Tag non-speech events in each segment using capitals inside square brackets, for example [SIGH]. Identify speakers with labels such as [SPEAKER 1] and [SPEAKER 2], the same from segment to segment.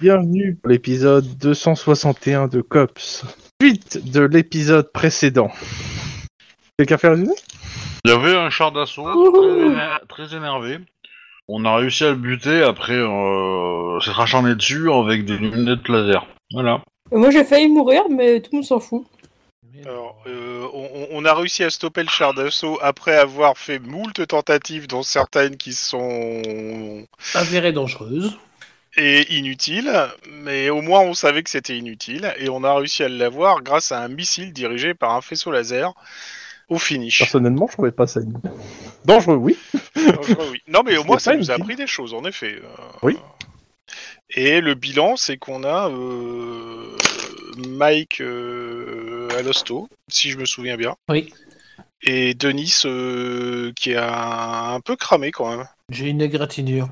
[SPEAKER 1] Bienvenue pour l'épisode 261 de Cops. Suite de l'épisode précédent. Quelqu'un fait résumé
[SPEAKER 2] Il y avait un char d'assaut très, éner- très énervé. On a réussi à le buter après euh, s'être acharné dessus avec des lunettes laser. Voilà.
[SPEAKER 3] Moi j'ai failli mourir, mais tout le monde s'en fout.
[SPEAKER 4] Alors, euh, on, on- on a réussi à stopper le char d'assaut après avoir fait moult tentatives, dont certaines qui sont
[SPEAKER 5] Avérée dangereuse.
[SPEAKER 4] et inutiles, mais au moins on savait que c'était inutile, et on a réussi à l'avoir grâce à un missile dirigé par un faisceau laser au finish.
[SPEAKER 1] Personnellement, je trouvais pas ça une- dangereux, oui.
[SPEAKER 4] [LAUGHS] Dangereux, oui. Non, mais au
[SPEAKER 1] C'était
[SPEAKER 4] moins ça
[SPEAKER 1] pas
[SPEAKER 4] nous a
[SPEAKER 1] inutile.
[SPEAKER 4] appris des choses, en effet. Euh,
[SPEAKER 1] Oui.
[SPEAKER 4] Et le bilan, c'est qu'on a euh, Mike euh, à l'hosto, si je me souviens bien,
[SPEAKER 5] Oui.
[SPEAKER 4] et Denis euh, qui est un, un peu cramé quand même.
[SPEAKER 5] J'ai une égratignure.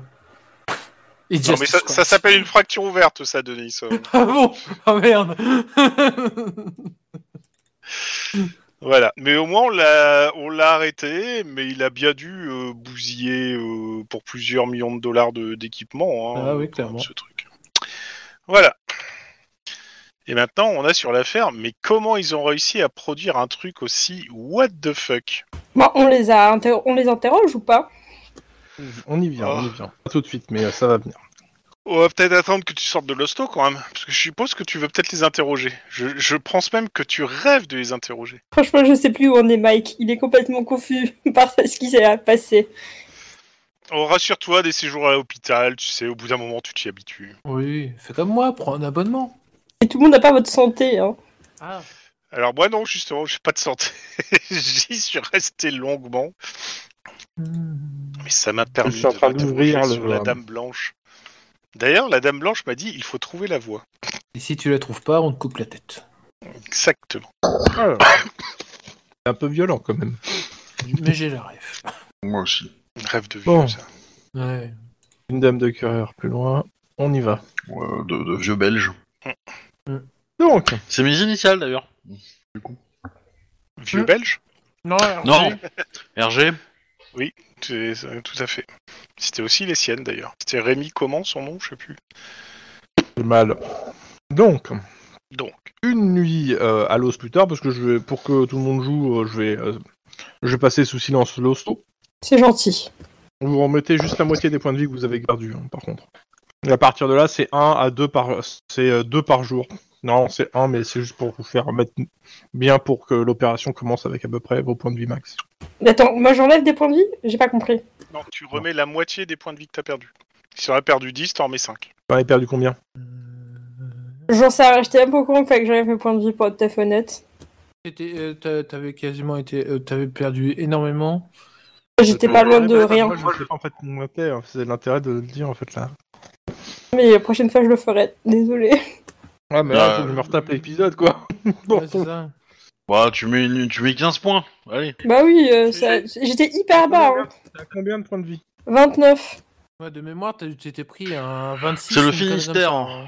[SPEAKER 5] It's
[SPEAKER 4] Non,
[SPEAKER 5] just
[SPEAKER 4] mais ça,
[SPEAKER 5] a scratch.
[SPEAKER 4] ça s'appelle une fracture ouverte, ça, Denis.
[SPEAKER 5] [LAUGHS]
[SPEAKER 4] Euh,
[SPEAKER 5] Ah bon Ah
[SPEAKER 4] [LAUGHS]
[SPEAKER 5] merde
[SPEAKER 4] voilà. Mais au moins, on l'a, on l'a arrêté, mais il a bien dû euh, bousiller euh, pour plusieurs millions de dollars de- d'équipement. hein,
[SPEAKER 5] Ah oui,
[SPEAKER 4] euh,
[SPEAKER 5] clairement.
[SPEAKER 4] Ce truc. Voilà. Et maintenant, on a sur l'affaire, mais comment ils ont réussi à produire un truc aussi what the fuck
[SPEAKER 3] Bon, Bah, on les a inter- on les interroge ou pas
[SPEAKER 1] On y vient, on y vient. Pas tout de suite, mais euh, ça va venir.
[SPEAKER 4] On va peut-être attendre que tu sortes de l'hosto quand même, parce que je suppose que tu veux peut-être les interroger. Je, je pense même que tu rêves de les interroger.
[SPEAKER 3] Franchement, je sais plus où en est Mike. Il est complètement confus [LAUGHS] par ce qui s'est passé.
[SPEAKER 4] Oh, rassure-toi, des séjours à l'hôpital, tu sais, au bout d'un moment, tu t'y habitues.
[SPEAKER 5] Oui, fais comme moi, prends un abonnement.
[SPEAKER 3] Et tout le monde n'a pas votre santé. Hein.
[SPEAKER 5] Ah.
[SPEAKER 4] Alors moi non, justement, j'ai pas de santé. [LAUGHS] J'y suis resté longuement, mais ça m'a permis
[SPEAKER 1] suis en train
[SPEAKER 4] m'interroger
[SPEAKER 1] d'ouvrir le-
[SPEAKER 4] sur la dame blanche. D'ailleurs, la dame blanche m'a dit il faut trouver la voie.
[SPEAKER 5] Et si tu la trouves pas, on te coupe la tête.
[SPEAKER 4] Exactement.
[SPEAKER 1] Alors, C'est un peu violent quand même.
[SPEAKER 5] Mais j'ai la ref.
[SPEAKER 2] Moi aussi.
[SPEAKER 4] Rêve de vie
[SPEAKER 1] Bon.
[SPEAKER 4] comme ça.
[SPEAKER 5] Ouais.
[SPEAKER 1] Une dame de cœur plus loin. On y va.
[SPEAKER 2] Ouais, de, de vieux belges.
[SPEAKER 1] Donc,
[SPEAKER 2] C'est mes initiales d'ailleurs.
[SPEAKER 4] Vieux
[SPEAKER 5] Hmm.
[SPEAKER 4] belge
[SPEAKER 5] Non,
[SPEAKER 2] Non RG
[SPEAKER 4] C'est- c'est- Tout à fait. C'était aussi les siennes d'ailleurs. C'était Rémi comment son nom, je sais plus.
[SPEAKER 1] c'est mal. Donc,
[SPEAKER 4] Donc,
[SPEAKER 1] une nuit euh, à l'os plus tard, parce que je vais, pour que tout le monde joue, euh, je vais, euh, je vais passer sous silence l'hosto.
[SPEAKER 3] C'est gentil.
[SPEAKER 1] Vous remettez juste la moitié des points de vie que vous avez perdus, hein, par contre. Et à partir de là, c'est 1 à 2 par, c'est euh, deux par jour. Non, c'est 1, mais c'est juste pour vous faire mettre bien pour que l'opération commence avec à peu près vos points de vie max.
[SPEAKER 3] Attends, moi j'enlève des points de vie J'ai pas compris.
[SPEAKER 4] non, tu remets la moitié des points de vie que t'as perdu. Si t'en as perdu 10, t'en remets 5.
[SPEAKER 1] T'en as perdu combien
[SPEAKER 3] J'en sais rien, j'étais même pas au courant qu'il fallait que j'enlève mes points de vie pour être tout à fait honnête.
[SPEAKER 5] T'étais- euh, t'a- T'avais quasiment été. euh, T'avais perdu énormément.
[SPEAKER 3] J'étais pas loin de rien.
[SPEAKER 1] bah, Moi, je sais pas en fait mon intérêt, c'est l'intérêt de le dire en fait là.
[SPEAKER 3] Mais la prochaine fois, je le ferai. Désolé. [LAUGHS]
[SPEAKER 1] Ouais, Ah, mais
[SPEAKER 2] Bah,
[SPEAKER 1] là, euh, faut que je me retape l'épisode quoi. [LAUGHS] Bon,
[SPEAKER 5] Ouais, c'est ça.
[SPEAKER 2] Bah, tu mets, une- tu mets 15 points. Allez.
[SPEAKER 3] Bah oui, euh, ça- j'étais
[SPEAKER 1] Ah,
[SPEAKER 3] hyper bas. hein.
[SPEAKER 1] t'as combien de points de vie
[SPEAKER 3] 29.
[SPEAKER 5] Ouais, de mémoire, t'as- tu t'étais pris un 26.
[SPEAKER 2] C'est le
[SPEAKER 5] une connerie comme
[SPEAKER 2] Finistère.
[SPEAKER 5] ça, hein.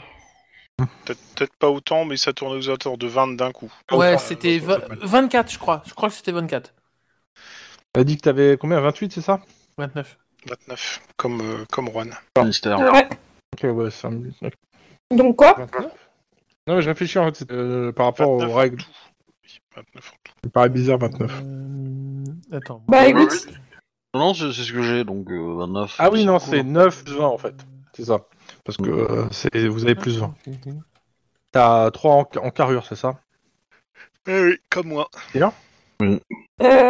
[SPEAKER 4] Peut-être peut-être pas autant, mais ça tournait aux alentours de 20 d'un coup.
[SPEAKER 5] Ouais, c'était vingt- 24, je crois. Je crois que c'était 24.
[SPEAKER 1] T'as dit que t'avais combien 28, c'est ça
[SPEAKER 5] 29.
[SPEAKER 4] 29, comme, euh, comme Juan.
[SPEAKER 2] Finistère.
[SPEAKER 3] Ouais.
[SPEAKER 1] Ok, ouais, 5 minutes. ok.
[SPEAKER 3] Donc quoi
[SPEAKER 1] Ah, Non, mais je réfléchis en fait c'est, euh, par rapport
[SPEAKER 5] Oh,
[SPEAKER 1] aux
[SPEAKER 4] 29.
[SPEAKER 1] règles.
[SPEAKER 4] Oui, 29
[SPEAKER 1] Il paraît Ah, bizarre 29.
[SPEAKER 5] Euh, Attends.
[SPEAKER 3] Bah écoute,
[SPEAKER 2] Non, c'est c'est ce que j'ai, donc euh, 29.
[SPEAKER 1] Ah oui, non,
[SPEAKER 2] cool.
[SPEAKER 1] c'est 9 plus 20 en fait. C'est ça. Parce que euh, c'est- vous avez
[SPEAKER 3] Ah,
[SPEAKER 1] plus 20. T'as 3 en, en carrure, c'est ça
[SPEAKER 4] Eh Oui, comme moi.
[SPEAKER 3] euh,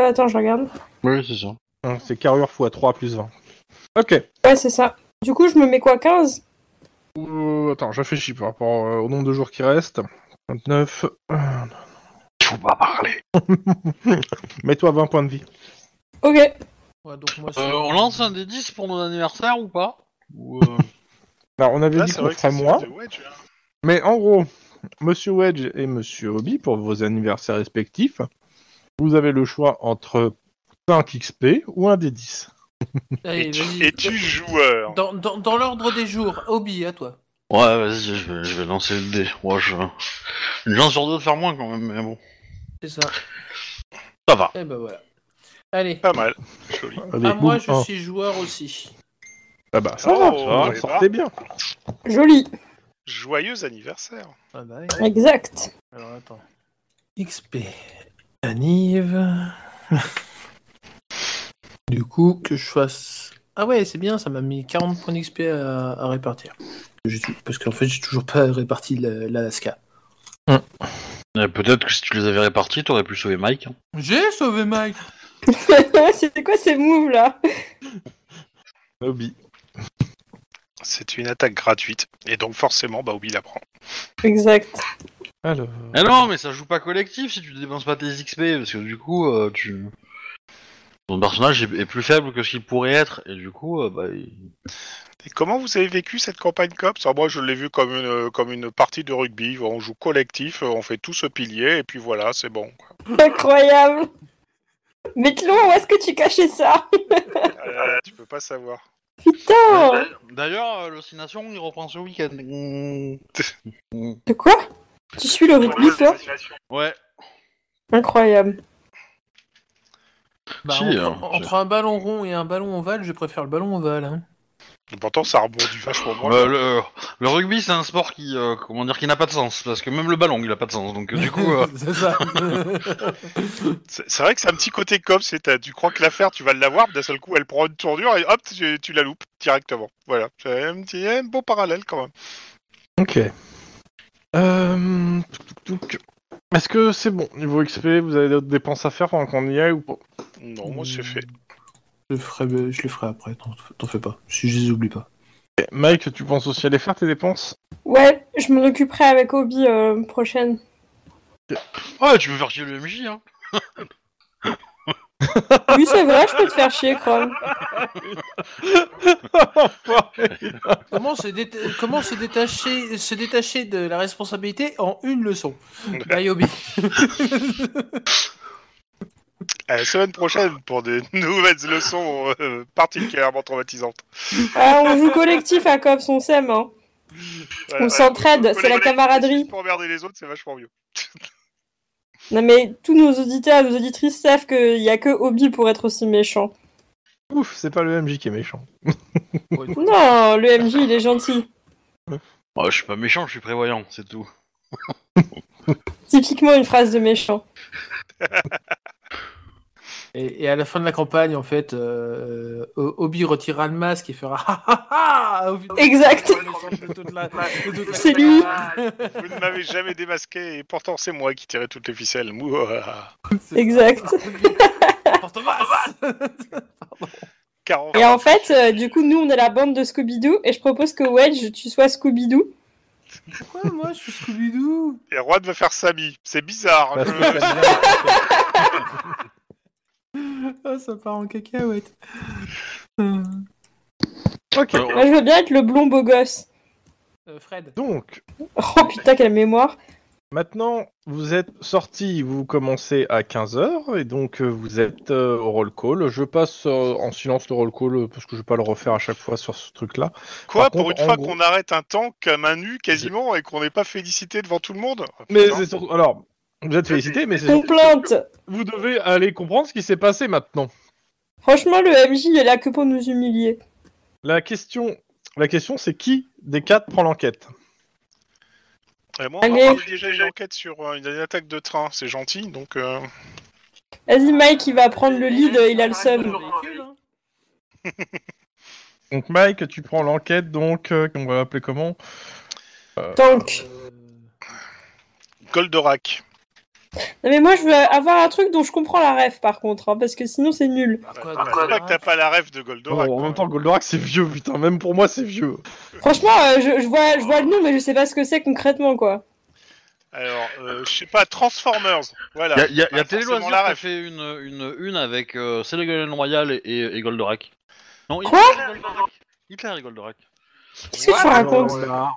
[SPEAKER 3] attends, je regarde.
[SPEAKER 2] Oui, c'est ça.
[SPEAKER 1] Hein, C'est carrure fois 3 plus 20. Ok.
[SPEAKER 3] Ouais, c'est ça. Du coup, je me mets quoi 15
[SPEAKER 1] Euh, attends, je réfléchis par rapport euh, au nombre de jours qui restent. 29. euh,
[SPEAKER 2] Faut pas parler.
[SPEAKER 1] Mets-toi 20 points de vie.
[SPEAKER 3] Ok.
[SPEAKER 5] Ouais, donc moi, c'est-
[SPEAKER 2] Euh, on lance un des 10 pour nos anniversaires ou pas Ou,
[SPEAKER 5] [LAUGHS]
[SPEAKER 2] euh,
[SPEAKER 1] Alors, Bah, on avait
[SPEAKER 4] Là,
[SPEAKER 1] dit
[SPEAKER 4] Ah, c'est
[SPEAKER 1] qu'on
[SPEAKER 4] vrai que
[SPEAKER 1] ferait
[SPEAKER 4] c'est
[SPEAKER 1] moins.
[SPEAKER 4] celui de Wedge, hein.
[SPEAKER 1] Mais en gros, Monsieur Wedge et Monsieur Hobby, pour vos anniversaires respectifs, vous avez le choix entre 5 XP ou un des 10.
[SPEAKER 5] Allez, vas-y.
[SPEAKER 4] Es-tu joueur
[SPEAKER 5] Dans, dans- dans l'ordre des jours, Obi, à toi.
[SPEAKER 2] Ouais, vas-y, je vais, je vais lancer le dé. Ouais, je... Une chance sur deux de faire moins quand même, mais bon.
[SPEAKER 5] C'est ça.
[SPEAKER 2] Ça va.
[SPEAKER 5] Et bah voilà. Allez.
[SPEAKER 4] Pas mal. Joli.
[SPEAKER 1] Allez,
[SPEAKER 5] Ah, moi,
[SPEAKER 1] boum,
[SPEAKER 5] je
[SPEAKER 1] un.
[SPEAKER 5] suis joueur aussi.
[SPEAKER 1] Ah bah ça va,
[SPEAKER 4] Oh,
[SPEAKER 1] ça va,
[SPEAKER 4] et
[SPEAKER 1] sortez bien.
[SPEAKER 3] Joli.
[SPEAKER 4] Joyeux anniversaire.
[SPEAKER 5] Ah bah oui.
[SPEAKER 3] [LAUGHS] Exact.
[SPEAKER 5] Alors attends. XP. Anive. du coup, que je fasse. Ah ouais, c'est bien, ça m'a mis 40 points d'XP à, à répartir. J'ai tout- Parce qu'en fait, j'ai toujours pas réparti la- l'Alaska.
[SPEAKER 2] Euh, Peut-être que si tu les avais répartis, t'aurais pu sauver Mike. hein.
[SPEAKER 5] J'ai sauvé Mike
[SPEAKER 3] C'était quoi ces moves là
[SPEAKER 1] Obi.
[SPEAKER 4] C'est une attaque gratuite. Et donc forcément, bah, Obi la prend.
[SPEAKER 3] Exact.
[SPEAKER 1] Alors.
[SPEAKER 2] Ah non, mais ça joue pas collectif si tu dépenses pas tes XP, parce que du coup, euh, tu... ton personnage est, est plus faible que ce qu'il pourrait être, et du coup, euh, bah, il-
[SPEAKER 4] Et comment vous avez vécu cette campagne COPS Alors, Moi, je l'ai vu comme une, euh, comme une partie de rugby. On joue collectif, euh, on fait tout ce pilier, et puis voilà, c'est bon. quoi.
[SPEAKER 3] Incroyable. Mais Tlon, où est-ce que tu cachais ça
[SPEAKER 4] Euh, tu peux pas savoir.
[SPEAKER 3] Putain
[SPEAKER 2] D'ailleurs, euh, l'oscillation, il reprend ce week-end. Mm.
[SPEAKER 3] De quoi Tu suis le rugby toi
[SPEAKER 2] ouais.
[SPEAKER 3] Incroyable.
[SPEAKER 5] Bah,
[SPEAKER 2] Si,
[SPEAKER 5] entre,
[SPEAKER 2] hein,
[SPEAKER 5] entre un ballon rond et un ballon ovale, je préfère le ballon ovale. hein.
[SPEAKER 4] Et Pourtant, ça rebondit vachement moins.
[SPEAKER 2] Bah, le, le rugby, c'est un sport qui, euh, comment dire, qui n'a pas de sens, parce que même le ballon, il a pas de sens. Donc euh, du coup, euh,
[SPEAKER 5] [LAUGHS] c'est ça.
[SPEAKER 4] C'est c'est vrai que c'est un petit côté COPS. c'est, euh, Tu crois que l'affaire, tu vas l'avoir, d'un seul coup, elle prend une tournure, et hop, tu, tu la loupes directement. Voilà. C'est un, petit- un beau parallèle quand même.
[SPEAKER 1] Ok. Euh... touc, touc, touc. Est-ce que c'est bon niveau XP Vous avez d'autres dépenses à faire pendant qu'on y est ou pas
[SPEAKER 4] Non, moi, c'est fait.
[SPEAKER 5] je, le ferai, je le ferai après, t'en t'en fais pas. Si je les oublie pas.
[SPEAKER 1] Ok, Mike, tu penses aussi aller faire tes dépenses
[SPEAKER 3] Ouais, je m'en occuperai avec Obi euh, prochaine.
[SPEAKER 2] [LAUGHS] ouais, tu peux faire chier le MJ, hein.
[SPEAKER 3] Oui, c'est vrai, je peux te faire chier, Chrome.
[SPEAKER 5] Comment se, déta- comment se détacher, se détacher de la responsabilité en une
[SPEAKER 4] [LAUGHS]
[SPEAKER 5] leçon Bah, Bye, Obi.
[SPEAKER 4] À la semaine prochaine pour des [LAUGHS] nouvelles leçons euh, particulièrement traumatisantes.
[SPEAKER 3] Ah, on joue collectif à COPS, on s'aime. Hein.
[SPEAKER 4] Voilà,
[SPEAKER 3] On s'entraide,
[SPEAKER 4] faut
[SPEAKER 3] c'est la
[SPEAKER 4] coller-
[SPEAKER 3] camaraderie.
[SPEAKER 4] Pour emmerder les autres, c'est vachement mieux.
[SPEAKER 3] Non mais tous nos auditeurs, nos auditrices savent qu'il n'y a que Obi pour être aussi méchant.
[SPEAKER 1] Ouf, c'est pas le MJ qui est méchant.
[SPEAKER 3] Non, le MJ il est gentil.
[SPEAKER 2] Ouais, Bah, je suis pas méchant, je suis prévoyant, c'est tout.
[SPEAKER 3] Typiquement une phrase de méchant.
[SPEAKER 5] Et, et à la fin de la campagne, en fait, euh, euh, Obi retirera le masque et fera Ah, ah, ah Au final,
[SPEAKER 3] Exact.
[SPEAKER 5] de toute la- de toute la-
[SPEAKER 3] C'est lui.
[SPEAKER 4] Vous ne m'avez jamais démasqué et pourtant c'est moi qui tirais toutes les ficelles. Mouah.
[SPEAKER 3] Exact.
[SPEAKER 5] [LAUGHS] Porte-masse.
[SPEAKER 4] Car en-
[SPEAKER 3] Et en fait, euh, du coup, nous on est la bande de Scooby-Doo et je propose que Wedge, tu sois Scooby-Doo.
[SPEAKER 5] Pourquoi moi je suis Scooby-Doo
[SPEAKER 4] et Juan veut faire Samy. C'est bizarre.
[SPEAKER 1] Parce
[SPEAKER 4] je-
[SPEAKER 1] que t'aimes bien-
[SPEAKER 5] Ah, ça part en cacahuète. Euh,
[SPEAKER 1] ok.
[SPEAKER 2] Alors,
[SPEAKER 3] Moi je veux bien être le blond beau gosse.
[SPEAKER 5] Euh, Fred.
[SPEAKER 1] Donc,
[SPEAKER 3] Oh putain, quelle mémoire.
[SPEAKER 1] maintenant, vous êtes sortis, vous commencez à 15h, et donc euh, vous êtes euh, au roll call. Je passe euh, en silence le roll call, euh, parce que je vais pas le refaire à chaque fois sur ce truc-là.
[SPEAKER 4] Quoi
[SPEAKER 1] Par
[SPEAKER 4] pour
[SPEAKER 1] contre,
[SPEAKER 4] une
[SPEAKER 1] en
[SPEAKER 4] fois
[SPEAKER 1] gros-
[SPEAKER 4] qu'on arrête un temps qu'à main nue quasiment et qu'on n'est pas félicité devant tout le monde
[SPEAKER 1] Mais
[SPEAKER 4] Non.
[SPEAKER 1] c'est surtout... Alors, vous êtes félicité, mais c'est
[SPEAKER 3] On
[SPEAKER 1] surtout-
[SPEAKER 3] plante.
[SPEAKER 1] Vous devez aller comprendre ce qui s'est passé maintenant.
[SPEAKER 3] Franchement, le MJ il est là que pour nous humilier.
[SPEAKER 1] La question, la question c'est qui des quatre prend l'enquête
[SPEAKER 4] Et moi, on
[SPEAKER 3] Allez.
[SPEAKER 4] a déjà une enquête sur euh, une attaque de train. C'est gentil. Donc euh,
[SPEAKER 3] Vas-y Mike, il va prendre le lead, euh, il a le seum.
[SPEAKER 5] hein.
[SPEAKER 1] Donc Mike, tu prends l'enquête, donc euh, on va l'appeler comment
[SPEAKER 3] Tank.
[SPEAKER 4] Euh, Goldorak.
[SPEAKER 3] Non mais moi je veux avoir un truc dont je comprends la rêve par contre, hein, parce que sinon c'est nul.
[SPEAKER 5] Pourquoi
[SPEAKER 4] C'est pas que t'as pas la rêve de Goldorak.
[SPEAKER 1] Oh,
[SPEAKER 4] hein.
[SPEAKER 1] En même temps, Goldorak c'est vieux, putain, même pour moi c'est vieux.
[SPEAKER 3] Franchement, euh, je, je vois, je vois le nom, mais je sais pas ce que c'est concrètement, quoi.
[SPEAKER 4] Alors euh, je sais pas Transformers. Voilà.
[SPEAKER 2] y a, y a, y a
[SPEAKER 4] Bah,
[SPEAKER 2] Télé
[SPEAKER 4] forcément,
[SPEAKER 2] Loisirs
[SPEAKER 4] la
[SPEAKER 2] qui a
[SPEAKER 4] ref.
[SPEAKER 2] fait une, une, une avec euh, Ségolène Royal et, et, et Goldorak. Non, Hitler
[SPEAKER 3] Quoi
[SPEAKER 2] et Goldorak. Hitler et Goldorak.
[SPEAKER 3] Qu'est-ce que tu racontes
[SPEAKER 4] Oh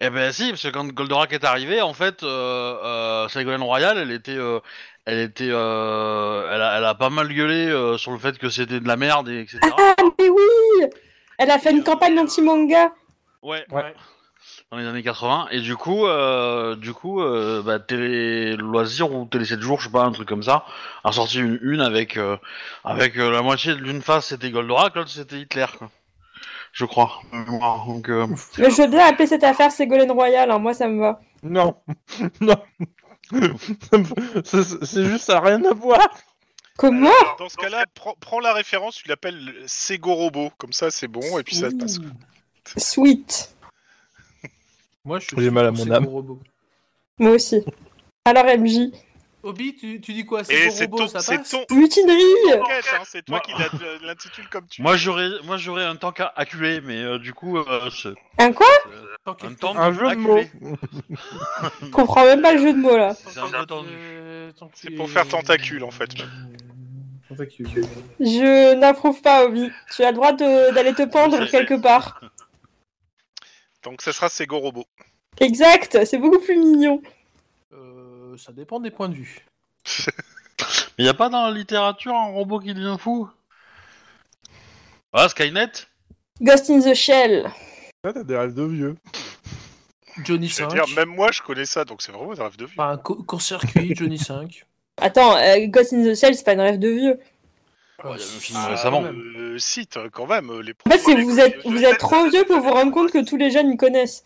[SPEAKER 2] Eh ben si, parce que quand Goldorak est arrivé, en fait, euh, euh, Ségolène Royal, elle était, euh, elle était, euh, elle, a, elle a pas mal gueulé euh, sur le fait que c'était de la merde et etc.
[SPEAKER 3] Ah mais oui Elle a fait une campagne anti-manga.
[SPEAKER 2] Ouais.
[SPEAKER 1] Ouais.
[SPEAKER 2] Dans les années 80. Et du coup, euh, du coup, euh, bah, Télé Loisirs ou Télé 7 jours, je sais pas, un truc comme ça, a sorti une, une avec, euh, avec euh, la moitié d'une face c'était Goldorak, l'autre c'était Hitler. Quoi. je crois. de mémoire. Donc, euh,
[SPEAKER 3] Mais je veux bien appeler cette affaire Ségolène Royal, hein, moi ça me va.
[SPEAKER 1] Non, [LAUGHS] non. Ça me fait- c'est c'est juste, ça n'a rien à voir.
[SPEAKER 3] Comment
[SPEAKER 4] Alors, Dans ce cas-là, prends, prends la référence, tu l'appelles Segorobo, comme ça c'est bon, et puis ça se passe.
[SPEAKER 3] Sweet.
[SPEAKER 5] Moi, je
[SPEAKER 1] J'ai mal à mon âme.
[SPEAKER 5] Robot.
[SPEAKER 3] Moi aussi. Alors MJ.
[SPEAKER 5] Obi, tu, tu dis quoi
[SPEAKER 4] Et
[SPEAKER 5] C'est
[SPEAKER 4] c'est
[SPEAKER 5] ton
[SPEAKER 4] ton,
[SPEAKER 5] robot, ça
[SPEAKER 4] c'est
[SPEAKER 5] passe
[SPEAKER 3] [LAUGHS]
[SPEAKER 4] ton
[SPEAKER 3] Mutinerie
[SPEAKER 4] enquête, hein, c'est
[SPEAKER 2] Moi-
[SPEAKER 4] toi qui l'as- l'intitule comme tu
[SPEAKER 2] moi, j'aurais, moi, j'aurais un tank à- acculé, mais euh, du coup, euh, c'est-
[SPEAKER 3] Un quoi
[SPEAKER 5] Tant qu'il-
[SPEAKER 2] un tank
[SPEAKER 1] Un jeu de mots.
[SPEAKER 2] acculé.
[SPEAKER 3] Je comprends même Ah, pas le jeu de mots là.
[SPEAKER 5] tant
[SPEAKER 2] C'est un
[SPEAKER 5] que-
[SPEAKER 2] peu tendu.
[SPEAKER 5] euh, tant que
[SPEAKER 4] C'est
[SPEAKER 5] tu
[SPEAKER 4] pour
[SPEAKER 5] es- Euh,
[SPEAKER 4] faire tentacule, en fait.
[SPEAKER 5] Tentacule.
[SPEAKER 3] Je n'approuve pas, Obi. Tu as le droit de- d'aller te pendre quelque part.
[SPEAKER 4] Donc ça sera Segorobo.
[SPEAKER 3] Exact, c'est beaucoup plus mignon.
[SPEAKER 5] Euh, ça dépend des points de vue.
[SPEAKER 2] Mais y a pas dans la littérature un robot qui devient fou Ah, Skynet
[SPEAKER 3] Ghost in the Shell.
[SPEAKER 1] Là, t'as des rêves de vieux.
[SPEAKER 5] Johnny
[SPEAKER 4] Je veux
[SPEAKER 5] 5.
[SPEAKER 4] dire, même moi je connais ça, donc c'est vraiment un rêve de vie.
[SPEAKER 2] Ah,
[SPEAKER 5] Enfin, co-
[SPEAKER 4] [LAUGHS]
[SPEAKER 5] court-circuit, Johnny 5.
[SPEAKER 3] Attends, euh, Ghost in the Shell, c'est pas une rêve de vieux.
[SPEAKER 2] il
[SPEAKER 5] Ouais,
[SPEAKER 4] Ah,
[SPEAKER 2] y a
[SPEAKER 5] c'est-
[SPEAKER 2] le film
[SPEAKER 5] c'est
[SPEAKER 2] récemment.
[SPEAKER 5] quand même.
[SPEAKER 4] Euh, si, t'as- quand même, euh, les
[SPEAKER 3] En fait, c'est vous êtes, vous êtes trop vieux pour vous rendre compte que tous les jeunes y connaissent.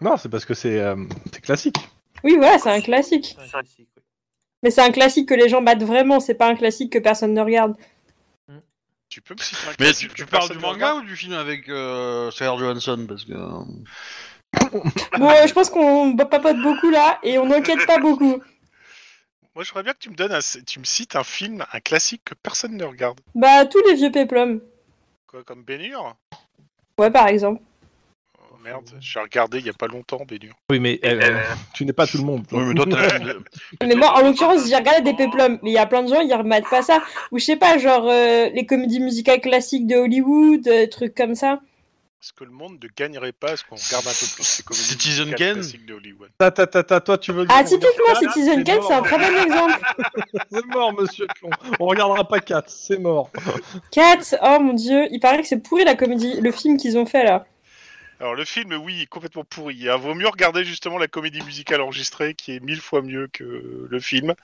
[SPEAKER 1] Non, c'est parce que c'est euh, c'est classique.
[SPEAKER 3] Oui, voilà, c'est un classique.
[SPEAKER 5] Ah, C'est un classique, ouais.
[SPEAKER 3] Mais c'est un classique que les gens battent vraiment, c'est pas un classique que personne ne regarde.
[SPEAKER 4] Tu peux me citer
[SPEAKER 2] [LAUGHS]
[SPEAKER 4] un
[SPEAKER 2] Mais tu,
[SPEAKER 4] classique
[SPEAKER 2] tu
[SPEAKER 4] que
[SPEAKER 2] parles
[SPEAKER 4] personne
[SPEAKER 2] du
[SPEAKER 4] ne
[SPEAKER 2] manga
[SPEAKER 4] regarde
[SPEAKER 2] ou du film avec euh, Scarlett Johansson Parce que.
[SPEAKER 3] Bon, euh, je pense qu'on papote beaucoup là et on n'enquête pas beaucoup.
[SPEAKER 4] Moi j'aimerais bien que tu me donnes, un- tu me cites un film, un classique que personne ne regarde.
[SPEAKER 3] Bah, tous les vieux péplums.
[SPEAKER 4] Quoi, comme Bénur
[SPEAKER 3] Ouais, par exemple.
[SPEAKER 4] Oh, Merde, j'ai regardé il y a pas longtemps Bénur.
[SPEAKER 1] Oui, mais euh, [LAUGHS] tu n'es pas tout le monde.
[SPEAKER 2] Oui, mais toi, t'as [LAUGHS] une-
[SPEAKER 3] Mais moi, en l'occurrence, j'ai regardé des péplums. Mais il y a plein de gens, ils remettent pas ça. Ou je sais pas, genre euh, les comédies musicales classiques de Hollywood, euh, trucs comme ça.
[SPEAKER 4] Est-ce que le monde ne gagnerait pas à ce qu'on regarde un peu
[SPEAKER 2] [LAUGHS]
[SPEAKER 4] plus ces comédies
[SPEAKER 2] Citizen
[SPEAKER 4] musicales
[SPEAKER 2] Kane
[SPEAKER 4] classiques de Hollywood
[SPEAKER 1] [LAUGHS] Ta, ta, ta, ta, toi, tu veux. dire
[SPEAKER 3] Ah,
[SPEAKER 1] qu'on
[SPEAKER 3] typiquement,
[SPEAKER 1] regarde
[SPEAKER 3] Citizen Kane, c'est un
[SPEAKER 1] mort.
[SPEAKER 3] très bon exemple.
[SPEAKER 1] C'est mort, monsieur Tlon. On regardera pas 4, c'est mort.
[SPEAKER 3] Cats, oh mon dieu, il paraît que c'est pourri la comédie, le film qu'ils ont fait là.
[SPEAKER 4] Alors le film, oui, est complètement pourri. hein. Vaut mieux regarder justement la comédie musicale enregistrée, qui est mille fois mieux que le film.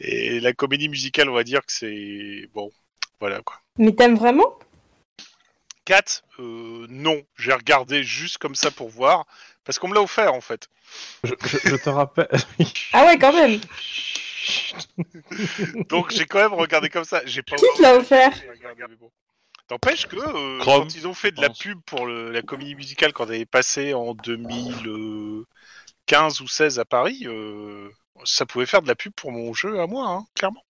[SPEAKER 4] Et la comédie musicale, on va dire que c'est bon, voilà quoi.
[SPEAKER 3] Mais t'aimes vraiment
[SPEAKER 4] 4 euh, Non, j'ai regardé juste comme ça pour voir, parce qu'on me l'a offert en fait.
[SPEAKER 1] Je, je- je te rappelle.
[SPEAKER 3] Ah ouais, quand même.
[SPEAKER 4] Donc j'ai quand même regardé comme ça.
[SPEAKER 3] [LAUGHS]
[SPEAKER 4] J'ai pas.
[SPEAKER 3] Qui te l'a offert
[SPEAKER 4] J'ai regardé, mais bon. T'empêche que euh,
[SPEAKER 2] Chrome,
[SPEAKER 4] quand ils ont fait de la
[SPEAKER 2] pense.
[SPEAKER 4] pub pour le- la comédie musicale quand elle est passée en 2015 ou 16 à Paris, euh, ça pouvait faire de la pub pour mon jeu à moi, hein, clairement.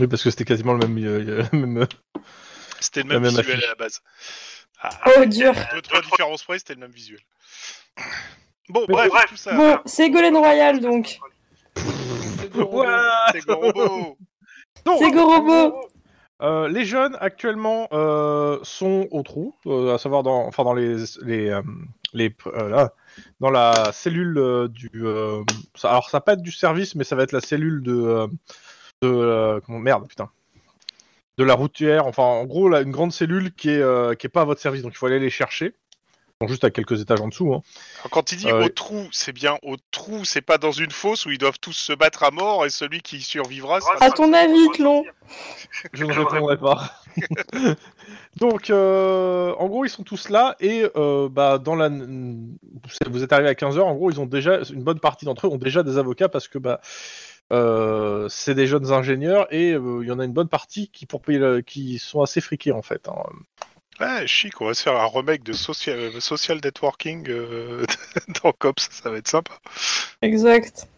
[SPEAKER 1] Oui, parce que c'était quasiment le même. euh, le même, euh,
[SPEAKER 4] C'était le
[SPEAKER 1] La
[SPEAKER 4] même,
[SPEAKER 1] même
[SPEAKER 4] visuel
[SPEAKER 1] affiche.
[SPEAKER 4] à la base. Ah,
[SPEAKER 3] Oh dur.
[SPEAKER 4] deux trois différences près, c'était le même visuel. Bon,
[SPEAKER 1] Mais-
[SPEAKER 4] bref, tout ça.
[SPEAKER 3] Bon, Ségolène Royal donc.
[SPEAKER 5] C'est ton robot.
[SPEAKER 4] C'est
[SPEAKER 1] [LAUGHS]
[SPEAKER 4] Gorobo.
[SPEAKER 1] Non,
[SPEAKER 3] C'est Gorobo.
[SPEAKER 1] Euh, les jeunes actuellement euh, sont au trou, euh, à savoir dans, enfin dans les, les, euh, les euh, là, dans la cellule euh, du. euh, ça- alors ça va pas être du service, mais ça va être la cellule de, euh, de euh, comment merde putain, de la routière. Enfin en gros là, une grande cellule qui est euh, qui est pas à votre service, donc il faut aller les chercher. Bon, juste à quelques étages en dessous. hein.
[SPEAKER 4] Alors, Quand il dit
[SPEAKER 1] Ah
[SPEAKER 4] au
[SPEAKER 1] oui.
[SPEAKER 4] trou, c'est bien au trou, c'est pas dans une fosse où ils doivent tous se battre à mort et celui qui survivra sera.
[SPEAKER 3] À ton avis, Tlon
[SPEAKER 1] Je ne répondrai pas. [LAUGHS] Donc, euh, en gros, ils sont tous là et euh, bah, dans la, vous êtes arrivé à 15h. En gros, ils ont déjà une bonne partie d'entre eux ont déjà des avocats parce que bah, euh, c'est des jeunes ingénieurs et euh, il y en a une bonne partie qui pour payer le- qui sont assez friqués en fait. hein.
[SPEAKER 4] Ouais, Ah, chic, on va se faire un remake de social, euh, social networking euh, [LAUGHS] dans Cops, ça va être sympa.
[SPEAKER 3] Exact.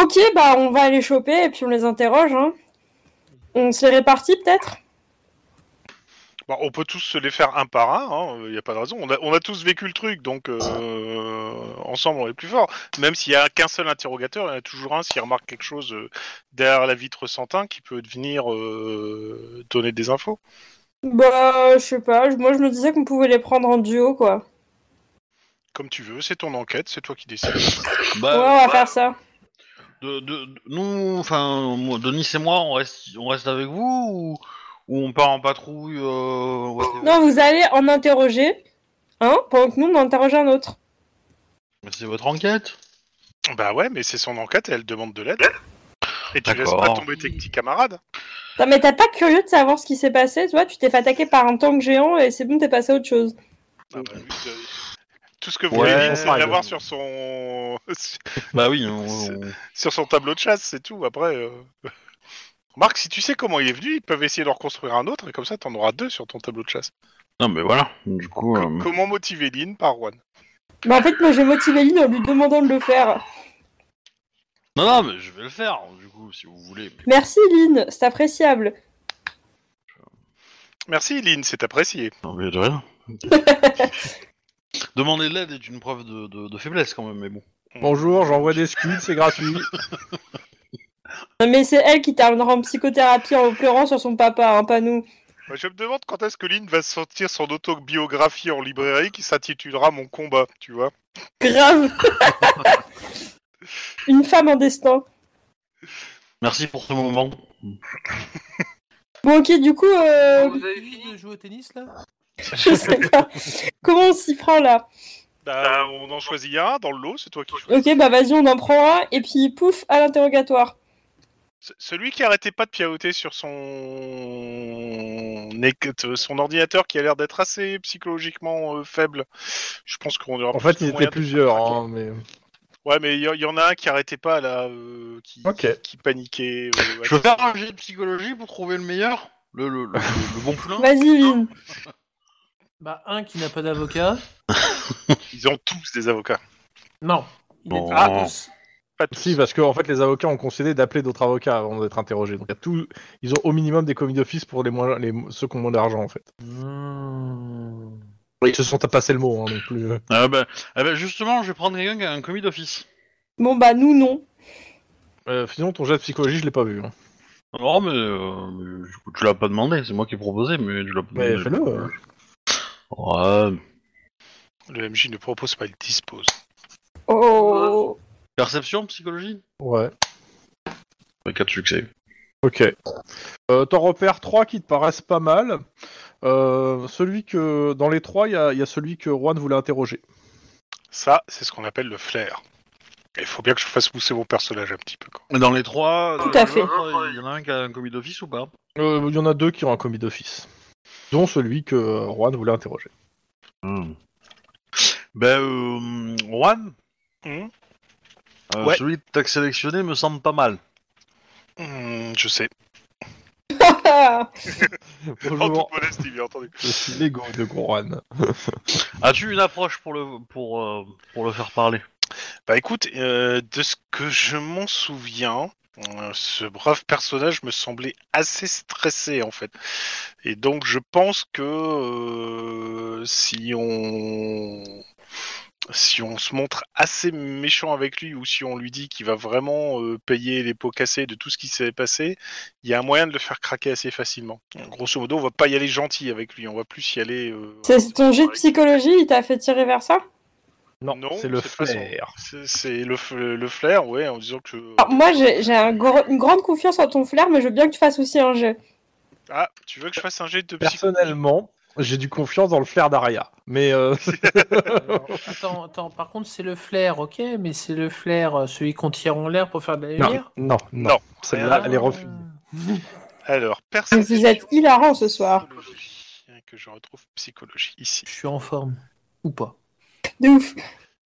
[SPEAKER 3] Ok, bah on va les choper et puis on les interroge. Hein. On s'est répartis peut-être
[SPEAKER 4] Bon, Bah, on peut tous se les faire un par un, il n'y a pas de raison. On a, on a tous vécu le truc, donc euh, ensemble on est plus fort. Même s'il n'y a qu'un seul interrogateur, il y en a toujours un s'il remarque quelque chose euh, derrière la vitre sans teint qui peut devenir euh, donner des infos.
[SPEAKER 3] Bah, je sais pas, moi je me disais qu'on pouvait les prendre en duo quoi.
[SPEAKER 4] Comme tu veux, c'est ton enquête, c'est toi qui décides.
[SPEAKER 3] Ouais,
[SPEAKER 2] Bah,
[SPEAKER 3] on va faire ça.
[SPEAKER 2] de, de- de- nous, enfin, moi, Denis et moi, on reste, on reste avec vous ou, ou on part en patrouille euh, whatever
[SPEAKER 3] Non, vous allez en interroger, hein, pendant que nous on interroge un autre.
[SPEAKER 2] Mais C'est votre enquête
[SPEAKER 4] Bah ouais, mais c'est son enquête et elle demande de l'aide. Et tu laisses
[SPEAKER 2] D'accord.
[SPEAKER 4] pas tomber tes petits camarades.
[SPEAKER 3] Non, mais t'as pas curieux de savoir ce qui s'est passé, tu vois Tu t'es fait attaquer par un tank géant et c'est bon, t'es passé à autre chose.
[SPEAKER 4] Ah bah, lui, euh, tout ce que vous
[SPEAKER 2] Ouais,
[SPEAKER 4] voulez, c'est de
[SPEAKER 2] pareil,
[SPEAKER 4] l'avoir
[SPEAKER 2] ouais.
[SPEAKER 4] sur son [LAUGHS]
[SPEAKER 2] Bah oui,
[SPEAKER 4] sur son tableau de chasse, c'est tout. Après, euh... [LAUGHS] remarque, si tu sais comment il est venu, ils peuvent essayer de reconstruire un autre et comme ça, t'en auras deux sur ton tableau de chasse.
[SPEAKER 2] Non, mais voilà, du coup... euh,
[SPEAKER 4] Co- Comment motiver Lynn par Juan
[SPEAKER 3] Mais en fait, moi, j'ai motivé Lynn en lui demandant de le faire.
[SPEAKER 2] Non, non, mais je vais le faire, du coup, si vous voulez.
[SPEAKER 3] Merci, Lynn, c'est appréciable.
[SPEAKER 4] Merci Lynn, c'est apprécié.
[SPEAKER 2] Non, mais de rien. [LAUGHS] Demander de l'aide est une preuve de, de- de faiblesse, quand même, mais bon.
[SPEAKER 4] Hmm.
[SPEAKER 1] Bonjour, j'envoie des scuds, c'est
[SPEAKER 4] [LAUGHS]
[SPEAKER 1] gratuit.
[SPEAKER 3] Non, mais c'est elle qui terminera en psychothérapie en pleurant sur son papa, hein, pas nous.
[SPEAKER 4] Moi, je me demande quand est-ce que Lynn va sortir son autobiographie en librairie qui s'intitulera Mon combat, tu vois.
[SPEAKER 3] Grave Une femme en destin.
[SPEAKER 2] Merci pour ce moment.
[SPEAKER 3] Bon, ok, du coup, euh, [LAUGHS]
[SPEAKER 5] Vous avez fini de jouer au tennis là
[SPEAKER 3] je sais pas. Comment on s'y prend là
[SPEAKER 4] Bah, on en choisit un dans le lot, c'est toi qui choisis.
[SPEAKER 3] Ok, bah vas-y, on en prend un, et puis pouf, à l'interrogatoire.
[SPEAKER 4] C- Celui qui arrêtait pas de piaoter sur son éc- son ordinateur qui a l'air d'être assez psychologiquement euh, faible. Je pense qu'on aura
[SPEAKER 1] En fait,
[SPEAKER 4] plus
[SPEAKER 1] ils
[SPEAKER 4] moyen
[SPEAKER 1] étaient
[SPEAKER 4] de-
[SPEAKER 1] plusieurs, hein, mais...
[SPEAKER 4] Ouais, mais il y, il y en a un qui arrêtait pas là, euh, qui,
[SPEAKER 1] Ok.
[SPEAKER 4] qui paniquait. euh,
[SPEAKER 2] Je peux faire un jet de psychologie pour trouver le meilleur le, le, le- le bon plan
[SPEAKER 3] Vas-y, Lynn.
[SPEAKER 5] Bah, un qui n'a pas d'avocat.
[SPEAKER 4] Ils ont tous des avocats.
[SPEAKER 5] Non. Il est
[SPEAKER 2] Non.
[SPEAKER 5] Ah, tous.
[SPEAKER 4] Pas tous.
[SPEAKER 1] Si, parce que en fait, les avocats ont concédé d'appeler d'autres avocats avant d'être interrogés. Donc, il y a tout... ils ont au minimum des commis d'office pour les moins... les... ceux qui ont moins d'argent, en fait.
[SPEAKER 5] Hmm.
[SPEAKER 1] Ils se sont passé le mot, hein, non plus.
[SPEAKER 2] Ah bah, ah bah, justement, je vais prendre quelqu'un qui a un commis d'office.
[SPEAKER 3] Bon, bah nous, non.
[SPEAKER 1] Euh, sinon, ton jet de psychologie, je l'ai pas vu. hein.
[SPEAKER 2] Non, mais, euh, mais, du coup, tu l'as pas demandé, c'est moi qui ai proposé, mais tu l'as pas
[SPEAKER 1] Mais
[SPEAKER 2] demandé.
[SPEAKER 1] fais-le.
[SPEAKER 2] Ouais.
[SPEAKER 4] Le MJ ne propose pas, il dispose.
[SPEAKER 3] Oh.
[SPEAKER 2] Perception, psychologie
[SPEAKER 1] Ouais.
[SPEAKER 2] Ouais, Quatre succès.
[SPEAKER 1] Ok. Euh, T'en repères trois qui te paraissent pas mal. Euh, celui que dans les trois, il y, a- il y a celui que Juan voulait interroger.
[SPEAKER 4] Ça, c'est ce qu'on appelle le flair. Il faut bien que je fasse pousser mon personnage un petit peu. Quoi.
[SPEAKER 2] Dans les trois,
[SPEAKER 3] Tout
[SPEAKER 2] dans
[SPEAKER 3] à
[SPEAKER 2] les
[SPEAKER 3] fait.
[SPEAKER 2] autres, il y en a un qui a un commis d'office ou pas
[SPEAKER 1] Euh, Il y en a deux qui ont un commis d'office, dont celui que euh, Juan voulait
[SPEAKER 4] [LAUGHS]
[SPEAKER 1] interroger.
[SPEAKER 2] Hmm. Ben, euh, Juan,
[SPEAKER 4] Hum,
[SPEAKER 2] euh,
[SPEAKER 4] Ouais.
[SPEAKER 2] celui que t'as sélectionné me semble pas mal.
[SPEAKER 4] hum, je sais.
[SPEAKER 3] Ah.
[SPEAKER 4] En
[SPEAKER 1] Bonjour,
[SPEAKER 4] Oh, toute modestie, bien entendu.
[SPEAKER 1] je suis l'ego de Juan.
[SPEAKER 2] As-tu une approche pour le pour euh, pour le faire parler
[SPEAKER 4] Bah écoute, euh, de ce que je m'en souviens, euh, ce brave personnage me semblait assez stressé en fait. Et donc je pense que euh, si on si on se montre assez méchant avec lui ou si on lui dit qu'il va vraiment euh, payer les pots cassés de tout ce qui s'est passé, il y a un moyen de le faire craquer assez facilement. Grosso modo, on va pas y aller gentil avec lui, on va plus y aller. euh,
[SPEAKER 3] C'est ton jet de psychologie, il t'a fait tirer vers ça
[SPEAKER 1] Non,
[SPEAKER 4] Non,
[SPEAKER 1] c'est le
[SPEAKER 4] c'est pas son-
[SPEAKER 1] flair.
[SPEAKER 4] c'est- C'est le, f- le flair, ouais, en disant que.
[SPEAKER 3] Alors, Ah, Moi, j'ai j'ai un gros- une grande confiance en ton flair, mais je veux bien que tu fasses aussi un jet.
[SPEAKER 4] Ah, tu veux que je fasse un jet de psycho
[SPEAKER 1] Personnellement, j'ai du confiance dans le flair d'Aria, mais euh,
[SPEAKER 5] Alors, [LAUGHS] attends, attends. Par contre, c'est le flair, ok, mais c'est le flair, euh, celui qu'on tire en l'air pour faire de la
[SPEAKER 1] [LAUGHS] non,
[SPEAKER 5] lumière
[SPEAKER 1] non, non,
[SPEAKER 4] Non.
[SPEAKER 1] celle-là,
[SPEAKER 5] Ah.
[SPEAKER 1] elle est refusée.
[SPEAKER 3] Ah,
[SPEAKER 4] Alors,
[SPEAKER 1] Ah,
[SPEAKER 4] personne.
[SPEAKER 3] Vous êtes hilarant ce soir.
[SPEAKER 4] Que je retrouve psychologie ici.
[SPEAKER 5] Je suis en forme. Ou pas.
[SPEAKER 3] De ouf.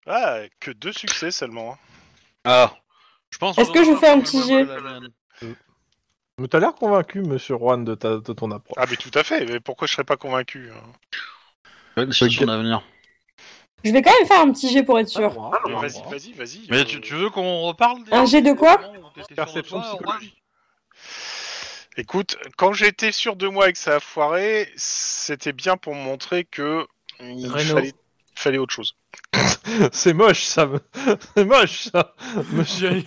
[SPEAKER 4] Ah, que deux succès seulement. hein.
[SPEAKER 2] Ah, je pense.
[SPEAKER 3] Est-ce que je fais un petit jet
[SPEAKER 2] euh,
[SPEAKER 1] Mais t'as l'air convaincu, Monsieur Juan, de, ta- de ton approche.
[SPEAKER 4] Ah, mais tout à fait. Mais pourquoi je serais pas convaincu hein
[SPEAKER 2] C'est son avenir.
[SPEAKER 3] Je vais quand même faire un petit jet pour être sûr.
[SPEAKER 5] Ah,
[SPEAKER 4] Mais
[SPEAKER 1] bah,
[SPEAKER 5] moi.
[SPEAKER 4] Vas-y, vas-y, vas-y.
[SPEAKER 2] Mais
[SPEAKER 4] euh,
[SPEAKER 2] tu, tu veux qu'on reparle des-
[SPEAKER 3] Un jet de quoi
[SPEAKER 2] des moments où t'étais sûr de
[SPEAKER 1] Perception
[SPEAKER 2] toi,
[SPEAKER 1] psychologie.
[SPEAKER 4] Écoute, quand j'étais sûr de moi et que ça a foiré, c'était bien pour me montrer que il
[SPEAKER 5] Renaud.
[SPEAKER 4] fallait, fallait autre chose.
[SPEAKER 1] C'est moche, ça. me- [LAUGHS] C'est moche, ça. [LAUGHS] Monsieur,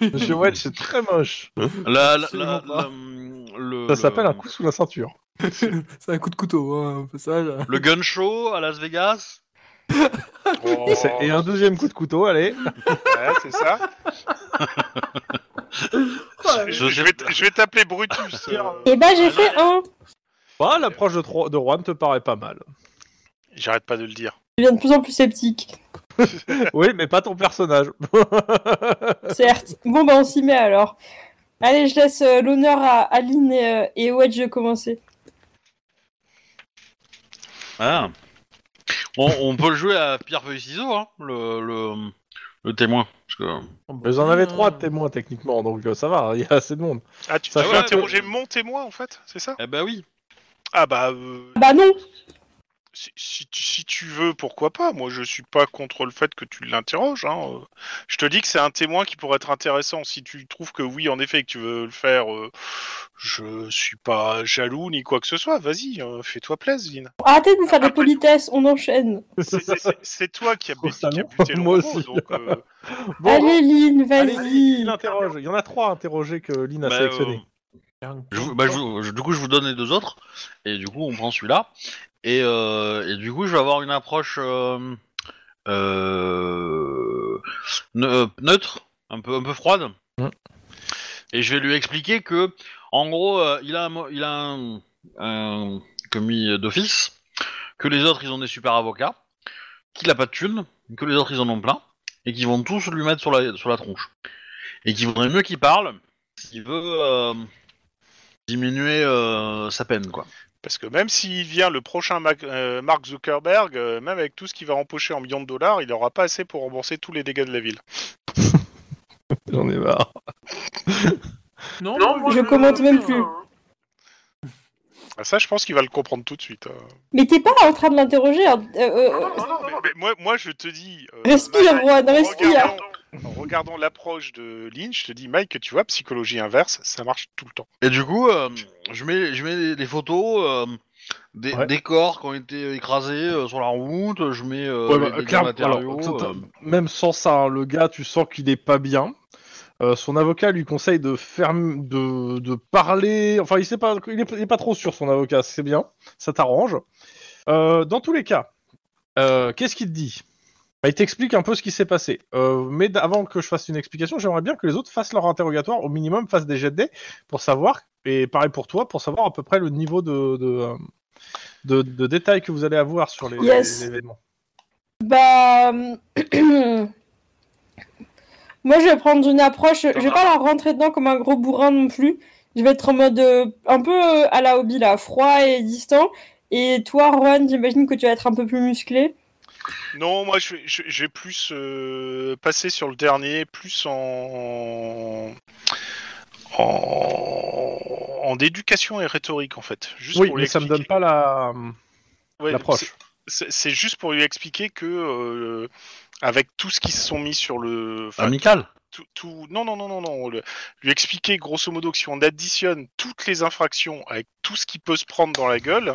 [SPEAKER 1] Monsieur Welch, c'est très moche.
[SPEAKER 2] Juan La- la- la-
[SPEAKER 5] Absolument pas.
[SPEAKER 2] la- le-
[SPEAKER 1] Ça s'appelle
[SPEAKER 2] le-
[SPEAKER 1] un coup sous la ceinture.
[SPEAKER 5] C'est un coup de couteau, hein, au passage.
[SPEAKER 2] Le gun show à Las Vegas.
[SPEAKER 4] Oh,
[SPEAKER 1] C'est- Et un deuxième coup de couteau, allez.
[SPEAKER 4] ouais, c'est ça.
[SPEAKER 5] Ah,
[SPEAKER 4] Je, je vais, t- je vais t'appeler Brutus.
[SPEAKER 1] Ah.
[SPEAKER 4] euh,
[SPEAKER 3] Et bah, j'ai fait un.
[SPEAKER 1] Bah, l'approche de, Tro- de Juan te paraît pas [LAUGHS] mal.
[SPEAKER 4] J'arrête pas de le dire.
[SPEAKER 3] Je deviens de plus en
[SPEAKER 1] [LAUGHS]
[SPEAKER 3] plus sceptique.
[SPEAKER 1] Oui, mais pas ton personnage.
[SPEAKER 3] Certes. Bon, bah, on s'y met alors. Allez, je laisse euh, l'honneur à Aline et, euh, et Wedge de commencer.
[SPEAKER 2] Ah. On, on peut le jouer à pierre feuille ciseaux, hein, le, le, le témoin. Parce que...
[SPEAKER 5] Oh, bah,
[SPEAKER 1] Vous en avez
[SPEAKER 5] euh,
[SPEAKER 3] Ah.
[SPEAKER 1] trois de témoins techniquement, donc euh, ça va, il y a assez [LAUGHS] de monde.
[SPEAKER 4] Ah, tu
[SPEAKER 1] Ça
[SPEAKER 4] veux
[SPEAKER 2] fait-
[SPEAKER 4] interroger mon témoin en fait, c'est ça
[SPEAKER 2] Eh ben oui.
[SPEAKER 4] Ah bah, euh,
[SPEAKER 3] Bah non
[SPEAKER 4] si, si tu- si tu veux, pourquoi pas Moi je suis pas contre le fait que tu l'interroges. hein. Euh, Je te dis que c'est un témoin qui pourrait être intéressant. Si tu trouves que oui, en effet, que tu veux le faire, euh, je suis pas jaloux ni quoi que ce soit. Vas-y, euh, fais-toi plaisir, Lynn.
[SPEAKER 3] Arrêtez de nous faire des
[SPEAKER 4] Après-
[SPEAKER 3] politesses, on enchaîne.
[SPEAKER 4] [LAUGHS] C'est- c'est- C'est toi qui as
[SPEAKER 1] Au
[SPEAKER 4] bu- qui as
[SPEAKER 1] salon
[SPEAKER 4] buté le
[SPEAKER 1] Moi
[SPEAKER 4] robot,
[SPEAKER 1] aussi.
[SPEAKER 4] donc, euh,
[SPEAKER 1] Bon,
[SPEAKER 3] Allez, Lynn,
[SPEAKER 1] allez, Lynn,
[SPEAKER 3] vas-y.
[SPEAKER 1] interroge. Il y en a trois interrogés que Lynn a
[SPEAKER 2] Bah,
[SPEAKER 1] sélectionnés.
[SPEAKER 2] Je
[SPEAKER 5] Hein,
[SPEAKER 2] vous- bah, je vous- je- du coup, je vous donne les deux autres, et du coup, on prend celui-là. Et, euh, et du coup, je vais avoir une approche euh, euh, ne- euh, neutre, un peu, un peu froide.
[SPEAKER 1] Mhm.
[SPEAKER 2] Et je vais lui expliquer que, en gros, euh, il a un, mo- il a un, un commis d'office, que les autres, ils ont des super avocats, qu'il a pas de thunes, que les autres, ils en ont plein, et qu'ils vont tous lui mettre sur la, sur la tronche. Et qu'il vaudrait mieux qu'il parle s'il veut. euh, diminuer euh, sa peine, quoi.
[SPEAKER 4] [LAUGHS] Parce que même s'il vient le prochain Mac- euh, Mark Zuckerberg, euh, même avec tout ce qu'il va empocher en millions de dollars, il n'aura pas assez pour rembourser tous les dégâts de la ville.
[SPEAKER 1] oh. J'en ai marre.
[SPEAKER 5] Non,
[SPEAKER 3] je commente même plus.
[SPEAKER 4] Ah, ça, je pense qu'il va le comprendre tout de suite. hein.
[SPEAKER 3] Mais t'es pas en train de l'interroger. hein. Euh, euh,
[SPEAKER 4] Mais- mais moi, moi, je te dis. euh,
[SPEAKER 3] Respire,
[SPEAKER 4] Mike,
[SPEAKER 3] Juan,
[SPEAKER 4] en
[SPEAKER 3] respire. [LAUGHS]
[SPEAKER 4] regardant- En regardant l'approche de Lynn, je te dis, Mike, que tu vois, psychologie inverse, ça marche tout le temps.
[SPEAKER 2] Et du coup, euh, je mets, je mets des, des photos euh, des,
[SPEAKER 1] Ouais.
[SPEAKER 2] des corps qui ont été écrasés euh, sur la route. Je mets euh,
[SPEAKER 1] Ouais,
[SPEAKER 2] les
[SPEAKER 1] bah,
[SPEAKER 2] dégâts
[SPEAKER 1] clairement,
[SPEAKER 2] matériaux,
[SPEAKER 1] alors, t'as-
[SPEAKER 2] euh,
[SPEAKER 1] Même sans ça, hein, le gars, tu sens qu'il est pas bien. Euh, son avocat lui conseille de faire, de, de parler. Enfin, il sait pas, il est, il est pas trop sûr son avocat. C'est bien, ça t'arrange. Euh, dans tous les cas, euh, qu'est-ce qu'il te dit Bah, Il t'explique un peu ce qui s'est passé. Euh, mais d- avant que je fasse une explication, j'aimerais bien que les autres fassent leur interrogatoire, au minimum fassent des jets de dés pour savoir, et pareil pour toi, pour savoir à peu près le niveau de, de, euh, de, de détails que vous allez avoir sur les,
[SPEAKER 3] Yes.
[SPEAKER 1] les événements.
[SPEAKER 3] Bah. euh, [CLEARS THROAT] Moi, je vais prendre une approche. Je vais pas la rentrer dedans comme un gros bourrin non plus. Je vais être en mode euh, un peu euh, à la hobby, là, froid et distant. Et toi, Juan, j'imagine que tu vas être un peu plus musclé.
[SPEAKER 4] Non, moi, je, vais- je- je vais plus euh, passer sur le dernier, plus en. En, en éducation et rhétorique en fait. Juste
[SPEAKER 1] Oui,
[SPEAKER 4] pour lui
[SPEAKER 1] mais ça me donne pas
[SPEAKER 4] expliquer-
[SPEAKER 1] la
[SPEAKER 4] Ouais,
[SPEAKER 1] l'approche.
[SPEAKER 4] C'est c'est juste pour lui expliquer que, euh, avec tout ce qu'ils se sont mis sur le. enfin,
[SPEAKER 2] amical.
[SPEAKER 4] tout, tout- Non, non, non, non, non. le- Lui expliquer, grosso modo, que si on additionne toutes les infractions avec tout ce qui peut se prendre dans la gueule,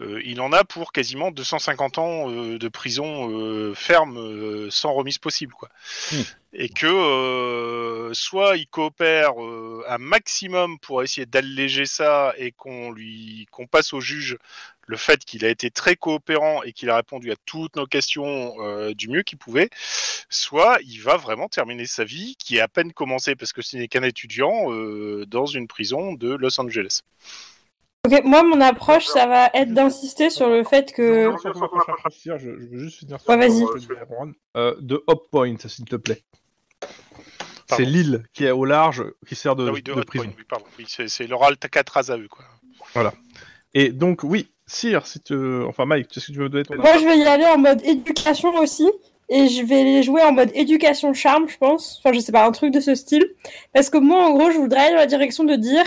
[SPEAKER 4] euh, il en a pour quasiment 250 ans euh, de prison euh, ferme euh, sans remise possible, quoi.
[SPEAKER 2] Hmm.
[SPEAKER 4] Et que euh, soit il coopère euh, un maximum pour essayer d'alléger ça et qu'on lui qu'on passe au juge le fait qu'il a été très coopérant et qu'il a répondu à toutes nos questions euh, du mieux qu'il pouvait, soit il va vraiment terminer sa vie, qui est à peine commencée parce que ce n'est qu'un étudiant, euh, dans une prison de Los Angeles.
[SPEAKER 3] Ok, moi, mon approche, ça va être d'insister sur le fait que.
[SPEAKER 1] Euh, Non, surtout, on va pas partir, je, je veux juste finir sur
[SPEAKER 3] Ouais, vas-y.
[SPEAKER 1] le truc de Aaron. Euh, de Hop Point, s'il te plaît. C'est
[SPEAKER 4] Pardon.
[SPEAKER 1] l'île qui est au large, qui sert de,
[SPEAKER 4] Ah oui, de
[SPEAKER 1] Euh, de
[SPEAKER 4] Hot
[SPEAKER 1] prison.
[SPEAKER 4] Point, oui, pardon. Oui, c'est c'est leur Alcatraz à eux, quoi.
[SPEAKER 1] Et donc, oui, Sire, si tu... enfin Mike, est-ce que tu veux donner ton
[SPEAKER 3] Moi, je vais y aller en mode éducation aussi. Et je vais les jouer en mode éducation charme, je pense. Enfin, je sais pas, un truc de ce style. Parce que moi, en gros, je voudrais aller dans la direction de dire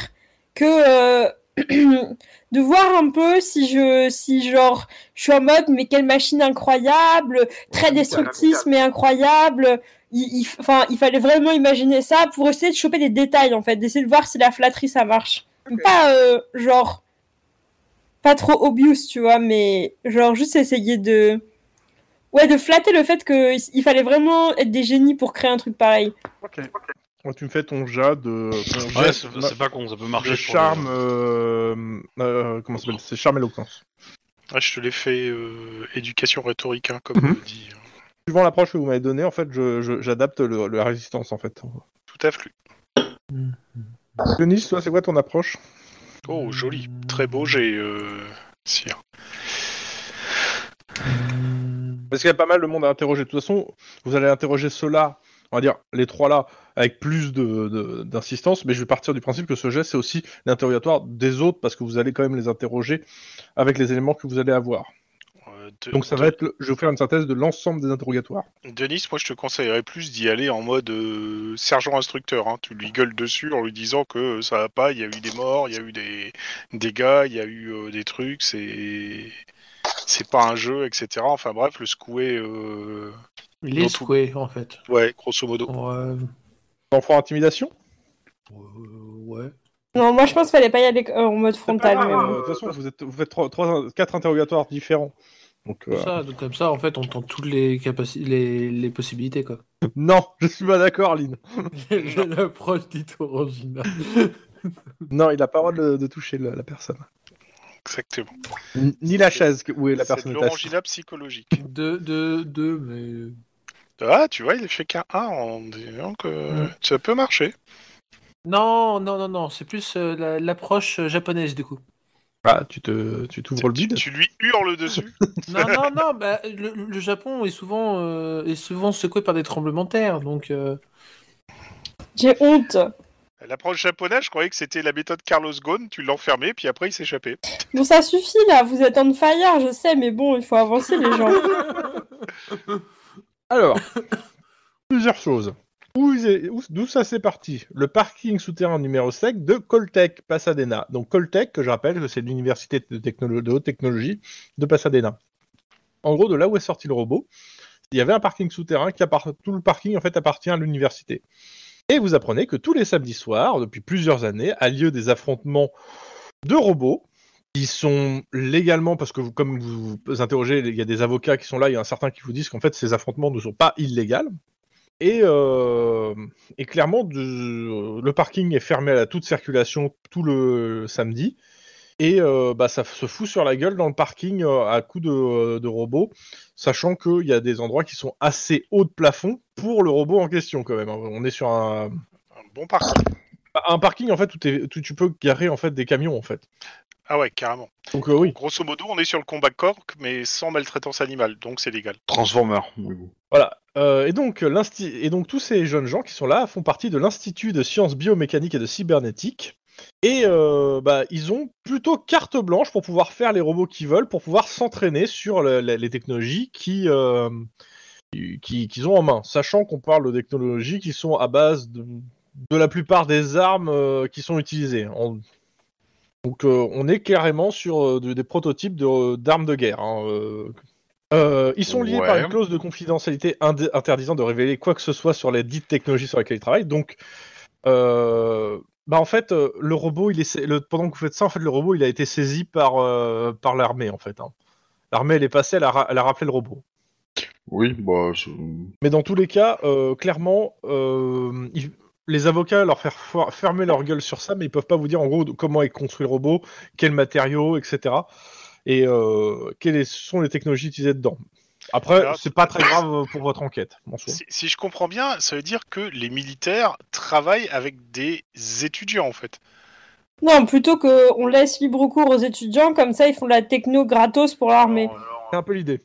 [SPEAKER 3] que. euh, [CLEARS THROAT] de voir un peu si je. Si, genre, je suis en mode, mais quelle machine incroyable, très destructrice, mais incroyable. Il, il- enfin, il fallait vraiment imaginer ça pour essayer de choper des détails, en fait. D'essayer de voir si la flatterie, ça marche. Pas, euh, genre pas trop obvious, tu vois, mais genre juste essayer de. Ouais, de flatter le fait qu'il fallait vraiment être des génies pour créer un truc pareil.
[SPEAKER 1] Quand tu me fais ton jet de ton
[SPEAKER 2] Ouais,
[SPEAKER 1] jet
[SPEAKER 2] c'est
[SPEAKER 1] de-
[SPEAKER 2] c'est pas con, ça peut
[SPEAKER 1] de
[SPEAKER 2] marcher. sur le-
[SPEAKER 1] bah, charme, euh, euh, comment ça s'appelle C'est charme éloquence.
[SPEAKER 4] Ah, je te l'ai fait euh, éducation rhétorique, hein, comme
[SPEAKER 1] Mhm.
[SPEAKER 4] on dit.
[SPEAKER 1] Suivant l'approche que vous m'avez donnée, en fait, je- je- j'adapte le- la résistance en fait.
[SPEAKER 4] Tout à fait.
[SPEAKER 1] Denis, toi, c'est quoi ton approche
[SPEAKER 4] Oh, joli. Très beau, j'ai... euh, si.
[SPEAKER 1] Parce qu'il y a pas mal de monde à interroger. De toute façon, vous allez interroger ceux-là on va dire, les trois là, avec plus de- de- d'insistance, mais je vais partir du principe que ce geste, c'est aussi l'interrogatoire des autres, parce que vous allez quand même les interroger avec les éléments que vous allez avoir.
[SPEAKER 4] Euh, de-
[SPEAKER 1] Donc ça
[SPEAKER 4] de-
[SPEAKER 1] va être, le- je vais vous faire une synthèse de l'ensemble des interrogatoires.
[SPEAKER 4] Denis, moi je te conseillerais plus d'y aller en mode euh, sergent instructeur. hein. Tu lui gueules dessus en lui disant que euh, ça va pas, il y a eu des morts, il y a eu des dégâts, il y a eu euh, des trucs, c'est c'est pas un jeu, etc. Enfin bref, le secouer, euh,
[SPEAKER 5] Les
[SPEAKER 4] Dans tout.
[SPEAKER 5] secouer, en fait.
[SPEAKER 4] ouais, grosso modo.
[SPEAKER 5] Ouais.
[SPEAKER 1] Dans Fort intimidation
[SPEAKER 5] euh, ouais.
[SPEAKER 3] Non, moi je pense qu'il fallait pas y aller euh, en mode frontal. mais bon.
[SPEAKER 1] Euh, De toute façon, vous, êtes, vous faites trois, trois- quatre interrogatoires différents. Donc, euh,
[SPEAKER 5] Comme ça, donc comme ça, en fait, on tente toutes les, capaci- les, les possibilités,
[SPEAKER 4] [LAUGHS]
[SPEAKER 5] quoi. [LAUGHS]
[SPEAKER 1] Non, [LAUGHS] je suis pas d'accord, Lynn.
[SPEAKER 5] L'approche dit original.
[SPEAKER 1] Non, il a pas le droit de, de toucher le- la personne.
[SPEAKER 4] Exactement.
[SPEAKER 1] N- Ni la chaise que- où est la
[SPEAKER 4] C'est de
[SPEAKER 1] personne est assise.
[SPEAKER 4] l'orangina psychologique.
[SPEAKER 5] Deux, deux, deux, mais...
[SPEAKER 4] Ah, tu vois, il fait qu'un A en disant que
[SPEAKER 5] Mm.
[SPEAKER 4] ça peut marcher.
[SPEAKER 5] Non, non, non, non, c'est plus euh, la- l'approche euh, japonaise, du coup.
[SPEAKER 1] Ah, tu te, tu t'ouvres le
[SPEAKER 4] Tu,
[SPEAKER 1] bide.
[SPEAKER 4] tu lui hurles
[SPEAKER 1] [LAUGHS]
[SPEAKER 4] dessus.
[SPEAKER 5] Non, non, non, bah, le, le Japon est souvent, euh, est souvent secoué par des tremblements de terre, donc... euh,
[SPEAKER 3] J'ai honte.
[SPEAKER 4] L'approche japonaise, je croyais que c'était la méthode Carlos Ghosn, tu l'enfermais, puis après il s'échappait.
[SPEAKER 3] Bon, ça suffit là, vous êtes en fire, je sais, mais bon, il faut avancer les gens.
[SPEAKER 1] Alors, [COUGHS] plusieurs choses. Où ils est- où- D'où ça c'est parti Le parking souterrain numéro 5 de Coltech, Pasadena. Donc Coltech, que je rappelle que c'est l'université de, technolo- de haute technologie de Pasadena. En gros, de là où est sorti le robot, il y avait un parking souterrain qui appart- tout le parking en fait appartient à l'université. Et vous apprenez que tous les samedis soirs, depuis plusieurs années, a lieu des affrontements de robots qui sont légalement, parce que vous- comme vous vous interrogez, il y a des avocats qui sont là, il y en a certains qui vous disent qu'en fait ces affrontements ne sont pas illégaux. Et, euh, et clairement, de- le parking est fermé à la toute circulation tout le samedi. Et euh, bah, ça se fout sur la gueule dans le parking euh, à coups de, de robots, sachant qu'il y a des endroits qui sont assez hauts de plafond pour le robot en question quand même. On est sur un,
[SPEAKER 4] Un bon parcours.
[SPEAKER 1] un parking en fait où, t'es- où tu peux garer en fait des camions en fait.
[SPEAKER 4] Ah ouais, carrément.
[SPEAKER 1] Donc euh, oui.
[SPEAKER 4] Grosso modo, on est sur le combat cork, mais sans maltraitance animale, donc c'est légal.
[SPEAKER 2] Transformer.
[SPEAKER 1] Voilà. Euh, et, donc, euh, l'insti- et donc, tous ces jeunes gens qui sont là font partie de l'Institut de sciences biomécaniques et de cybernétique. Et euh, bah, ils ont plutôt carte blanche pour pouvoir faire les robots qu'ils veulent, pour pouvoir s'entraîner sur le- le- les technologies qui, euh, qui- qui- qu'ils ont en main. Sachant qu'on parle de technologies qui sont à base de, de la plupart des armes euh, qui sont utilisées. On- Donc euh, on est carrément sur euh, de- des prototypes de- d'armes de guerre. hein, euh. Euh, ils sont liés
[SPEAKER 2] Ouais.
[SPEAKER 1] par une clause de confidentialité indi- interdisant de révéler quoi que ce soit sur les dites technologies sur lesquelles ils travaillent. Donc, euh, bah en fait, euh, le robot, il est, sa- le- pendant que vous faites ça, en fait, le robot, il a été saisi par, euh, par l'armée, en fait. hein. L'armée, elle est passée, elle a ra- elle a rappelé le robot.
[SPEAKER 2] Oui, bah. c'est-
[SPEAKER 1] Mais dans tous les cas, euh, clairement, euh, ils- les avocats leur faire fo- fermer leur gueule sur ça, mais ils peuvent pas vous dire en gros de- comment est construit le robot, quels matériaux, etc. Et euh, quelles sont les technologies utilisées dedans. Après,
[SPEAKER 4] Alors-
[SPEAKER 1] c'est pas très grave pour votre enquête, en soi.
[SPEAKER 4] Si, si je comprends bien, ça veut dire que les militaires travaillent avec des étudiants, en fait.
[SPEAKER 3] Non, plutôt qu'on laisse libre cours aux étudiants, comme ça ils font de la techno gratos pour l'armée.
[SPEAKER 4] Euh,
[SPEAKER 1] C'est un peu l'idée.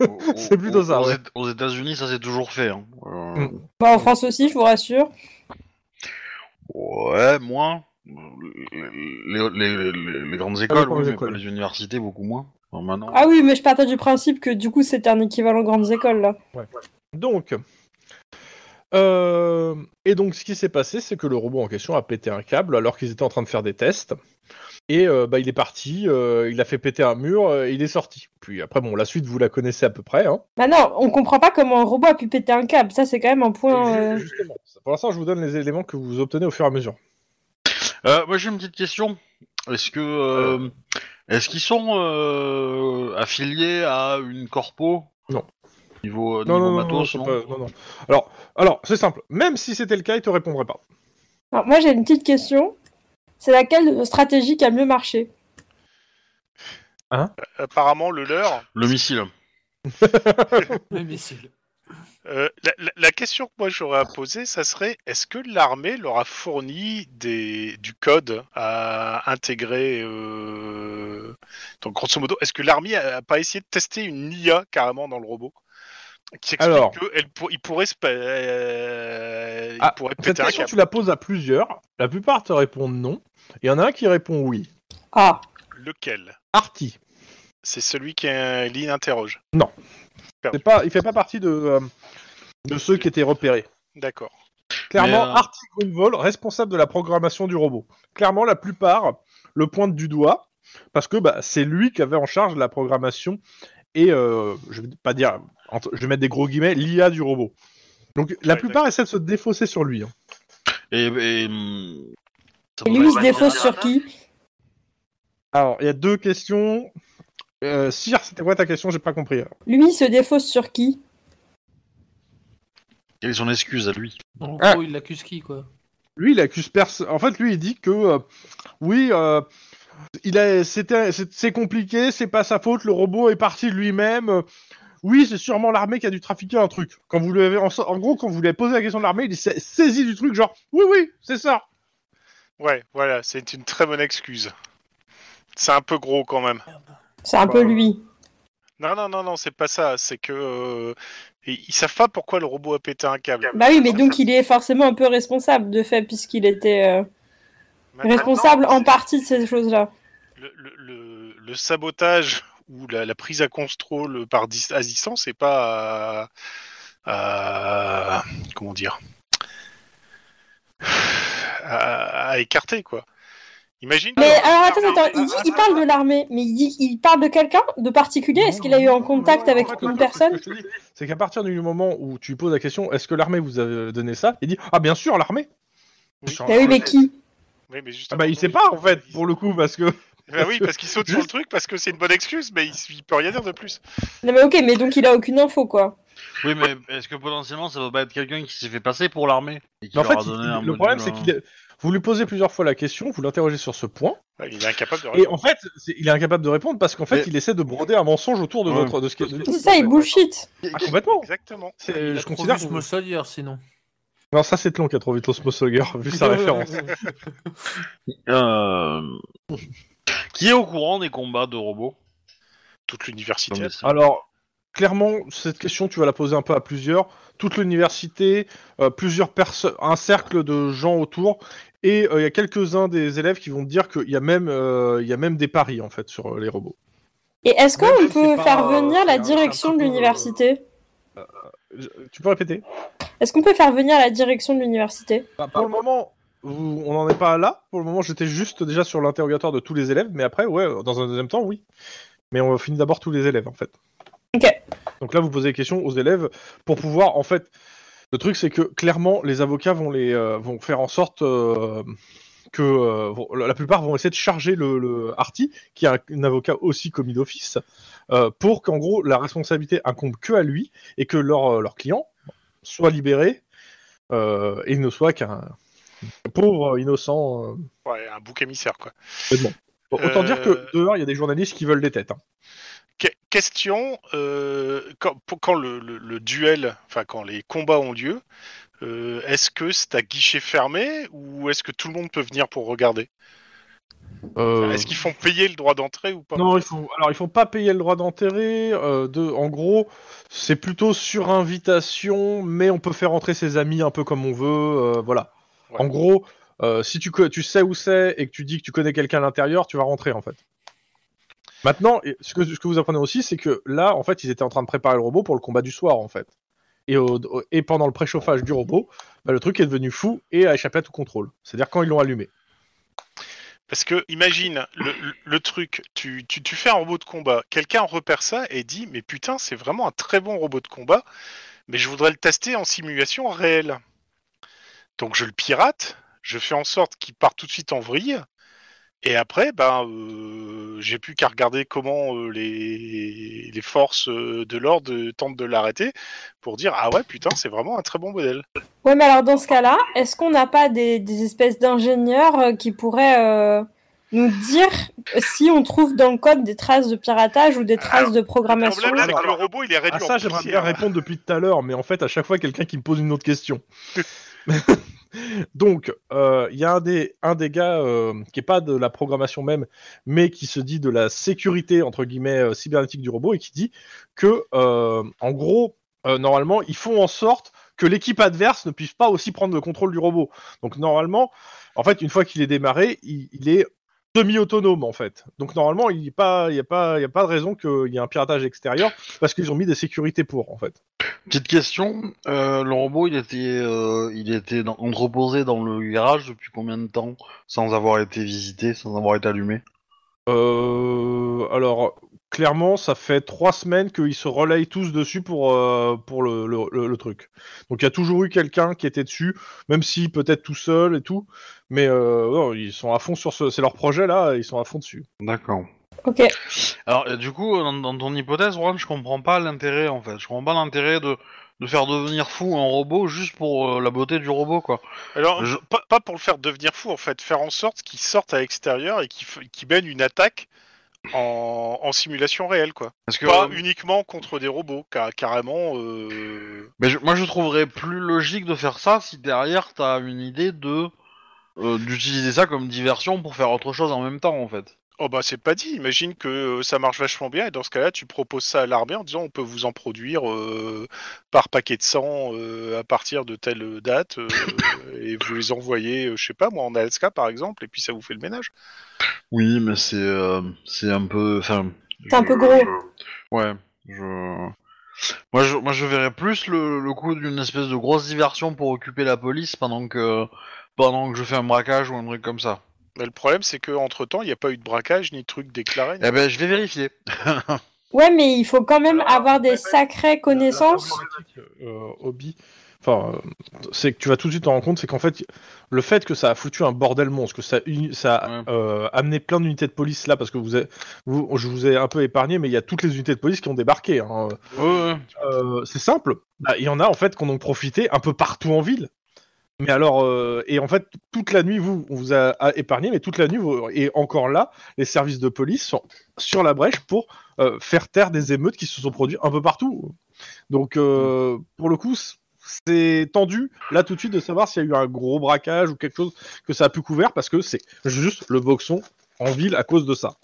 [SPEAKER 2] Au-
[SPEAKER 1] [LAUGHS] C'est plutôt
[SPEAKER 2] au-
[SPEAKER 1] ça,
[SPEAKER 2] Aux,
[SPEAKER 1] ouais.
[SPEAKER 2] Éta- aux États-Unis, ça s'est toujours fait. hein. Euh,
[SPEAKER 1] Mm.
[SPEAKER 3] Bah, en France aussi, je vous rassure.
[SPEAKER 2] Ouais, moins. Les, les- les- les grandes
[SPEAKER 1] Ah, les
[SPEAKER 2] écoles,
[SPEAKER 1] grandes
[SPEAKER 2] oui, mais
[SPEAKER 1] écoles.
[SPEAKER 2] pas les universités, beaucoup moins. Enfin, maintenant.
[SPEAKER 3] Ah oui, mais je partais du principe que du coup c'était un équivalent grandes écoles là.
[SPEAKER 1] [LAUGHS] Donc, euh, et donc ce qui s'est passé, c'est que le robot en question a pété un câble alors qu'ils étaient en train de faire des tests. Et euh, bah, il est parti, euh, il a fait péter un mur, euh, et il est sorti. Puis après, bon, la suite, vous la connaissez à peu près. Hein.
[SPEAKER 3] Bah non, on comprend pas comment un robot a pu péter un câble, ça c'est quand même un point.
[SPEAKER 1] Et ju-
[SPEAKER 3] euh,
[SPEAKER 1] Justement, pour l'instant, je vous donne les éléments que vous obtenez au fur et à mesure.
[SPEAKER 2] Euh, moi, j'ai une petite question. Est-ce que. euh, Est-ce qu'ils sont euh, affiliés à une corpo
[SPEAKER 1] Non.
[SPEAKER 2] Niveau, euh,
[SPEAKER 1] Non,
[SPEAKER 2] niveau
[SPEAKER 1] non, non, non,
[SPEAKER 2] matos,
[SPEAKER 1] c'est
[SPEAKER 2] non
[SPEAKER 1] pas- non, non. Alors, alors c'est simple. Même si c'était le cas, il te répondrait pas.
[SPEAKER 3] Alors, moi j'ai une petite question. C'est laquelle de nos stratégies qui a mieux marché
[SPEAKER 4] Apparemment, le leur.
[SPEAKER 2] Le missile.
[SPEAKER 5] le missile.
[SPEAKER 4] euh, la, la- la question que moi j'aurais à poser, ça serait est-ce que l'armée leur a fourni des, du code à intégrer euh, Donc, grosso modo, est-ce que l'armée a, a pas essayé de tester une IA carrément dans le robot qui explique
[SPEAKER 1] Alors.
[SPEAKER 4] qu'il pour, il pourrait se. pa- euh, il
[SPEAKER 1] Ah,
[SPEAKER 4] pourrait
[SPEAKER 1] Cette
[SPEAKER 4] péter un
[SPEAKER 1] question,
[SPEAKER 4] câble.
[SPEAKER 1] tu la poses à plusieurs. La plupart te répondent non. Il y en a un qui répond oui.
[SPEAKER 3] Ah,
[SPEAKER 4] Lequel
[SPEAKER 1] Artie.
[SPEAKER 4] C'est celui qui euh, Lynn interroge.
[SPEAKER 1] C'est pas, il fait pas partie de, euh, de ceux qui étaient repérés.
[SPEAKER 4] D'accord.
[SPEAKER 1] Clairement,
[SPEAKER 2] Mais, euh,
[SPEAKER 1] Artie Greenwald, responsable de la programmation du robot. Clairement, la plupart le pointent du doigt parce que bah, c'est lui qui avait en charge la programmation et euh, je vais pas dire, entre- je vais mettre des gros guillemets, l'IA du robot. Donc la
[SPEAKER 4] Ouais,
[SPEAKER 1] plupart essaient de se défausser sur lui. hein.
[SPEAKER 2] Et, et, hum, ça
[SPEAKER 3] et
[SPEAKER 2] peut
[SPEAKER 3] lui
[SPEAKER 2] pas
[SPEAKER 3] il se
[SPEAKER 2] être
[SPEAKER 3] défausse
[SPEAKER 2] un-
[SPEAKER 3] sur qui
[SPEAKER 1] Alors, il y a deux questions. Euh, Sire, c'était quoi ta question J'ai pas compris.
[SPEAKER 3] Lui il se défausse sur qui
[SPEAKER 2] Quelle est son excuse à lui
[SPEAKER 5] En
[SPEAKER 1] Ah.
[SPEAKER 5] gros, il l'accuse qui, quoi
[SPEAKER 1] Lui, il accuse personne. En fait, lui, il dit que euh, oui, euh, il a, c'était, c'est, c'est compliqué, c'est pas sa faute, le robot est parti de lui-même. Euh, oui, c'est sûrement l'armée qui a dû trafiquer un truc. Quand vous lui avez, en, so- en gros, quand vous lui avez posé la question de l'armée, il s'est saisi du truc, genre oui, oui, c'est ça.
[SPEAKER 4] Ouais, voilà, c'est une très bonne excuse. C'est un peu gros quand même.
[SPEAKER 3] C'est un
[SPEAKER 1] Bah,
[SPEAKER 3] peu lui.
[SPEAKER 4] Non, non, non, non, c'est pas ça. C'est que. euh, ils, ils savent pas pourquoi le robot a pété un câble.
[SPEAKER 3] Bah oui, mais donc il est forcément un peu responsable de fait puisqu'il était euh,
[SPEAKER 4] Maintenant,
[SPEAKER 3] responsable en
[SPEAKER 4] c'est-
[SPEAKER 3] partie de ces choses-là.
[SPEAKER 4] Le, le- le- le sabotage ou la, la prise à contrôle par dis- à distance, c'est pas. euh, à- à- comment dire à, à écarter, quoi. Imagine.
[SPEAKER 3] Mais
[SPEAKER 4] que-
[SPEAKER 3] alors attends, attends, il, dit- il parle de l'armée, mais il, dit- il parle de quelqu'un de particulier Est-ce qu'il a eu un contact
[SPEAKER 1] Non,
[SPEAKER 3] avec
[SPEAKER 1] en fait, le
[SPEAKER 3] une
[SPEAKER 1] truc,
[SPEAKER 3] personne
[SPEAKER 1] ce que je te dis, C'est qu'à partir du moment où tu lui poses la question, est-ce que l'armée vous a donné ça Il dit ah bien sûr l'armée.
[SPEAKER 4] Ah, Oui.
[SPEAKER 1] Genre,
[SPEAKER 3] Bah oui, mais qui
[SPEAKER 4] Oui,
[SPEAKER 1] Ah
[SPEAKER 4] mais justement,
[SPEAKER 1] bah il sait pas en fait pour le coup parce que
[SPEAKER 4] Bah oui, parce qu'il saute sur le truc, parce que c'est une bonne excuse, mais il, il peut rien dire de plus.
[SPEAKER 3] Non mais ok, mais donc il a aucune info quoi.
[SPEAKER 2] Oui, mais est-ce que potentiellement ça peut pas être quelqu'un qui s'est fait passer pour l'armée et qui
[SPEAKER 1] Mais en
[SPEAKER 2] leur
[SPEAKER 1] fait
[SPEAKER 2] a donné
[SPEAKER 1] il-
[SPEAKER 2] un
[SPEAKER 1] le problème c'est
[SPEAKER 2] module, hein.
[SPEAKER 1] qu'il est- vous lui posez plusieurs fois la question, vous l'interrogez sur ce point.
[SPEAKER 4] Ouais, Bah, Il est incapable de
[SPEAKER 1] Et
[SPEAKER 4] répondre.
[SPEAKER 1] en fait, c'est- il est incapable de répondre parce qu'en fait,
[SPEAKER 2] Mais-
[SPEAKER 1] il essaie de broder un mensonge autour de
[SPEAKER 2] Ouais.
[SPEAKER 1] votre de ce qui est.
[SPEAKER 3] C'est ça, il bullshit.
[SPEAKER 1] Ah, complètement.
[SPEAKER 4] Exactement.
[SPEAKER 1] C'est-
[SPEAKER 5] Il a
[SPEAKER 1] Euh, Je
[SPEAKER 5] trop
[SPEAKER 1] considère.
[SPEAKER 5] vu
[SPEAKER 1] que-
[SPEAKER 5] Small Soldier, sinon.
[SPEAKER 1] Non, ça c'est Tlon qui a trouvé Tosmos Hugger,
[SPEAKER 5] [LAUGHS]
[SPEAKER 1] vu sa référence.
[SPEAKER 2] Euh, Qui est au courant des combats de robots
[SPEAKER 4] Toute l'université.
[SPEAKER 1] Alors, clairement, cette question, tu vas la poser un peu à plusieurs. Toute l'université, euh, plusieurs personnes, un cercle de gens autour, et euh, il y a quelques-uns des élèves qui vont te dire qu'il y a même, euh, il y a même des paris en fait sur euh, les robots.
[SPEAKER 3] Et est-ce
[SPEAKER 5] Même
[SPEAKER 3] qu'on
[SPEAKER 5] si
[SPEAKER 3] peut
[SPEAKER 5] c'est pas,
[SPEAKER 3] faire
[SPEAKER 5] euh,
[SPEAKER 3] venir
[SPEAKER 5] c'est
[SPEAKER 3] la
[SPEAKER 5] un-
[SPEAKER 3] direction
[SPEAKER 5] un
[SPEAKER 3] de
[SPEAKER 5] peu, euh,
[SPEAKER 3] l'université
[SPEAKER 1] Je- Tu peux répéter
[SPEAKER 3] Est-ce qu'on peut faire venir la direction de l'université
[SPEAKER 1] Pour le moment, vous- on n'en est pas là. Pour le moment, j'étais juste déjà sur l'interrogatoire de tous les élèves, mais après, ouais, dans un deuxième temps, oui. Mais on finit d'abord tous les élèves, en fait.
[SPEAKER 3] Ok.
[SPEAKER 1] Donc là, vous posez des questions aux élèves pour pouvoir, en fait. Le truc, c'est que clairement, les avocats vont les euh, vont faire en sorte euh, que euh, vont- la plupart vont essayer de charger le, le Artie, qui est un, un avocat aussi commis d'office, euh, pour qu'en gros la responsabilité incombe que à lui et que leur euh, leur client soit libéré euh, et ne soit qu'un pauvre euh, innocent. euh.
[SPEAKER 4] Ouais, un bouc émissaire, quoi.
[SPEAKER 1] Autant
[SPEAKER 4] Euh,
[SPEAKER 1] dire que dehors, il y a des journalistes qui veulent des têtes. hein.
[SPEAKER 4] Que- question euh, quand, pour- quand le, le- le duel, enfin quand les combats ont lieu, euh, est-ce que c'est à guichet fermé ou est-ce que tout le monde peut venir pour regarder
[SPEAKER 1] Euh,
[SPEAKER 4] Est-ce qu'ils font payer le droit d'entrée ou pas
[SPEAKER 1] Non, il faut... alors ils font pas payer le droit d'enterrer. euh, de... En gros, c'est plutôt sur invitation, mais on peut faire entrer ses amis un peu comme on veut. euh, voilà.
[SPEAKER 4] Ouais.
[SPEAKER 1] En gros, euh, si tu, co- tu sais où c'est et que tu dis que tu connais quelqu'un à l'intérieur, tu vas rentrer en fait. Maintenant, et ce que, ce que vous apprenez aussi, c'est que là, en fait, ils étaient en train de préparer le robot pour le combat du soir, en fait. Et, au- au- et pendant le préchauffage du robot, bah, le truc est devenu fou et a échappé à tout contrôle. C'est-à-dire quand ils l'ont allumé.
[SPEAKER 4] Parce que imagine le, le- le truc, tu, tu- tu fais un robot de combat, quelqu'un repère ça et dit mais putain c'est vraiment un très bon robot de combat, mais je voudrais le tester en simulation réelle. Donc je le pirate, je fais en sorte qu'il part tout de suite en vrille, et après ben euh, j'ai plus qu'à regarder comment euh, les, les forces euh, de l'ordre tentent de l'arrêter pour dire ah ouais putain c'est vraiment un très bon modèle.
[SPEAKER 3] Ouais, mais alors dans ce cas-là, est-ce qu'on n'a pas des, des espèces d'ingénieurs euh, qui pourraient euh, nous dire si on trouve dans le code des traces de piratage ou des traces de
[SPEAKER 4] Le
[SPEAKER 3] programmation
[SPEAKER 4] problème c'est que le
[SPEAKER 1] alors-
[SPEAKER 4] robot il est
[SPEAKER 1] À
[SPEAKER 4] réduit
[SPEAKER 1] Ah, ça,
[SPEAKER 4] en
[SPEAKER 1] j'aimerais bien
[SPEAKER 4] poussière.
[SPEAKER 1] répondre depuis tout à l'heure, mais en fait, à chaque fois, quelqu'un qui me pose une autre question. Donc, euh, il y a un des, un des gars euh, qui est pas de la programmation même, mais qui se dit de la sécurité, entre guillemets, euh, cybernétique du robot, et qui dit que, euh, en gros, euh, normalement, ils font en sorte que l'équipe adverse ne puisse pas aussi prendre le contrôle du robot. Donc normalement, en fait, une fois qu'il est démarré, il, il est semi-autonome en fait. Donc normalement, il n'y a, pas- il y a, pas- il y a pas de raison qu'il y ait un piratage extérieur parce qu'ils ont mis des sécurités pour en fait.
[SPEAKER 2] Petite question, euh, le robot il était, euh, il était dans- entreposé dans le garage depuis combien de temps sans avoir été visité, sans avoir été allumé
[SPEAKER 1] Euh, alors, clairement, ça fait trois semaines qu'ils se relayent tous dessus pour, euh, pour le, le- le- le truc. Donc il y a toujours eu quelqu'un qui était dessus, même si peut-être tout seul et tout. Mais euh, non, ils sont à fond sur ce. C'est leur projet là, ils sont à fond dessus.
[SPEAKER 2] D'accord.
[SPEAKER 3] Ok.
[SPEAKER 2] Alors euh, du coup, dans, dans ton hypothèse, Juan, je comprends pas l'intérêt en fait. Je comprends pas l'intérêt de, de faire devenir fou un robot juste pour euh, la beauté du robot quoi.
[SPEAKER 4] Alors,
[SPEAKER 2] Je-
[SPEAKER 4] pas, pas pour le faire devenir fou, en fait, faire en sorte qu'il sorte à l'extérieur et qu'il f- qu'il mène une attaque en, en simulation réelle, quoi.
[SPEAKER 2] Parce que
[SPEAKER 4] Pas
[SPEAKER 2] euh,
[SPEAKER 4] uniquement contre des robots, car- carrément. euh,
[SPEAKER 2] Mais je- moi, je trouverais plus logique de faire ça si derrière t'as une idée de euh, d'utiliser ça comme diversion pour faire autre chose en même temps, en fait.
[SPEAKER 4] Oh bah c'est pas dit, imagine que euh, ça marche vachement bien et dans ce cas-là tu proposes ça à l'armée en disant on peut vous en produire euh, par paquet de sang euh, à partir de telle date euh, et vous les envoyez, euh, je sais pas moi, en Alaska par exemple et puis ça vous fait le ménage.
[SPEAKER 2] Oui, mais c'est euh, c'est un peu, enfin.
[SPEAKER 3] C'est un
[SPEAKER 2] je-
[SPEAKER 3] peu gros.
[SPEAKER 2] je- ouais, je. Moi, je, moi, je verrais plus le, le coup d'une espèce de grosse diversion pour occuper la police pendant que pendant que je fais un braquage ou un truc comme ça.
[SPEAKER 4] Mais le problème c'est qu'entre temps il n'y a pas eu de braquage ni de truc déclaré. ni-
[SPEAKER 2] Eh ben, je vais vérifier.
[SPEAKER 3] Ouais, mais il faut quand même
[SPEAKER 6] Alors,
[SPEAKER 3] avoir des
[SPEAKER 6] ouais,
[SPEAKER 3] sacrées connaissances.
[SPEAKER 1] euh, hobby, enfin, euh, c'est que tu vas tout de suite te rendre compte, c'est qu'en fait, le fait que ça a foutu un bordel monstre, que ça, uni- ça a
[SPEAKER 2] Ouais.
[SPEAKER 1] euh, amené plein d'unités de police là, parce que vous, avez- vous- je vous ai un peu épargné, mais il y a toutes les unités de police qui ont débarqué. hein.
[SPEAKER 2] Ouais, ouais.
[SPEAKER 1] Euh, c'est simple, Bah, il y en a en fait qu'on ont profité un peu partout en ville. Mais alors, euh, et en fait, toute la nuit, vous, on vous a, a épargné, mais toute la nuit, vous- et encore là, les services de police sont sur la brèche pour euh, faire taire des émeutes qui se sont produites un peu partout. Donc, euh, pour le coup, c- c'est tendu, là, tout de suite, de savoir s'il y a eu un gros braquage ou quelque chose que ça a pu couvert, parce que c'est juste le boxon en ville à cause de ça.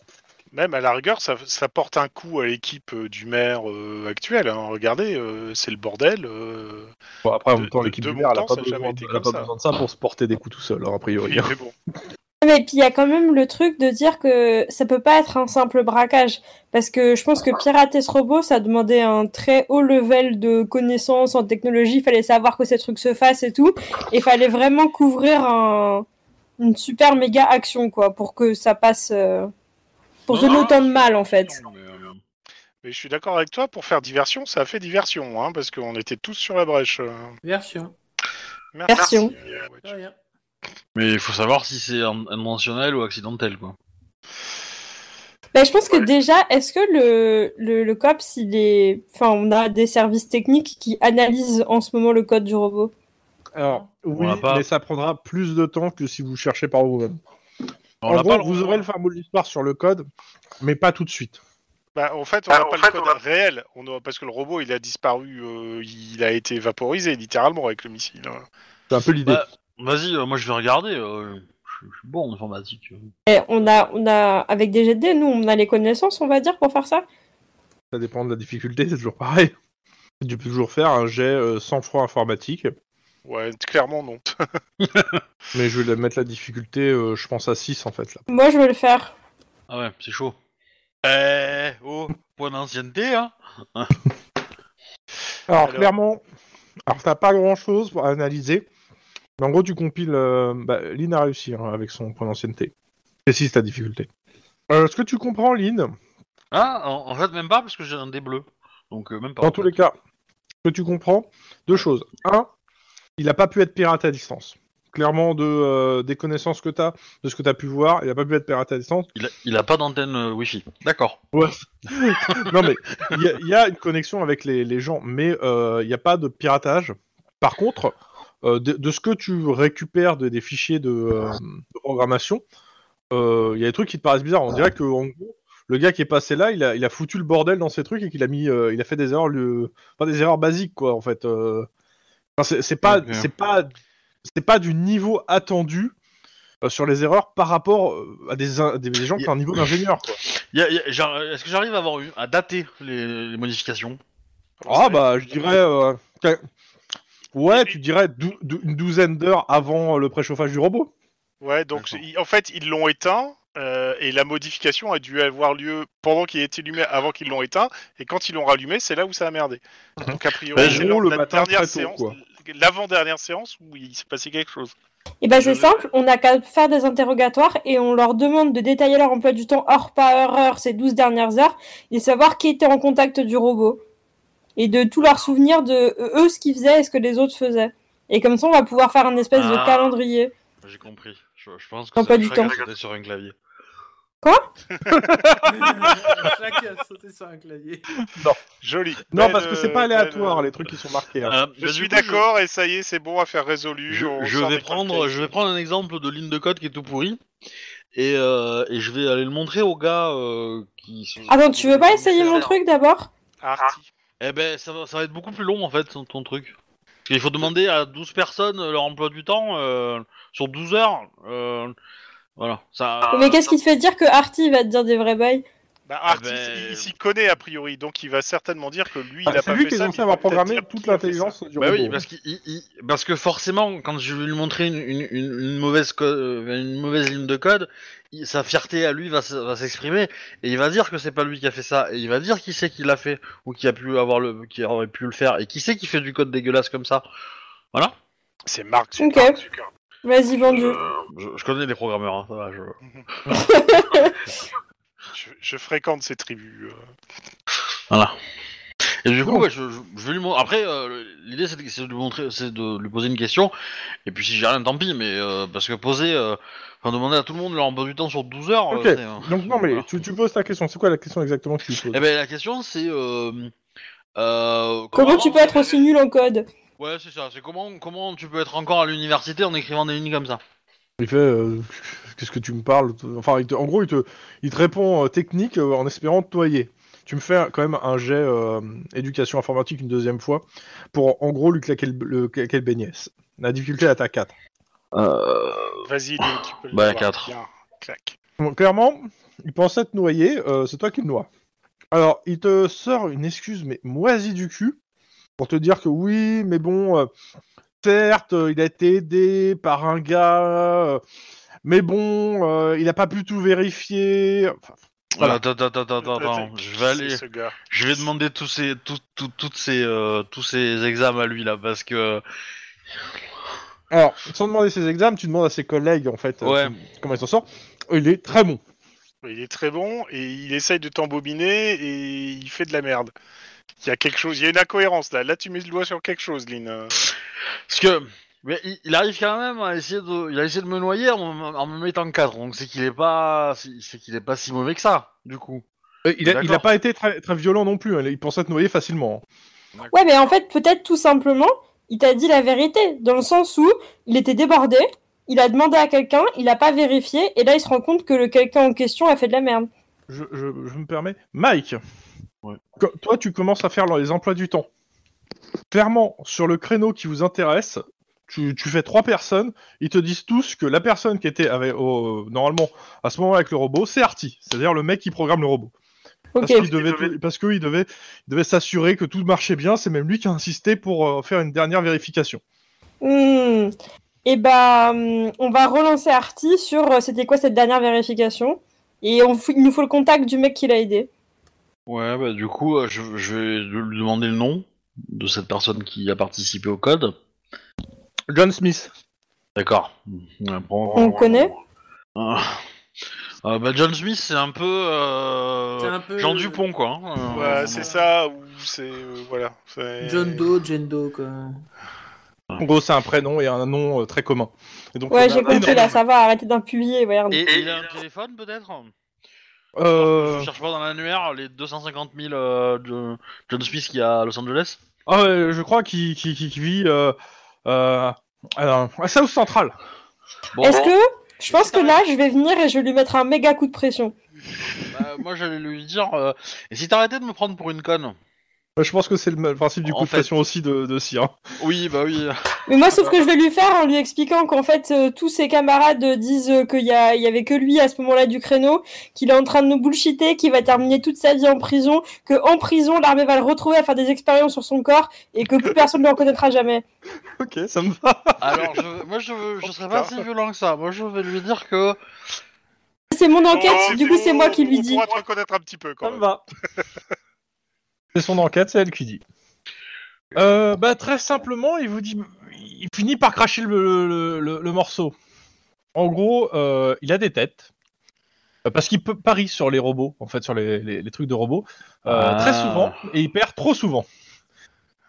[SPEAKER 4] Même à la rigueur ça, ça porte un coup à l'équipe euh, du maire euh, actuel. hein. Regardez, euh, c'est le bordel. euh.
[SPEAKER 1] Bon, après, en
[SPEAKER 4] De-
[SPEAKER 1] même temps,
[SPEAKER 4] de-
[SPEAKER 1] l'équipe
[SPEAKER 4] de
[SPEAKER 1] du
[SPEAKER 4] mon
[SPEAKER 1] maire, elle a
[SPEAKER 4] temps,
[SPEAKER 1] pas,
[SPEAKER 4] ça a
[SPEAKER 1] besoin,
[SPEAKER 4] jamais été
[SPEAKER 1] elle a
[SPEAKER 4] comme
[SPEAKER 1] pas
[SPEAKER 4] ça.
[SPEAKER 1] besoin de ça pour se porter des coups tout seul, hein, a priori.
[SPEAKER 4] Oui, mais bon.
[SPEAKER 3] Mais puis il y a quand même le truc de dire que ça peut pas être un simple braquage. Parce que je pense que pirater ce robot, ça demandait un très haut level de connaissances en technologie. Il fallait savoir que ces trucs se fassent et tout. Et il fallait vraiment couvrir un- une super méga action, quoi, pour que ça passe. euh, Pour
[SPEAKER 2] Non,
[SPEAKER 3] donner
[SPEAKER 2] non,
[SPEAKER 3] autant de mal, en fait.
[SPEAKER 2] Non, mais, euh,
[SPEAKER 4] Mais je suis d'accord avec toi, pour faire diversion, ça a fait diversion, hein, parce qu'on était tous sur la brèche. euh.
[SPEAKER 5] Version.
[SPEAKER 4] Merci.
[SPEAKER 3] Version.
[SPEAKER 4] Euh, ouais, tu-
[SPEAKER 5] De rien.
[SPEAKER 2] mais il faut savoir si c'est in- intentionnel ou accidentel, quoi.
[SPEAKER 3] Bah, je pense que déjà, est-ce que le, le, le COPS, il est. Enfin, on a des services techniques qui analysent en ce moment le code du robot.
[SPEAKER 1] Alors, oui,
[SPEAKER 2] l'a pas.
[SPEAKER 1] mais ça prendra plus de temps que si vous cherchez par vous-même.
[SPEAKER 2] On
[SPEAKER 1] En
[SPEAKER 2] l'a
[SPEAKER 1] gros,
[SPEAKER 2] pas, le
[SPEAKER 1] vous
[SPEAKER 2] robot.
[SPEAKER 1] aurez le fameux de l'histoire sur le code, mais pas tout de suite.
[SPEAKER 4] Bah, en fait, on
[SPEAKER 6] Ah,
[SPEAKER 4] n'a
[SPEAKER 6] en
[SPEAKER 4] pas
[SPEAKER 6] fait,
[SPEAKER 4] le code
[SPEAKER 6] on a-
[SPEAKER 4] réel, on a- parce que le robot, il a disparu, euh, il a été vaporisé, littéralement, avec le missile. hein.
[SPEAKER 1] C'est un peu l'idée.
[SPEAKER 2] Bah, Vas-y, euh, moi je vais regarder. euh, je, je suis bon en informatique. euh.
[SPEAKER 3] Et Eh, on a, on a, avec des GD, nous, on a les connaissances, on va dire, pour faire ça.
[SPEAKER 1] Ça dépend de la difficulté, c'est toujours pareil. [LAUGHS] Tu peux toujours faire un jet euh, sans froid informatique,
[SPEAKER 4] Ouais, clairement, non.
[SPEAKER 1] mais je vais la- mettre la difficulté, euh, je pense, à 6 en fait. Là.
[SPEAKER 3] Moi, je veux le faire.
[SPEAKER 2] Ah ouais, c'est chaud. Eh, oh, point d'ancienneté, hein
[SPEAKER 1] Alors,
[SPEAKER 4] Alors-
[SPEAKER 1] clairement, alors t'as pas grand chose pour analyser, mais en gros, tu compiles. euh, bah, Lynn a réussi hein, avec son point d'ancienneté. C'est 6 ta difficulté. Euh, ce que tu comprends, Lynn,
[SPEAKER 2] Ah, en, en fait, même pas, parce que j'ai un dé bleu. Donc, euh, même pas.
[SPEAKER 1] Dans tous les cas, ce que tu comprends, deux choses. Un, il n'a pas pu être pirate à distance. Clairement, de, euh, des connaissances que tu as, de ce que tu as pu voir, il n'a pas pu être pirate à distance.
[SPEAKER 2] Il a, il a pas d'antenne euh, Wi-Fi. D'accord.
[SPEAKER 1] non, mais il y, a- il y a une connexion avec les, les gens, mais euh, il n'y a pas de piratage. Par contre, euh, de, de ce que tu récupères de- des fichiers de, euh, de programmation, euh, il y a des trucs qui te paraissent bizarres. On dirait que, en gros, le gars qui est passé là, il a, il a foutu le bordel dans ces trucs et qu'il a mis, euh, il a fait des erreurs, le... enfin, des erreurs basiques quoi, en fait. euh. Enfin, c'est- c'est pas,
[SPEAKER 2] Ok.
[SPEAKER 1] c'est pas, c'est pas du niveau attendu euh, sur les erreurs par rapport euh, à des, in- des gens qui ont un niveau d'ingénieur. quoi.
[SPEAKER 2] euh, Y a- y a- j'ar- Est-ce que j'arrive à, avoir eu, à dater les, les modifications
[SPEAKER 1] Ah bah, je dirais. euh, quin- Ouais, tu dirais dou- dou- une douzaine d'heures avant le préchauffage du robot.
[SPEAKER 4] Ouais, donc
[SPEAKER 2] D'accord.
[SPEAKER 4] ils- en fait, ils l'ont éteint euh, et la modification a dû avoir lieu pendant qu'il était allumé, avant qu'ils l'ont éteint. Et quand ils l'ont rallumé, c'est là où ça a merdé. Donc, a priori,
[SPEAKER 1] Ben,
[SPEAKER 4] c'est
[SPEAKER 1] gros,
[SPEAKER 4] leur-
[SPEAKER 1] le
[SPEAKER 4] la
[SPEAKER 1] matin
[SPEAKER 4] dernière
[SPEAKER 1] très tôt,
[SPEAKER 4] séance,
[SPEAKER 1] quoi.
[SPEAKER 4] l'avant-dernière séance où il s'est passé quelque chose.
[SPEAKER 3] Et ben c'est
[SPEAKER 4] Je-
[SPEAKER 3] simple, on n'a qu'à faire des interrogatoires et on leur demande de détailler leur emploi du temps heure par heure, heure, ces 12 dernières heures, et savoir qui était en contact du robot. Et de tous leurs souvenirs de euh, eux, ce qu'ils faisaient et ce que les autres faisaient. Et comme ça, on va pouvoir faire un espèce
[SPEAKER 2] Ah.
[SPEAKER 3] de calendrier.
[SPEAKER 2] J'ai compris. Je, je pense que
[SPEAKER 3] Non,
[SPEAKER 2] c'est
[SPEAKER 3] pas du
[SPEAKER 2] Shrek a
[SPEAKER 3] temps.
[SPEAKER 2] sauté sur un clavier.
[SPEAKER 5] [LAUGHS] Chacun a sauté sur un clavier.
[SPEAKER 4] Joli.
[SPEAKER 1] Non,
[SPEAKER 4] Belle,
[SPEAKER 1] parce que c'est pas
[SPEAKER 4] euh,
[SPEAKER 1] aléatoire
[SPEAKER 4] belle, euh,
[SPEAKER 1] les trucs qui sont marqués. hein.
[SPEAKER 2] Ah,
[SPEAKER 4] Je
[SPEAKER 2] bah,
[SPEAKER 4] suis
[SPEAKER 2] du coup, je-
[SPEAKER 4] d'accord et ça y est, c'est bon, affaire résolue.
[SPEAKER 2] Je,
[SPEAKER 4] on
[SPEAKER 2] je
[SPEAKER 4] sort
[SPEAKER 2] vais
[SPEAKER 4] des
[SPEAKER 2] prendre,
[SPEAKER 4] cupcakes.
[SPEAKER 2] je vais prendre un exemple de ligne de code qui est tout pourri et, euh, et je vais aller le montrer aux gars euh, qui. sont-
[SPEAKER 3] Attends, tu veux pas essayer mon truc d'abord
[SPEAKER 4] Arty.
[SPEAKER 2] Eh ben, ça va, ça va être beaucoup plus long en fait ton, ton truc. Parce qu'il faut demander à 12 personnes leur emploi du temps euh, sur 12 heures. euh, voilà. Ça.
[SPEAKER 3] Mais qu'est-ce qui te fait dire que Artie va te dire des vrais bails
[SPEAKER 4] Bah, Arty,
[SPEAKER 2] Ah ben-
[SPEAKER 4] il, il s'y connaît a priori, donc il va certainement dire que lui, il
[SPEAKER 1] Ah,
[SPEAKER 4] a
[SPEAKER 1] c'est
[SPEAKER 4] pas
[SPEAKER 1] lui
[SPEAKER 4] fait
[SPEAKER 1] qui est
[SPEAKER 4] ça,
[SPEAKER 1] censé
[SPEAKER 4] mais
[SPEAKER 1] avoir
[SPEAKER 4] il peut peut-être
[SPEAKER 1] programmé
[SPEAKER 4] dire
[SPEAKER 1] toute
[SPEAKER 4] qui a fait ça.
[SPEAKER 1] l'intelligence du
[SPEAKER 2] Bah
[SPEAKER 1] robot.
[SPEAKER 2] oui, parce, qu'il- il- il- parce que forcément, quand je vais lui montrer une, une- une- une mauvaise, co- euh, une mauvaise ligne de code, il- sa fierté à lui va, se- va s'exprimer et il va dire que c'est pas lui qui a fait ça et il va dire qui c'est qui l'a fait ou qui a pu avoir le, qui aurait pu le faire et qui c'est qui fait du code dégueulasse comme ça. Voilà.
[SPEAKER 4] C'est Mark
[SPEAKER 3] Ok.
[SPEAKER 4] Zuckerberg. Zuckerberg.
[SPEAKER 3] Vas-y, vendu.
[SPEAKER 2] Euh, je, je connais les programmeurs. hein, ça va, je-
[SPEAKER 4] Je, je fréquente ces tribus. euh.
[SPEAKER 2] Voilà. Et du coup,
[SPEAKER 1] Donc.
[SPEAKER 2] ouais, je, je- je vais lui montrer. Après, euh, l'idée c'est de, c'est de lui montrer, c'est de lui poser une question. Et puis si j'ai rien, tant pis. Mais euh, parce que poser, euh, enfin demander à tout le monde leur emploi du temps sur 12 heures.
[SPEAKER 1] Ok.
[SPEAKER 2] euh, c'est,
[SPEAKER 4] hein.
[SPEAKER 2] euh,
[SPEAKER 1] Donc non, mais
[SPEAKER 2] [LAUGHS] voilà.
[SPEAKER 1] tu, tu poses ta question. C'est quoi la question exactement que tu poses
[SPEAKER 2] Eh ben la question c'est. euh, euh,
[SPEAKER 3] Comment tu peux être aussi nul en code
[SPEAKER 2] Ouais, c'est ça. C'est comment, comment tu peux être encore à l'université en écrivant des lignes comme ça
[SPEAKER 1] Il fait euh, qu'est-ce que tu me parles Enfin, il te- en gros, il te, il te répond euh, technique euh, en espérant te noyer. Tu me fais quand même un jet euh, éducation informatique une deuxième fois pour en gros lui claquer le, le- claquer le beignet. La difficulté est à 4.
[SPEAKER 3] Euh,
[SPEAKER 4] Vas-y, Link, tu peux le
[SPEAKER 2] Bah,
[SPEAKER 4] voir.
[SPEAKER 2] quatre.
[SPEAKER 4] Bien, clac.
[SPEAKER 1] Bon, clairement, il pensait te noyer, euh, c'est toi qui le noies. Alors, il te sort une excuse, mais moisie du cul, pour te dire que oui, mais bon, euh, certes, euh, il a été aidé par un gars, euh, mais bon, euh, il n'a pas pu tout vérifier. Enfin, Voilà.
[SPEAKER 2] Attends, attends, attends, attends, attends.
[SPEAKER 4] Qui
[SPEAKER 2] Je vais aller.
[SPEAKER 4] c'est ce gars
[SPEAKER 2] Je vais demander tous ces, tout, tout- toutes ces, euh, tous ces examens à lui là, parce que
[SPEAKER 1] alors, sans demander ses examens, tu demandes à ses collègues, en fait, euh,
[SPEAKER 2] Ouais.
[SPEAKER 1] com- comment il s'en sort. Il est très bon.
[SPEAKER 4] Il est très bon et il essaye de t'embobiner et il fait de la merde. Il y a quelque chose, il y a une incohérence là. Là, tu mets le doigt sur quelque chose, Lynn. Euh,
[SPEAKER 2] Parce que mais il, il arrive quand même à essayer de, il a essayé de me noyer en, me- en me mettant cadre. Donc c'est qu'il est pas, c'est c'est qu'il est pas si mauvais que ça, du coup.
[SPEAKER 1] Euh, Il a- il n'a
[SPEAKER 2] D'accord.
[SPEAKER 1] pas été très, très violent non plus, hein, il pensait te noyer facilement. hein.
[SPEAKER 3] Ouais, mais en fait, peut-être tout simplement, il t'a dit la vérité, dans le sens où il était débordé, il a demandé à quelqu'un, il n'a pas vérifié, et là, il se rend compte que le quelqu'un en question a fait de la merde.
[SPEAKER 1] Je, je- je me permets. Mike,
[SPEAKER 2] Ouais.
[SPEAKER 1] co- toi, tu commences à faire les emplois du temps. Clairement, sur le créneau qui vous intéresse, tu, tu fais trois personnes, ils te disent tous que la personne qui était avec, au- normalement à ce moment avec le robot, c'est Arty, c'est-à-dire le mec qui programme le robot.
[SPEAKER 3] Ok.
[SPEAKER 1] Parce qu'il devait, parce que il devait, il devait s'assurer que tout marchait bien, c'est même lui qui a insisté pour euh, faire une dernière vérification.
[SPEAKER 3] Hmm. Et bah, hum, on va relancer Artie sur euh, c'était quoi cette dernière vérification, et on fou- il nous faut le contact du mec qui l'a aidé.
[SPEAKER 2] Ouais, bah du coup, euh, je, je vais lui demander le nom de cette personne qui a participé au code.
[SPEAKER 1] John Smith.
[SPEAKER 2] D'accord.
[SPEAKER 3] On le connaît
[SPEAKER 2] Ah. Euh, bah, John Smith, c'est un peu, euh,
[SPEAKER 5] C'est un peu-
[SPEAKER 2] Jean Dupont quoi. hein, euh,
[SPEAKER 4] ouais,
[SPEAKER 2] vraiment.
[SPEAKER 4] c'est ça ou c'est euh, voilà. c'est-
[SPEAKER 5] John Doe, Jane Doe, quoi.
[SPEAKER 1] En gros, c'est un prénom et un nom euh, très commun. Et donc,
[SPEAKER 3] Ouais,
[SPEAKER 1] euh,
[SPEAKER 3] j'ai compris
[SPEAKER 1] énorme.
[SPEAKER 3] là, ça va, arrêtez d'impuyer, merde.
[SPEAKER 2] Et, et il a un téléphone peut-être
[SPEAKER 1] Euh,
[SPEAKER 2] Je cherche pas dans l'annuaire les 250 000 euh, de John Smith qui a à Los Angeles.
[SPEAKER 1] Ah ouais, je crois qu'il qu'il- qu'il- qu'il vit euh, euh, euh, à South Central.
[SPEAKER 2] Bon,
[SPEAKER 3] Est-ce que je pense que là, je vais venir et je vais lui mettre un méga coup de pression.
[SPEAKER 2] bah, moi j'allais lui dire euh, et si t'arrêtais de me prendre pour une conne
[SPEAKER 1] Bah, je pense que c'est le même principe du
[SPEAKER 2] En
[SPEAKER 1] coup de
[SPEAKER 2] fait-
[SPEAKER 1] pression aussi de, de Sia.
[SPEAKER 2] Oui, bah oui.
[SPEAKER 3] Mais moi, sauf que je vais lui faire en lui expliquant qu'en fait, euh, tous ses camarades euh, disent euh, qu'il y, a- il y avait que lui à ce moment-là du créneau, qu'il est en train de nous bullshiter, qu'il va terminer toute sa vie en prison, que en prison, l'armée va le retrouver à faire des expériences sur son corps et que plus personne ne le reconnaîtra jamais.
[SPEAKER 1] Ok, ça me va.
[SPEAKER 2] [LAUGHS] Alors, je, moi, je, veux- je serais pas
[SPEAKER 1] putain.
[SPEAKER 2] si violent que ça. Moi, je vais lui dire que.
[SPEAKER 3] C'est mon enquête,
[SPEAKER 4] Oh,
[SPEAKER 3] du coup, c'est moi qui lui
[SPEAKER 4] on
[SPEAKER 3] dis.
[SPEAKER 4] pourra te reconnaître un petit peu quand
[SPEAKER 1] Ça me
[SPEAKER 4] même.
[SPEAKER 1] va. [LAUGHS] c'est son enquête, c'est elle qui dit. Euh, bah, très simplement, il vous dit. Il finit par cracher le, le- le- le morceau. En gros, euh, il a des têtes. Euh, Parce qu'il peut- parie sur les robots, en fait, sur les, les- les trucs de robots, euh,
[SPEAKER 2] Ah.
[SPEAKER 1] très souvent, et il perd trop souvent.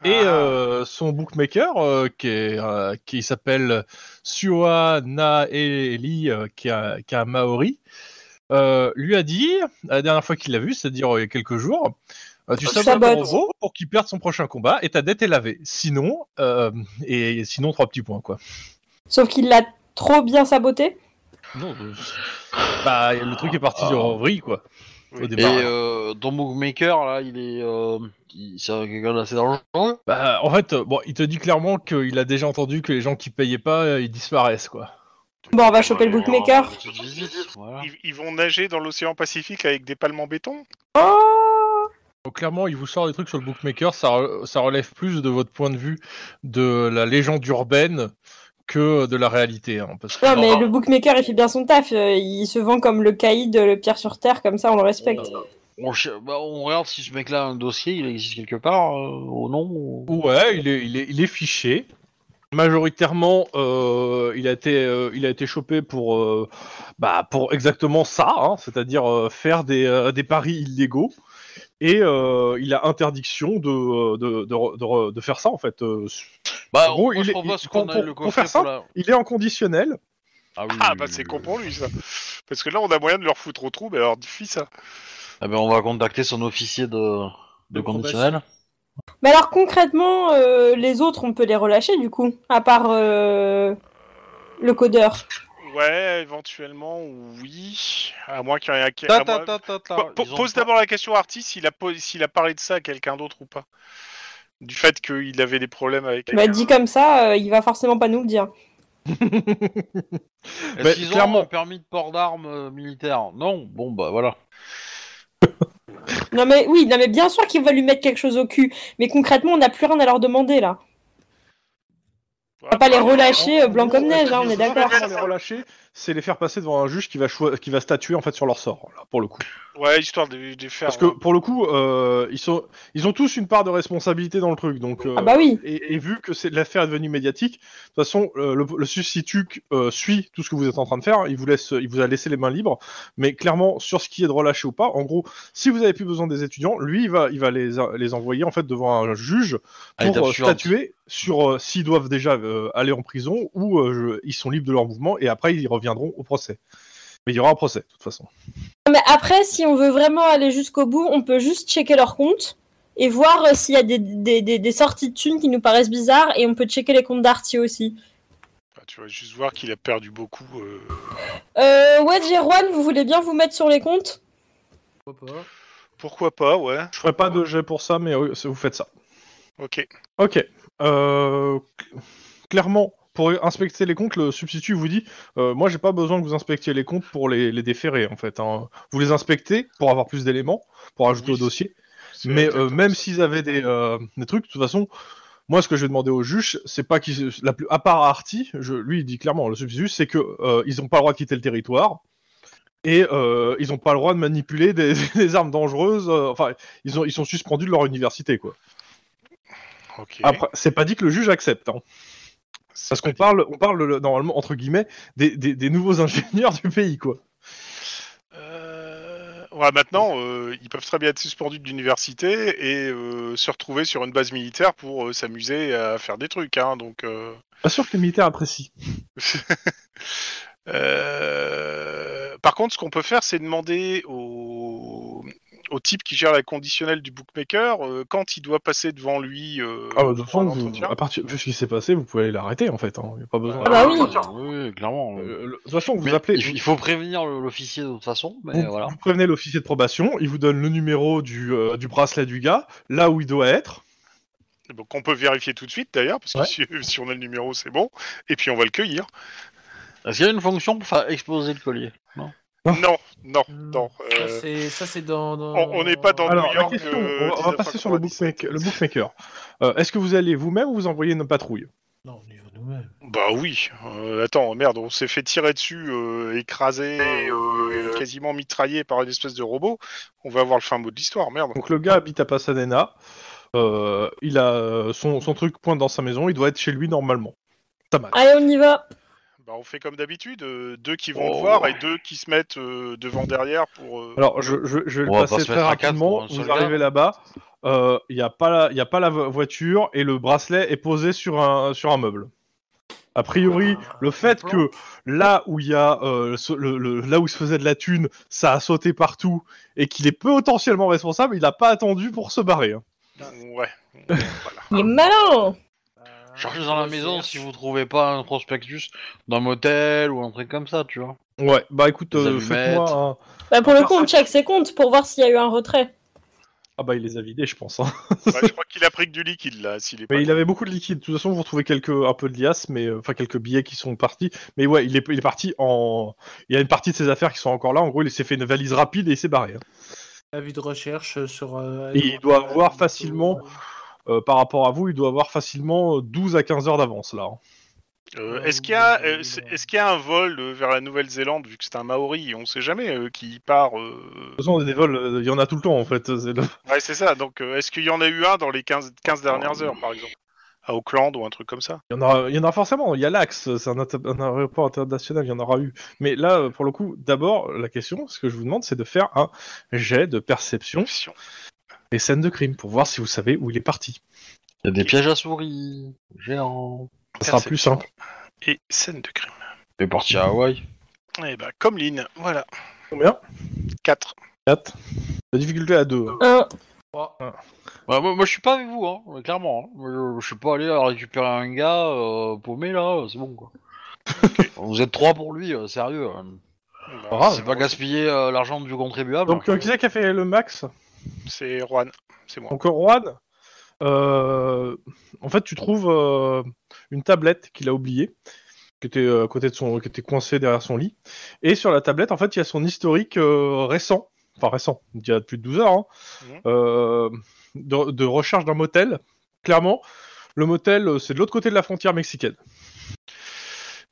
[SPEAKER 1] Et
[SPEAKER 4] Ah.
[SPEAKER 1] euh, son bookmaker, euh, qui, est, euh, qui s'appelle Suwa Naeli, euh, qui est un- qui est un Maori, euh, lui a dit, la dernière fois qu'il l'a vu, c'est-à-dire euh, il y a quelques jours, euh, tu
[SPEAKER 3] Tu
[SPEAKER 1] sabotes ton
[SPEAKER 3] sabotes.
[SPEAKER 1] robot pour qu'il perde son prochain combat et ta dette est lavée. Sinon, euh, et sinon trois petits points quoi.
[SPEAKER 3] Sauf qu'il l'a trop bien saboté.
[SPEAKER 1] Non, euh, bah le truc est parti sur vrille quoi. Au
[SPEAKER 4] Oui.
[SPEAKER 2] Et
[SPEAKER 1] départ.
[SPEAKER 2] euh, ton bookmaker, là, il est. euh, il- c'est quelqu'un d'assez dangereux.
[SPEAKER 1] Bah, en fait, euh, bon, il te dit clairement qu'il a déjà entendu que les gens qui payaient pas, euh, ils disparaissent quoi.
[SPEAKER 3] Bon, on va choper le bookmaker.
[SPEAKER 2] Petite visite, voilà.
[SPEAKER 4] Ils, ils vont nager dans l'océan Pacifique avec des palmes en béton
[SPEAKER 3] Oh
[SPEAKER 1] Donc, clairement, il vous sort des trucs sur le bookmaker, ça, re- ça relève plus de votre point de vue de la légende urbaine que de la réalité. hein, parce que-
[SPEAKER 3] Non, mais
[SPEAKER 2] Bon.
[SPEAKER 3] le bookmaker, il fait bien son taf. euh, Il se vend comme le caïd, le pire sur Terre, comme ça, on le respecte.
[SPEAKER 2] On, ch- bah, on regarde si ce mec-là a un dossier, il existe quelque part, euh, ou non. ou-
[SPEAKER 1] Ouais, il est, il est, il est fiché. Majoritairement, euh, il, a été, euh, il a été chopé pour, euh, bah, pour exactement ça, hein, c'est-à-dire euh, faire des, euh, des paris illégaux. Et euh, il a interdiction de, euh, de, de re- de re- de faire ça, en fait. Euh,
[SPEAKER 2] Bah,
[SPEAKER 1] En gros,
[SPEAKER 2] moi, je
[SPEAKER 1] il est-
[SPEAKER 2] propose
[SPEAKER 1] il-
[SPEAKER 2] qu'on
[SPEAKER 1] pour-
[SPEAKER 2] aille le
[SPEAKER 1] pour
[SPEAKER 2] coffret
[SPEAKER 1] faire ça
[SPEAKER 2] la-
[SPEAKER 1] Il est en conditionnel.
[SPEAKER 2] Ah, oui,
[SPEAKER 4] Ah
[SPEAKER 2] oui,
[SPEAKER 4] bah
[SPEAKER 2] oui,
[SPEAKER 4] c'est
[SPEAKER 2] oui.
[SPEAKER 4] con pour lui ça. Parce que là on a moyen de leur foutre au trou, mais alors fis ça.
[SPEAKER 2] Ah, ben, on va contacter son officier de, de
[SPEAKER 5] De
[SPEAKER 2] conditionnel.
[SPEAKER 3] Mais alors concrètement, euh, les autres, on peut les relâcher du coup, à part euh, le codeur.
[SPEAKER 4] Ouais, éventuellement oui. À moins qu'il y ait un...
[SPEAKER 2] Ta,
[SPEAKER 4] à
[SPEAKER 2] ta,
[SPEAKER 4] moins-
[SPEAKER 2] ta, ta, ta.
[SPEAKER 4] Po- po-
[SPEAKER 2] Ils ont
[SPEAKER 4] Pose
[SPEAKER 2] pas-
[SPEAKER 4] d'abord la question à Artis s'il a, po- s'il a parlé de ça à quelqu'un d'autre ou pas. Du fait qu'il avait des problèmes avec.
[SPEAKER 3] Bah
[SPEAKER 4] quelqu'un.
[SPEAKER 3] dit comme ça, euh, il va forcément pas nous le dire.
[SPEAKER 2] Est-ce
[SPEAKER 1] Mais
[SPEAKER 2] qu'ils ont
[SPEAKER 1] Bah, clairement-
[SPEAKER 2] un permis de port d'armes euh, militaire Non Bon, bah voilà.
[SPEAKER 3] Non mais oui, non mais bien sûr qu'il va lui mettre quelque chose au cul, mais concrètement, on n'a plus rien à leur demander là.
[SPEAKER 4] Ouais,
[SPEAKER 3] On va pas les
[SPEAKER 4] bah,
[SPEAKER 3] relâcher euh, blanc comme
[SPEAKER 1] Ouais,
[SPEAKER 3] neige, hein, on
[SPEAKER 1] les
[SPEAKER 3] est d'accord.
[SPEAKER 1] autres, on les relâcher, c'est les faire passer devant un juge qui va, choi- qui va statuer en fait sur leur sort, là, pour le coup.
[SPEAKER 4] Ouais, histoire de, de faire.
[SPEAKER 1] Parce que pour le coup, euh, ils, sont, ils ont tous une part de responsabilité dans le truc. Donc, euh,
[SPEAKER 3] Ah bah oui.
[SPEAKER 1] et, et vu que c'est- l'affaire est devenue médiatique, de toute façon, euh, le, le substitut euh, suit tout ce que vous êtes en train de faire. Il vous laisse, il vous a laissé les mains libres. Mais clairement, sur ce qui est de relâcher ou pas, en gros, si vous avez plus besoin des étudiants, lui, il va, il va les, les envoyer en fait devant un juge
[SPEAKER 2] À l'étape
[SPEAKER 1] pour euh,
[SPEAKER 2] suivante.
[SPEAKER 1] statuer sur euh, s'ils doivent déjà euh, aller en prison ou euh, je- ils sont libres de leur mouvement et après ils reviendront au procès. Mais il y aura un procès de toute façon.
[SPEAKER 3] Non, mais après, si on veut vraiment aller jusqu'au bout, on peut juste checker leur compte et voir euh, s'il y a des, des, des- des sorties de thunes qui nous paraissent bizarres et on peut checker les comptes d'Arty aussi.
[SPEAKER 4] Bah, tu vas juste voir qu'il a perdu beaucoup. euh.
[SPEAKER 3] Euh, ouais, Jérôme, vous voulez bien vous mettre sur les comptes
[SPEAKER 5] Pourquoi pas
[SPEAKER 4] Pourquoi pas, ouais.
[SPEAKER 1] Je ferai pas de jet pour ça, mais euh, vous faites ça.
[SPEAKER 4] Ok.
[SPEAKER 1] Ok. Euh, cl- clairement, pour inspecter les comptes, le substitut vous dit euh, Moi, j'ai pas besoin que vous inspectiez les comptes pour les, les déférer, en fait. hein. Vous les inspectez pour avoir plus d'éléments, pour ajouter
[SPEAKER 4] Oui,
[SPEAKER 1] au dossier.
[SPEAKER 4] C'est
[SPEAKER 1] Mais euh,
[SPEAKER 4] exactement
[SPEAKER 1] même
[SPEAKER 4] ça.
[SPEAKER 1] s'ils avaient des, euh, des trucs, de toute façon, moi, ce que je vais demander au juge, c'est pas qu'ils. la plus- À part Arty, je, lui, il dit clairement le substitut, c'est que euh, ils ont pas le droit de quitter le territoire. Et euh, ils ont pas le droit de manipuler des, [LAUGHS] des armes dangereuses. euh, enfin, ils, ont, ils sont suspendus de leur université, quoi.
[SPEAKER 4] Ok.
[SPEAKER 1] Après, c'est pas dit que le juge accepte. Hein. Ah,
[SPEAKER 4] C'est
[SPEAKER 1] Parce
[SPEAKER 4] pas
[SPEAKER 1] qu'on parle, on parle le- normalement entre guillemets des, des- des nouveaux [LAUGHS] ingénieurs du pays, quoi.
[SPEAKER 4] Euh, Ouais, maintenant, euh, ils peuvent très bien être suspendus de l'université et euh, se retrouver sur une base militaire pour euh, s'amuser à faire des trucs, hein, donc... euh,
[SPEAKER 1] Pas sûr que les militaires apprécient.
[SPEAKER 4] euh, Par contre, ce qu'on peut faire, c'est demander au... au type qui gère la conditionnelle du bookmaker, euh, quand il doit passer devant lui. euh,
[SPEAKER 1] Ah bah, de toute
[SPEAKER 4] pour un
[SPEAKER 1] façon, vous-
[SPEAKER 4] entretien.
[SPEAKER 1] à partir vu ce qui s'est passé, vous pouvez aller l'arrêter en fait. Hein. Y a pas besoin.
[SPEAKER 3] Ah bah oui.
[SPEAKER 2] oui, clairement.
[SPEAKER 1] Euh, le- de toute façon, vous
[SPEAKER 2] Mais
[SPEAKER 1] appelez.
[SPEAKER 2] il f- Il faut prévenir le- l'officier de toute façon, mais
[SPEAKER 1] vous,
[SPEAKER 2] voilà.
[SPEAKER 1] vous prévenez l'officier de probation, il vous donne le numéro du, euh, du bracelet du gars, là où il doit être.
[SPEAKER 4] Donc on peut vérifier tout de suite d'ailleurs, parce que
[SPEAKER 5] Ouais.
[SPEAKER 4] si, si [LAUGHS] on a le numéro, c'est bon. Et puis on va le cueillir.
[SPEAKER 2] Est-ce qu'il y a une fonction pour faire exploser le collier Non.
[SPEAKER 1] Ah.
[SPEAKER 4] Non, non,
[SPEAKER 5] Hmm. Ah,
[SPEAKER 4] non.
[SPEAKER 5] Ça,
[SPEAKER 4] euh,
[SPEAKER 5] c'est- Ça, c'est dans. dans-
[SPEAKER 4] on- on n'est pas dans-
[SPEAKER 1] Alors,
[SPEAKER 4] New
[SPEAKER 1] la
[SPEAKER 4] York,
[SPEAKER 1] question,
[SPEAKER 4] euh,
[SPEAKER 1] on va- on va, passer sur le
[SPEAKER 4] 1997.
[SPEAKER 1] bookmaker. Le bookmaker. Euh, Est-ce que vous allez vous-même ou vous envoyez une patrouille
[SPEAKER 5] Non, on y va nous-mêmes.
[SPEAKER 4] Bah oui. euh, attends, merde, on s'est fait tirer dessus, euh, écrasé, euh, quasiment mitraillé par une espèce de robot. On va avoir le fin mot de l'histoire, merde.
[SPEAKER 1] Donc le gars habite à Pasadena, euh, il a euh, son, son truc pointe dans sa maison, il doit être chez lui normalement. Ça marche.
[SPEAKER 3] Allez, on y va.
[SPEAKER 4] Bah on fait comme d'habitude, euh, deux qui vont
[SPEAKER 2] Oh.
[SPEAKER 4] le voir et deux qui se mettent euh, devant derrière pour. euh,
[SPEAKER 1] Alors, je, je- je vais le
[SPEAKER 2] On va pas
[SPEAKER 1] passer
[SPEAKER 2] se
[SPEAKER 1] très
[SPEAKER 2] mettre à quatre pour
[SPEAKER 1] rapidement.
[SPEAKER 2] un seul
[SPEAKER 1] Vous
[SPEAKER 2] gars.
[SPEAKER 1] arrivez là-bas, euh, il n'y a, pas la- il y a pas la vo- voiture et le bracelet est posé sur un, sur un meuble. A priori, le fait que là où il y a euh, ce- le- le- là où il se faisait de la thune, ça a sauté partout et qu'il est potentiellement responsable, il n'a pas attendu pour se barrer. hein.
[SPEAKER 4] Ouais.
[SPEAKER 3] Il est malin.
[SPEAKER 5] Ah,
[SPEAKER 2] Cherchez dans la maison si vous trouvez pas un prospectus d'un motel ou un truc comme ça, tu vois.
[SPEAKER 1] Ouais, bah écoute,
[SPEAKER 2] Les
[SPEAKER 1] euh,
[SPEAKER 2] allumettes.
[SPEAKER 1] faites-moi un-
[SPEAKER 3] Bah, pour le coup, on check ses comptes pour voir s'il y a eu un retrait.
[SPEAKER 1] Ah bah il les a vidés, je pense. hein.
[SPEAKER 4] Bah, je crois qu'il a pris que du liquide là, s'il est pas.
[SPEAKER 1] Mais il avait beaucoup de liquide. De toute façon, vous retrouvez quelques un peu de liasses, mais euh, enfin quelques billets qui sont partis. Mais ouais, il est, il est parti en. Il y a une partie de ses affaires qui sont encore là. En gros, il s'est fait une valise rapide et il s'est barré. hein.
[SPEAKER 5] Avis de recherche sur. euh,
[SPEAKER 1] Et il doit avoir facilement- Euh, par rapport à vous, il doit avoir facilement 12 à 15 heures d'avance là. hein.
[SPEAKER 4] Euh, est-ce qu'il y a, euh, c'est- est-ce qu'il y a un vol euh, vers la Nouvelle-Zélande vu que c'est un Maori, on sait jamais euh, qui part. euh,
[SPEAKER 1] De toute façon, des vols, euh, il y en a tout le temps en fait. C'est le-
[SPEAKER 4] Ouais, c'est ça. Donc, euh, est-ce qu'il y en a eu un dans les 15, 15 dernières heures, par exemple À Auckland ou un truc comme ça
[SPEAKER 1] Il y en aura, il y en aura forcément. Il y a l'axe, c'est un, inter- un aéroport international, il y en aura eu. Mais là, euh, pour le coup, d'abord, la question, ce que je vous demande, c'est de faire un jet de perception
[SPEAKER 4] Si on-
[SPEAKER 1] des scènes de crime pour voir si vous savez où il est parti.
[SPEAKER 2] Il y a des pièges à souris, géants.
[SPEAKER 1] Ça sera plus simple.
[SPEAKER 4] Et scène de crime.
[SPEAKER 2] Il est parti à Hawaï.
[SPEAKER 4] Eh ben, comme Lynn, voilà.
[SPEAKER 1] Combien
[SPEAKER 4] 4.
[SPEAKER 1] 4. La difficulté à hein. 2.
[SPEAKER 3] Un.
[SPEAKER 5] Oh,
[SPEAKER 2] Ouais, Bah, moi, moi, je suis pas avec vous, hein, mais clairement. hein. Moi, Je, je suis pas allé récupérer un gars euh, paumé là, euh, c'est
[SPEAKER 1] [LAUGHS]
[SPEAKER 2] bon quoi. Vous êtes trois pour lui, euh, sérieux. hein.
[SPEAKER 1] grave.
[SPEAKER 2] C'est pas gaspiller euh, l'argent du contribuable.
[SPEAKER 1] Ah, Donc, euh, qui c'est qui a fait le max
[SPEAKER 4] C'est Juan, c'est moi.
[SPEAKER 1] Donc, euh, Juan, euh, en fait, tu trouves euh, une tablette qu'il a oubliée, qui était, euh, à côté de son, qui était coincée derrière son lit. Et sur la tablette, en fait, il y a son historique euh, récent, enfin récent, il y a plus de 12 heures, hein,
[SPEAKER 4] Mhm.
[SPEAKER 1] euh, de, de recherche d'un motel. Clairement, le motel, euh, c'est de l'autre côté de la frontière mexicaine.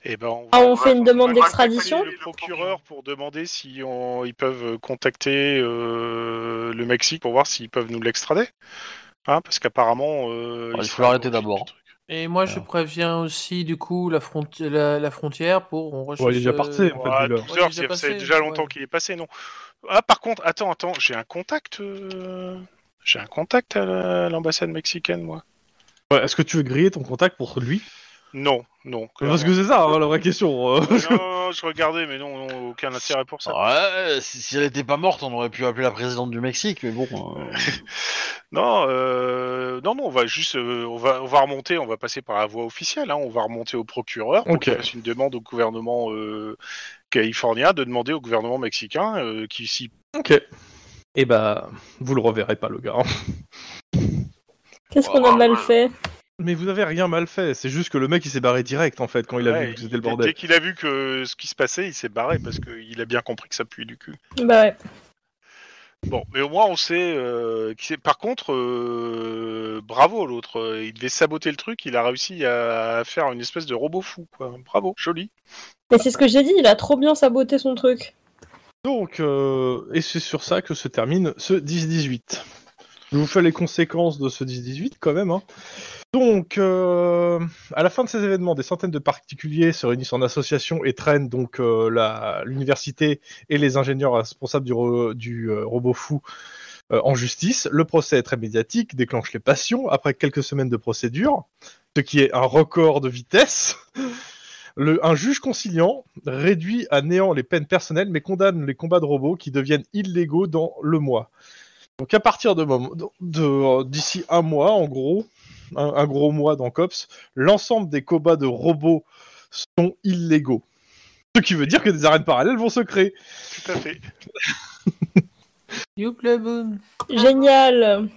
[SPEAKER 4] Eh ben, on,
[SPEAKER 3] Ah,
[SPEAKER 4] va-
[SPEAKER 3] on fait une demande
[SPEAKER 4] on va
[SPEAKER 3] d'extradition
[SPEAKER 4] contacter Le procureur pour demander si on- ils peuvent contacter euh, le Mexique pour voir s'ils peuvent nous l'extrader. Hein, parce qu'apparemment. euh,
[SPEAKER 2] Ah, il
[SPEAKER 4] sera
[SPEAKER 2] faut l'arrêter
[SPEAKER 4] à l'origine
[SPEAKER 2] d'abord.
[SPEAKER 4] du truc.
[SPEAKER 5] Et moi,
[SPEAKER 1] Ah.
[SPEAKER 5] je préviens aussi, du coup, la, fronti- la, la frontière pour. On recherche,
[SPEAKER 1] Ouais, il est déjà
[SPEAKER 5] euh,
[SPEAKER 1] parti. En fait,
[SPEAKER 4] Ouais,
[SPEAKER 1] vu l'heure.
[SPEAKER 4] 12 heures,
[SPEAKER 5] Ouais, il est déjà
[SPEAKER 4] c'est- c'est
[SPEAKER 5] passé,
[SPEAKER 4] déjà longtemps
[SPEAKER 5] ouais.
[SPEAKER 4] qu'il est passé, non Ah, par contre, attends, attends, j'ai un contact. euh, J'ai un contact à la- à l'ambassade mexicaine, moi.
[SPEAKER 1] Ouais, Est-ce que tu veux griller ton contact pour lui
[SPEAKER 4] Non, non.
[SPEAKER 1] Parce que c'est ça, hein, la vraie question. euh.
[SPEAKER 4] clairement. Non, non, non, je regardais, mais non, non, aucun intérêt pour ça.
[SPEAKER 2] Ouais, si, si elle était pas morte, on aurait pu appeler la présidente du Mexique, mais bon. euh,
[SPEAKER 4] Non, euh, non, non, on va juste, euh, on va, on va remonter, on va passer par la voie officielle. hein, on va remonter au procureur pour
[SPEAKER 1] Ok.
[SPEAKER 4] qu'il fasse une demande au gouvernement euh, californien de demander au gouvernement mexicain euh, qui s'y.
[SPEAKER 1] Ok. Et bah, vous le reverrez pas, le gars. hein.
[SPEAKER 3] Qu'est-ce qu'on a mal fait
[SPEAKER 1] Mais vous avez rien mal fait, c'est juste que le mec il s'est barré direct en fait quand il a
[SPEAKER 4] Ouais,
[SPEAKER 1] vu que c'était le
[SPEAKER 4] dès-
[SPEAKER 1] bordel.
[SPEAKER 4] Dès qu'il a vu que ce qui se passait, il s'est barré parce qu'il a bien compris que ça puait du cul.
[SPEAKER 3] Bah ouais.
[SPEAKER 4] Bon, mais au moins on sait. euh, qui c'est. Par contre, euh, bravo l'autre. euh, Il devait saboter le truc. Il a réussi à faire une espèce de robot fou. Quoi. Bravo, joli.
[SPEAKER 3] Mais c'est ce que j'ai dit, il a trop bien saboté son truc.
[SPEAKER 1] Donc, euh, et c'est sur ça que se termine ce 10-18. Je vous fais les conséquences de ce 10-18 quand même. hein. Donc, euh, à la fin de ces événements, des centaines de particuliers se réunissent en association et traînent donc euh, la- l'université et les ingénieurs responsables du, ro- du, euh, robot fou euh, en justice. Le procès est très médiatique, déclenche les passions après quelques semaines de procédure, ce qui est un record de vitesse. Le- un juge conciliant réduit à néant les peines personnelles mais condamne les combats de robots qui deviennent illégaux dans le mois. Donc à partir de mom- de- de- d'ici un mois, en gros, un, un gros mois dans Cops, l'ensemble des combats de robots sont illégaux. Ce qui veut dire que des arènes parallèles vont se créer.
[SPEAKER 4] Tout à fait.
[SPEAKER 5] Youple boom.
[SPEAKER 3] Génial.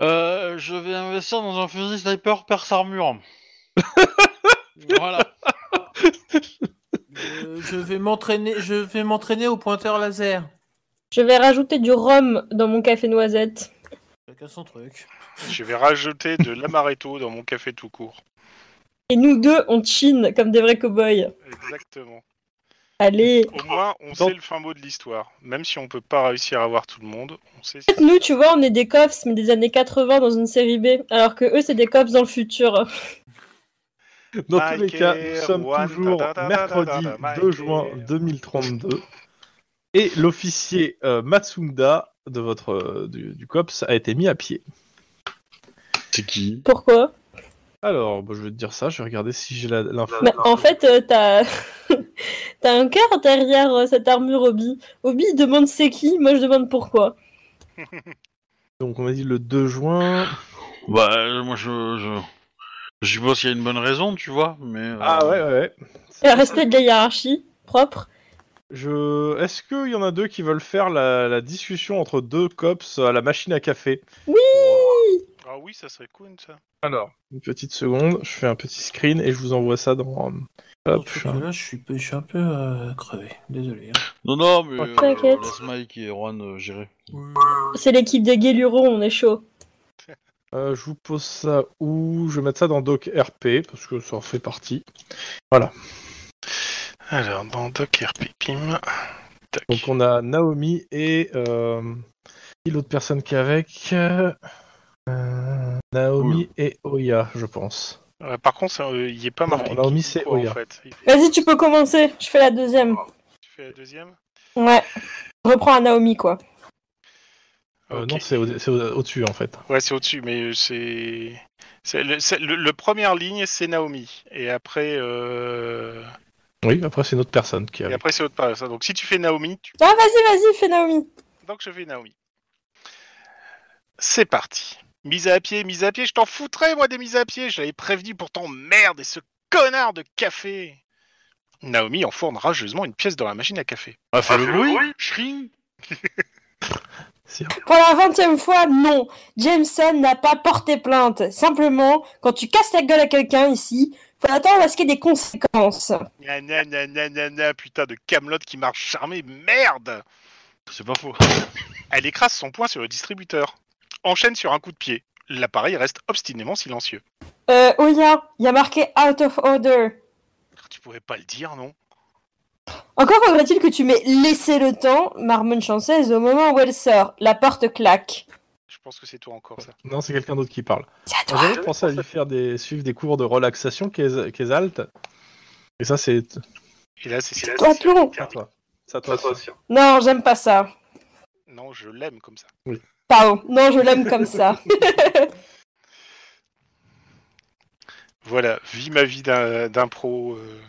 [SPEAKER 2] Euh, je vais investir dans un fusil sniper perce armure.
[SPEAKER 1] [LAUGHS]
[SPEAKER 2] voilà.
[SPEAKER 5] Euh, je vais m'entraîner, je vais m'entraîner au pointeur laser.
[SPEAKER 3] Je vais rajouter du rhum dans mon café noisette.
[SPEAKER 5] Chacun son truc.
[SPEAKER 4] Je vais rajouter de l'amaretto dans mon café tout court.
[SPEAKER 3] Et nous deux, on chine comme des vrais cow-boys.
[SPEAKER 4] Exactement.
[SPEAKER 3] Allez.
[SPEAKER 4] Au moins, on
[SPEAKER 1] Dans-
[SPEAKER 4] sait le fin mot de l'histoire. Même si on peut pas réussir à voir tout le monde, on sait.
[SPEAKER 3] En fait, Nous, tu vois, on est des cops, mais des années 80 dans une série B, alors que eux, c'est des cops dans le futur.
[SPEAKER 1] Dans
[SPEAKER 4] My
[SPEAKER 1] tous les cas,
[SPEAKER 4] care,
[SPEAKER 1] nous sommes
[SPEAKER 4] one,
[SPEAKER 1] toujours
[SPEAKER 4] da, da, da,
[SPEAKER 1] mercredi
[SPEAKER 4] da, da, da, my
[SPEAKER 1] 2 juin
[SPEAKER 4] care.
[SPEAKER 1] 2032. Et l'officier euh, Matsunda de votre, euh, du, du COPS a été mis à pied.
[SPEAKER 2] C'est qui
[SPEAKER 3] Pourquoi
[SPEAKER 1] Alors, bah, je vais te dire ça, je vais regarder si j'ai la- l'info.
[SPEAKER 3] Bah, En fait, euh, t'as... [LAUGHS] t'as un cœur derrière euh, cette armure, Obi. Obi, il demande c'est qui, moi je demande pourquoi.
[SPEAKER 1] Donc on m'a dit le 2 juin.
[SPEAKER 2] Bah, euh, moi je. Je, je suppose qu'il y a une bonne raison, tu vois, mais. euh,
[SPEAKER 1] Ah ouais, ouais, ouais.
[SPEAKER 3] Et respect de la hiérarchie, propre.
[SPEAKER 1] Je... Est-ce qu'il y en a deux qui veulent faire la, la discussion entre deux cops à la machine à café
[SPEAKER 4] Ah oui, ça serait cool ça.
[SPEAKER 1] Alors, une petite seconde, je fais un petit screen et je vous envoie ça dans. Hop,
[SPEAKER 5] Surtout que là, je suis, peu- je suis un peu euh, crevé. Désolé. hein.
[SPEAKER 2] Non, non, mais. euh,
[SPEAKER 3] T'inquiète.
[SPEAKER 2] laisse Mike et Juan euh, gérer.
[SPEAKER 3] C'est l'équipe des Guélurons, on est chaud.
[SPEAKER 1] Euh, je vous pose ça où Je vais mettre ça dans Doc RP parce que ça en fait partie.
[SPEAKER 4] Alors, dans Doc RP, pim. Tac.
[SPEAKER 1] Donc on a Naomi et euh, qui l'autre personne qui est avec Euh, Naomi et Oya, je pense.
[SPEAKER 4] Euh, par contre, ça, euh, il est pas
[SPEAKER 1] Non,
[SPEAKER 4] marqué.
[SPEAKER 1] on a omis
[SPEAKER 4] qui,
[SPEAKER 1] c'est
[SPEAKER 4] quoi,
[SPEAKER 1] Oya.
[SPEAKER 4] en fait. Il fait-
[SPEAKER 3] Vas-y, tu peux commencer, je fais la deuxième.
[SPEAKER 4] Tu fais la deuxième
[SPEAKER 3] Ouais. Reprends à Naomi, quoi.
[SPEAKER 1] Euh,
[SPEAKER 4] Ok.
[SPEAKER 1] Non, c'est au- c'est au- au-dessus en fait.
[SPEAKER 4] Ouais, c'est au-dessus, mais euh, c'est. c'est le, c'est- le- le première ligne, c'est Naomi. Et après, euh,
[SPEAKER 1] Ah Oui, après c'est une autre personne qui est
[SPEAKER 4] et
[SPEAKER 1] avec.
[SPEAKER 4] après c'est autre part. ça. Donc si tu fais Naomi, tu...
[SPEAKER 3] Ah, vas-y, vas-y, fais Naomi.
[SPEAKER 4] donc je fais Naomi. C'est parti. Mise à pied, mise à pied. Je t'en foutrais, moi, des mises à pied. Je l'avais prévenu pourtant. Merde, et ce connard de café Naomi enfourne rageusement une pièce dans la machine à café.
[SPEAKER 2] Ah, fais le bruit Shring
[SPEAKER 1] C'est-
[SPEAKER 3] Pour la vingtième fois, non. Jameson n'a pas porté plainte. Simplement, quand tu casses la gueule à quelqu'un ici, faut attendre à ce qu'il y ait des conséquences.
[SPEAKER 4] Gna, gna, gna, gna, gna, gna, putain de Camelot qui marche charmée, merde
[SPEAKER 2] C'est pas faux.
[SPEAKER 4] Elle écrase son poing sur le distributeur. Enchaîne sur un coup de pied. L'appareil reste obstinément silencieux.
[SPEAKER 3] Euh, Oya, il y a marqué out of order.
[SPEAKER 4] Tu pouvais pas le dire, non
[SPEAKER 3] Encore faudrait-il que tu m'aies laissé le temps, marmonne chanceuse, au moment où elle sort. La porte claque.
[SPEAKER 4] Je pense que c'est toi encore, ça.
[SPEAKER 1] Non, c'est quelqu'un d'autre qui parle.
[SPEAKER 3] C'est à toi.
[SPEAKER 1] J'avais pensé à lui faire des suivre des cours de relaxation qu'est qu'est Zalt. Et ça c'est
[SPEAKER 4] Et là, c'est c'est-
[SPEAKER 3] Toi, plomb.
[SPEAKER 1] à toi. C'est à toi. hein.
[SPEAKER 3] Non, j'aime pas ça.
[SPEAKER 4] Non, je l'aime comme ça.
[SPEAKER 3] Pardon. Non, [LAUGHS] je l'aime comme ça.
[SPEAKER 4] Voilà, vis ma vie d'un d'impro. euh.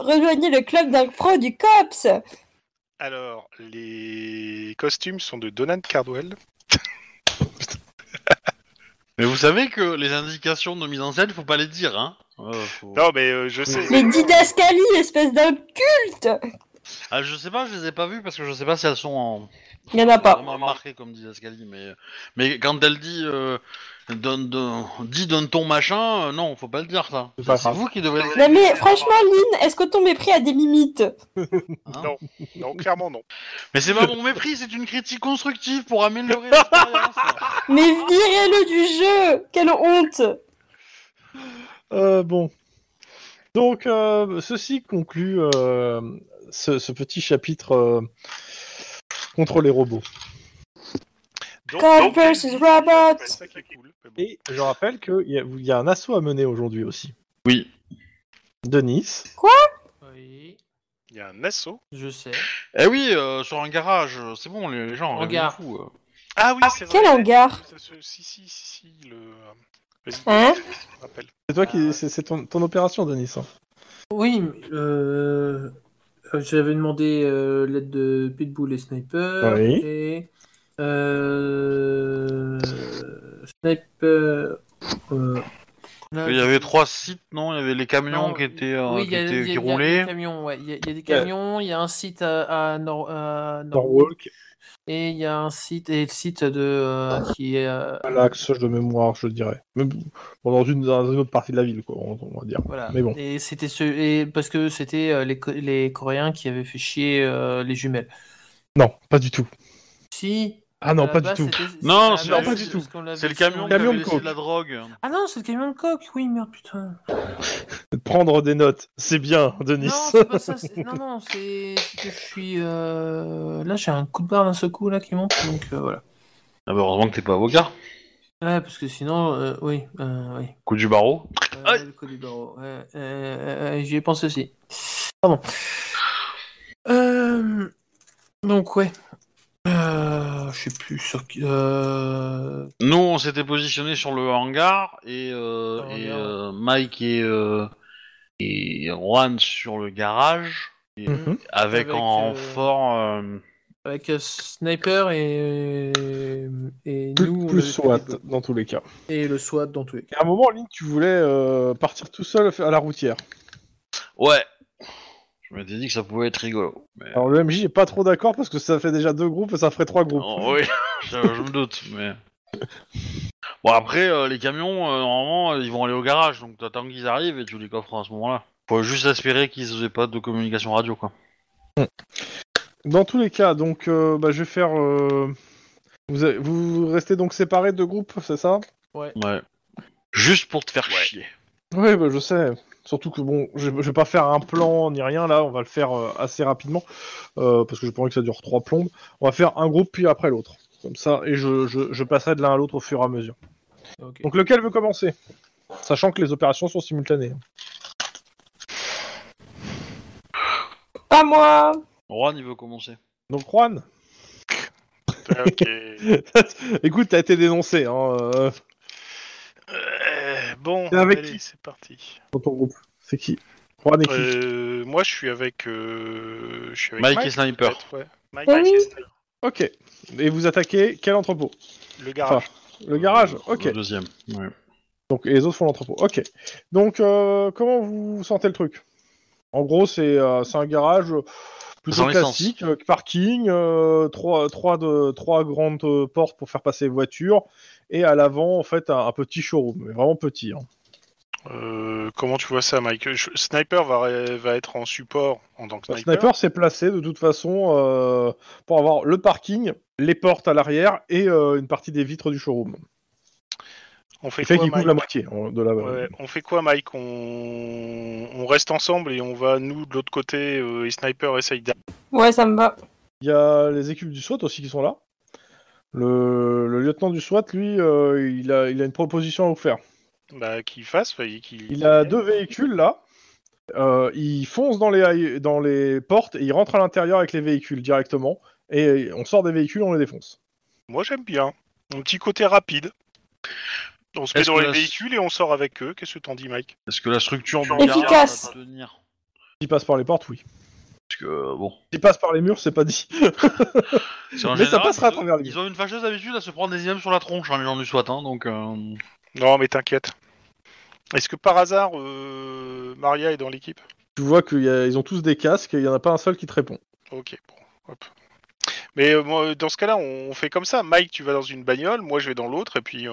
[SPEAKER 3] Rejoignez le club d'impro du COPS.
[SPEAKER 4] Alors, les costumes sont de Donan Cardwell.
[SPEAKER 2] Mais vous savez que les indications de mise en scène, faut pas les dire, hein Euh,
[SPEAKER 1] Oh.
[SPEAKER 2] faut-
[SPEAKER 4] Non, mais euh,
[SPEAKER 1] [LAUGHS]
[SPEAKER 4] je sais.
[SPEAKER 3] Les didascalies, espèce d'inculte.
[SPEAKER 2] Ah, je sais pas, je les ai pas vues parce que je sais pas si elles sont en.
[SPEAKER 3] Il y en a pas.
[SPEAKER 2] vraiment marquées comme dit Ascali, mais mais quand elle dit euh, donne, donne- dis donne ton machin, euh, non, faut pas le dire ça.
[SPEAKER 1] C'est pas
[SPEAKER 2] C'est
[SPEAKER 1] grave.
[SPEAKER 2] vous qui devez. le dire,
[SPEAKER 3] Non mais franchement, Lynn, est-ce que ton mépris a des limites
[SPEAKER 2] hein.
[SPEAKER 4] Non. Non, clairement non.
[SPEAKER 2] Mais c'est pas mon mépris, c'est une critique constructive pour améliorer
[SPEAKER 5] [LAUGHS]
[SPEAKER 2] l'expérience.
[SPEAKER 3] Mais virez-le du jeu Quelle honte
[SPEAKER 1] Euh, bon. Donc, euh, ceci conclut euh, ce, ce petit chapitre euh, contre les robots.
[SPEAKER 4] Donc,
[SPEAKER 3] God
[SPEAKER 4] donc-
[SPEAKER 3] versus robot.
[SPEAKER 4] C'est ça qui est cool. Mais bon.
[SPEAKER 1] Et je rappelle qu'il y, a- il y a un assaut à mener aujourd'hui aussi.
[SPEAKER 2] Oui.
[SPEAKER 1] De Nice.
[SPEAKER 5] Oui,
[SPEAKER 4] Il y a un assaut.
[SPEAKER 5] je sais.
[SPEAKER 2] Eh oui, euh, sur un garage, euh, c'est bon les, les gens.
[SPEAKER 5] En
[SPEAKER 2] ils
[SPEAKER 5] gare.
[SPEAKER 2] sont fous, euh.
[SPEAKER 4] Ah oui, c'est vrai.
[SPEAKER 3] Quel hangar
[SPEAKER 4] Ça se- Si, si, si, si, le. Vas-y,
[SPEAKER 3] Hein
[SPEAKER 4] je me rappelle.
[SPEAKER 1] C'est toi qui. C'est c'est ton, ton opération, Denis. hein.
[SPEAKER 5] Oui, mais, euh, euh, j'avais demandé euh, l'aide de Pitbull et Sniper.
[SPEAKER 1] Oui.
[SPEAKER 5] Et Euh... Sniper. euh, là,
[SPEAKER 2] Il y avait trois sites, non Il y avait les camions
[SPEAKER 5] Non,
[SPEAKER 2] qui étaient euh,
[SPEAKER 5] oui, il
[SPEAKER 2] qui,
[SPEAKER 5] y a-
[SPEAKER 2] étaient-
[SPEAKER 5] il y a-
[SPEAKER 2] qui
[SPEAKER 5] il y a des
[SPEAKER 2] roulaient.
[SPEAKER 5] camions, ouais. Il y a- il y a des camions, il y a un site à, à Nor- à Nor-
[SPEAKER 1] Norwalk,
[SPEAKER 5] et il y a un site et le site de euh, qui est euh,
[SPEAKER 1] l'axe de mémoire, je dirais. Même bon, dans, une, dans une autre partie de la ville, quoi, on, on va dire.
[SPEAKER 5] Voilà.
[SPEAKER 1] Mais bon.
[SPEAKER 5] Et c'était ce... et parce que c'était euh, les, Co- les Coréens qui avaient fait chier euh, les jumelles.
[SPEAKER 1] Non, pas du tout.
[SPEAKER 5] Si.
[SPEAKER 1] Ah non,
[SPEAKER 5] à la
[SPEAKER 1] pas du
[SPEAKER 5] base,
[SPEAKER 1] tout.
[SPEAKER 5] c'était-
[SPEAKER 2] Non,
[SPEAKER 5] à la
[SPEAKER 2] c'est-
[SPEAKER 5] base,
[SPEAKER 1] non, pas du
[SPEAKER 5] c'est-
[SPEAKER 1] tout.
[SPEAKER 5] parce qu'on l'avait-
[SPEAKER 2] C'est le
[SPEAKER 5] on
[SPEAKER 2] camion qui
[SPEAKER 5] l'avait-
[SPEAKER 1] Camion
[SPEAKER 2] avait
[SPEAKER 1] de
[SPEAKER 2] laissé
[SPEAKER 1] coke.
[SPEAKER 2] de la drogue.
[SPEAKER 5] Ah non, c'est le camion de coque. Oui, merde, putain.
[SPEAKER 1] Prendre des notes, c'est bien, Denis.
[SPEAKER 5] Non, c'est pas ça.
[SPEAKER 1] [LAUGHS]
[SPEAKER 5] c'est- Non, non, c'est c'est que je suis. euh, Là, j'ai un coup de barre d'un seul coup là qui monte, donc euh, voilà.
[SPEAKER 2] Ah bah heureusement que t'es pas avocat.
[SPEAKER 5] Ouais, parce que sinon, euh, oui, euh, oui.
[SPEAKER 2] Coup du barreau.
[SPEAKER 5] Euh,
[SPEAKER 2] Aïe.
[SPEAKER 5] le code du barreau. Euh, euh, euh, euh, J'y pense aussi. Pardon. Euh, donc, ouais. Euh, je sais plus sur qui. euh,
[SPEAKER 2] Nous, on s'était positionné sur le hangar et, euh,
[SPEAKER 5] Le
[SPEAKER 2] et,
[SPEAKER 5] hangar, ouais.
[SPEAKER 2] euh, Mike et, euh, et Juan sur le garage et-
[SPEAKER 5] Mm-hmm.
[SPEAKER 1] Mhm.
[SPEAKER 2] avec,
[SPEAKER 5] Avec,
[SPEAKER 2] en
[SPEAKER 5] euh,
[SPEAKER 2] fort. euh,
[SPEAKER 5] Avec euh, Sniper et. euh, Et
[SPEAKER 1] Plus,
[SPEAKER 5] nous. on
[SPEAKER 1] plus
[SPEAKER 5] avait
[SPEAKER 1] SWAT,
[SPEAKER 5] fait
[SPEAKER 1] dans tous les cas.
[SPEAKER 5] les- Et le SWAT dans tous les cas.
[SPEAKER 1] Et à un moment, Link, tu voulais euh, partir tout seul à la routière.
[SPEAKER 2] Ouais. Je m'étais dit que ça pouvait être rigolo. mais-
[SPEAKER 1] Alors le MJ est pas trop d'accord parce que ça fait déjà deux groupes et ça ferait trois groupes.
[SPEAKER 2] Oh, oui, [LAUGHS] je, je me doute,
[SPEAKER 5] [LAUGHS]
[SPEAKER 2] mais. Bon, après, euh, les camions, euh, normalement, euh, ils vont aller au garage, donc t'attends qu'ils arrivent et tu les coffres à ce moment-là. Faut juste espérer qu'ils aient pas de communication radio, quoi.
[SPEAKER 1] Dans tous les cas, donc euh, bah, je vais faire. euh, Vous, avez- vous restez donc séparés de groupes, c'est ça
[SPEAKER 2] Ouais. Juste pour te faire chier.
[SPEAKER 1] Oui, bah, je sais. Surtout que bon, je, je vais pas faire un plan ni rien là, on va le faire euh, assez rapidement euh, parce que je pense que ça dure trois plombes. On va faire un groupe puis après l'autre, comme ça, et je, je, je passerai de l'un à l'autre au fur et à mesure.
[SPEAKER 5] Ok.
[SPEAKER 1] Donc lequel veut commencer Sachant que les opérations sont simultanées.
[SPEAKER 3] Pas moi.
[SPEAKER 2] Juan, il veut commencer.
[SPEAKER 1] Donc Juan,
[SPEAKER 4] [LAUGHS]
[SPEAKER 1] [LAUGHS]
[SPEAKER 4] Ok.
[SPEAKER 1] écoute, t'as été dénoncé hein, euh,
[SPEAKER 4] Euh, bon,
[SPEAKER 1] T'es avec
[SPEAKER 4] allez,
[SPEAKER 1] qui
[SPEAKER 4] c'est parti.
[SPEAKER 1] dans ton groupe. C'est qui Juan et qui
[SPEAKER 4] Euh, moi, je suis avec. euh, je suis avec
[SPEAKER 2] Mike,
[SPEAKER 4] Mike,
[SPEAKER 2] et Sniper.
[SPEAKER 4] peut-être, ouais. Mike,
[SPEAKER 3] Eh Oui.
[SPEAKER 4] Mike et Sniper.
[SPEAKER 1] Ok. Et vous attaquez quel entrepôt
[SPEAKER 4] Le garage.
[SPEAKER 1] Le garage Ok.
[SPEAKER 2] Le deuxième. Ouais.
[SPEAKER 1] Donc, et les autres font l'entrepôt. Ok. Donc, euh, comment vous sentez le truc En gros, c'est euh, c'est un garage plutôt
[SPEAKER 2] Sans essence.
[SPEAKER 1] classique, euh, parking, euh, trois, trois, de, trois grandes euh, portes pour faire passer les voitures, et à l'avant, en fait, un, un petit showroom, mais vraiment petit. hein.
[SPEAKER 4] Euh, comment tu vois ça, Mike Je- Sniper va, ré- va être en support en tant que
[SPEAKER 1] Le
[SPEAKER 4] sniper.
[SPEAKER 1] Bah, sniper s'est placé de toute façon euh, pour avoir le parking, les portes à l'arrière et euh, une partie des vitres du showroom.
[SPEAKER 4] On fait,
[SPEAKER 1] Il fait
[SPEAKER 4] quoi,
[SPEAKER 1] qu'il couvre
[SPEAKER 4] Mike
[SPEAKER 1] la moitié hein, de la.
[SPEAKER 4] Ouais, on fait quoi, Mike on... on reste ensemble et on va, nous, de l'autre côté, euh, et Sniper essaye d'a-
[SPEAKER 3] Ouais, ça me va.
[SPEAKER 1] Il y a les équipes du SWAT aussi qui sont là. Le, le lieutenant du SWAT, lui, euh, il, a, il a une proposition à vous faire.
[SPEAKER 4] bah, qu'il fasse. enfin, qu'il-
[SPEAKER 1] Il a deux véhicules là. Euh, il fonce dans les, dans les portes et il rentre à l'intérieur avec les véhicules directement. Et on sort des véhicules, on les défonce.
[SPEAKER 4] Moi, j'aime bien. Un petit côté rapide. On se met
[SPEAKER 2] Est-ce
[SPEAKER 4] dans
[SPEAKER 2] que
[SPEAKER 4] les
[SPEAKER 2] la-
[SPEAKER 4] véhicules et on sort avec eux. Qu'est-ce que t'en dis, Mike
[SPEAKER 2] Est-ce que la structure du
[SPEAKER 3] Efficace.
[SPEAKER 2] garage va tenir
[SPEAKER 1] S'il passe par les portes, oui.
[SPEAKER 2] Parce que, euh, bon.
[SPEAKER 1] S'il passe par les murs, c'est pas dit. [LAUGHS]
[SPEAKER 2] C'est en
[SPEAKER 1] Mais ça
[SPEAKER 2] général,
[SPEAKER 1] passera à
[SPEAKER 2] ils-
[SPEAKER 1] travers les
[SPEAKER 2] Ils ont une fâcheuse habitude à se prendre des immeubles sur la tronche, hein, les gens du SWAT, hein, donc. euh,
[SPEAKER 4] Non, mais t'inquiète. Est-ce que par hasard, euh, Maria est dans l'équipe
[SPEAKER 1] tu vois qu'ils ont tous des casques et il n'y en a pas un seul qui te répond.
[SPEAKER 4] Ok, bon, hop. Mais euh, moi, dans ce cas-là, on fait comme ça. Mike, tu vas dans une bagnole, moi je vais dans l'autre, et puis on,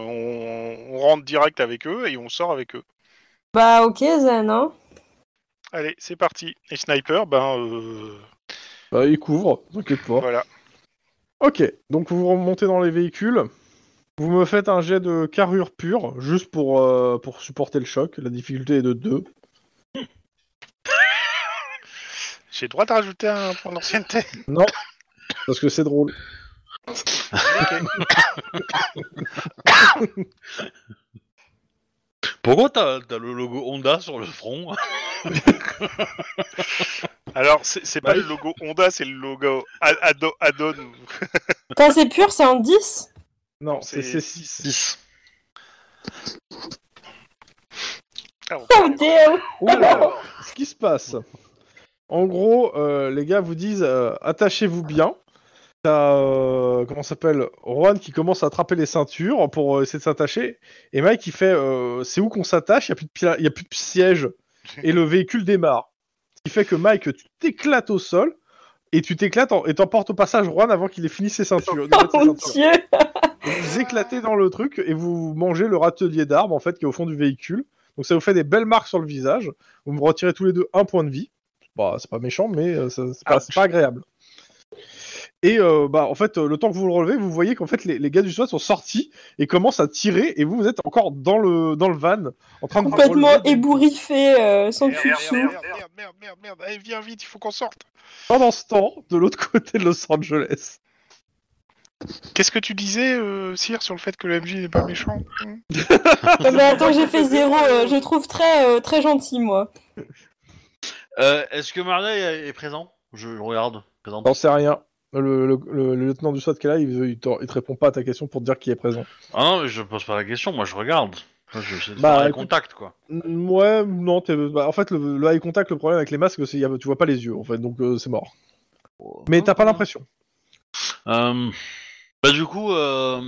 [SPEAKER 4] on rentre direct avec eux et on sort avec eux.
[SPEAKER 3] Bah, ok, Zen, hein.
[SPEAKER 4] Allez, c'est parti. Et sniper, ben euh,
[SPEAKER 1] Bah, il couvre, t'inquiète pas.
[SPEAKER 4] voilà.
[SPEAKER 1] Ok, donc vous remontez dans les véhicules. Vous me faites un jet de carrure pure, juste pour, euh, pour supporter le choc. La difficulté est de 2.
[SPEAKER 4] J'ai le droit de rajouter un point d'ancienneté.
[SPEAKER 1] Non, parce que c'est drôle.
[SPEAKER 2] Pourquoi t'as t'as le logo Honda sur le [LAUGHS] front
[SPEAKER 4] [LAUGHS] Alors, c'est c'est pas
[SPEAKER 1] Bah,
[SPEAKER 4] le logo Honda, c'est le logo A- Ado- Adon.
[SPEAKER 3] Quand c'est pur, c'est en 10.
[SPEAKER 1] Non,
[SPEAKER 4] C'est-
[SPEAKER 1] c'est 6.
[SPEAKER 2] 6.
[SPEAKER 4] Ah, on
[SPEAKER 3] Oh, damn.
[SPEAKER 1] [LAUGHS] Ce qui se passe. En gros, euh, les gars vous disent euh, attachez-vous bien. t'as euh, comment ça s'appelle Juan qui commence à attraper les ceintures pour euh, essayer de s'attacher et Mike qui fait euh, c'est où qu'on s'attache il y a plus de pila- il y a plus de siège et le véhicule démarre ce qui fait que Mike tu t'éclates au sol et tu t'éclates en- et t'emportes au passage Juan avant qu'il ait fini ses ceintures, de mettre ses
[SPEAKER 3] Oh mon
[SPEAKER 1] ceintures.
[SPEAKER 3] dieu
[SPEAKER 1] Et vous éclatez dans le truc et vous mangez le râtelier d'armes en fait qui est au fond du véhicule donc ça vous fait des belles marques sur le visage vous me retirez tous les deux un point de vie bah c'est pas méchant mais euh, ça- c'est pas, c'est pas agréable et euh, bah en fait euh, le temps que vous le relevez vous voyez qu'en fait les, les gars du SWAT sont sortis et commencent à tirer et vous vous êtes encore dans le dans le van en train de
[SPEAKER 3] Complètement
[SPEAKER 1] relever-
[SPEAKER 3] ébouriffé, euh, sans
[SPEAKER 4] Merde,
[SPEAKER 3] cul
[SPEAKER 4] merde,
[SPEAKER 3] dessous.
[SPEAKER 4] merde, merde, merde, merde, merde, allez, viens vite, il faut qu'on sorte.
[SPEAKER 1] pendant ce temps de l'autre [LAUGHS] côté de Los Angeles
[SPEAKER 4] Qu'est-ce que tu disais, euh, Cyr, sur le fait que le MJ n'est pas méchant Hmm
[SPEAKER 3] Non, mais attends, j'ai fait zéro. euh, je trouve très, euh, très gentil, moi.
[SPEAKER 2] Euh, Est-ce que Maria est, est présent Je regarde. Présent.
[SPEAKER 1] j'en sais rien le, le- le- le lieutenant du SWAT qui est là il, il te- il te répond pas à ta question pour te dire qui est présent
[SPEAKER 2] Ah non, mais je pose pas la question, moi je regarde. Moi, Je, je,
[SPEAKER 1] Bah,
[SPEAKER 2] bah,
[SPEAKER 1] écoute.
[SPEAKER 2] contact quoi.
[SPEAKER 1] Mm, Ouais, non, t'es- bah, en fait, le, le eye contact, le problème avec les masques, c'est y a- tu vois pas les yeux, en fait, donc euh, c'est mort. Mais t'as pas l'impression.
[SPEAKER 2] Euh, bah du coup, euh,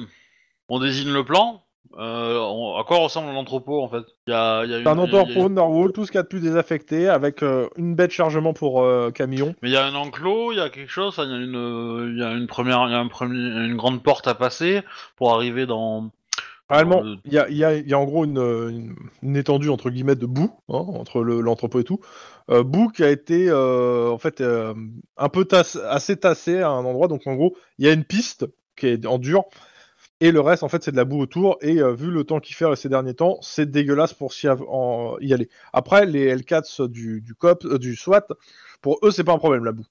[SPEAKER 2] on désigne le plan. Euh, on- à quoi ressemble l'entrepôt en fait Il y a, il y a une-
[SPEAKER 1] T'as un endroit
[SPEAKER 2] il y a-
[SPEAKER 1] pour Norwall, tout ce qu'il y a de plus désaffecté, avec euh, une bête chargement pour euh, camion.
[SPEAKER 2] Mais il y a un enclos, il y a quelque chose, enfin, il y a une, euh, il y a une première, il y a un premier, une grande porte à passer pour arriver dans.
[SPEAKER 1] Réellement,
[SPEAKER 2] Euh,
[SPEAKER 1] il y a, il y a- il y a en gros une, euh, une- une étendue, entre guillemets, de boue, hein, entre le- l'entrepôt et tout. Euh, boue qui a été, euh, en fait, euh, un peu tasse- assez tassée à un endroit, donc en gros, il y a une piste qui est en dur, et le reste, en fait, c'est de la boue autour. Et euh, vu le temps qu'il fait ces derniers temps, c'est dégueulasse pour s'y av- en- y aller. Après, les L4 du, du, COP, euh, du SWAT, pour eux, c'est pas un problème la boue.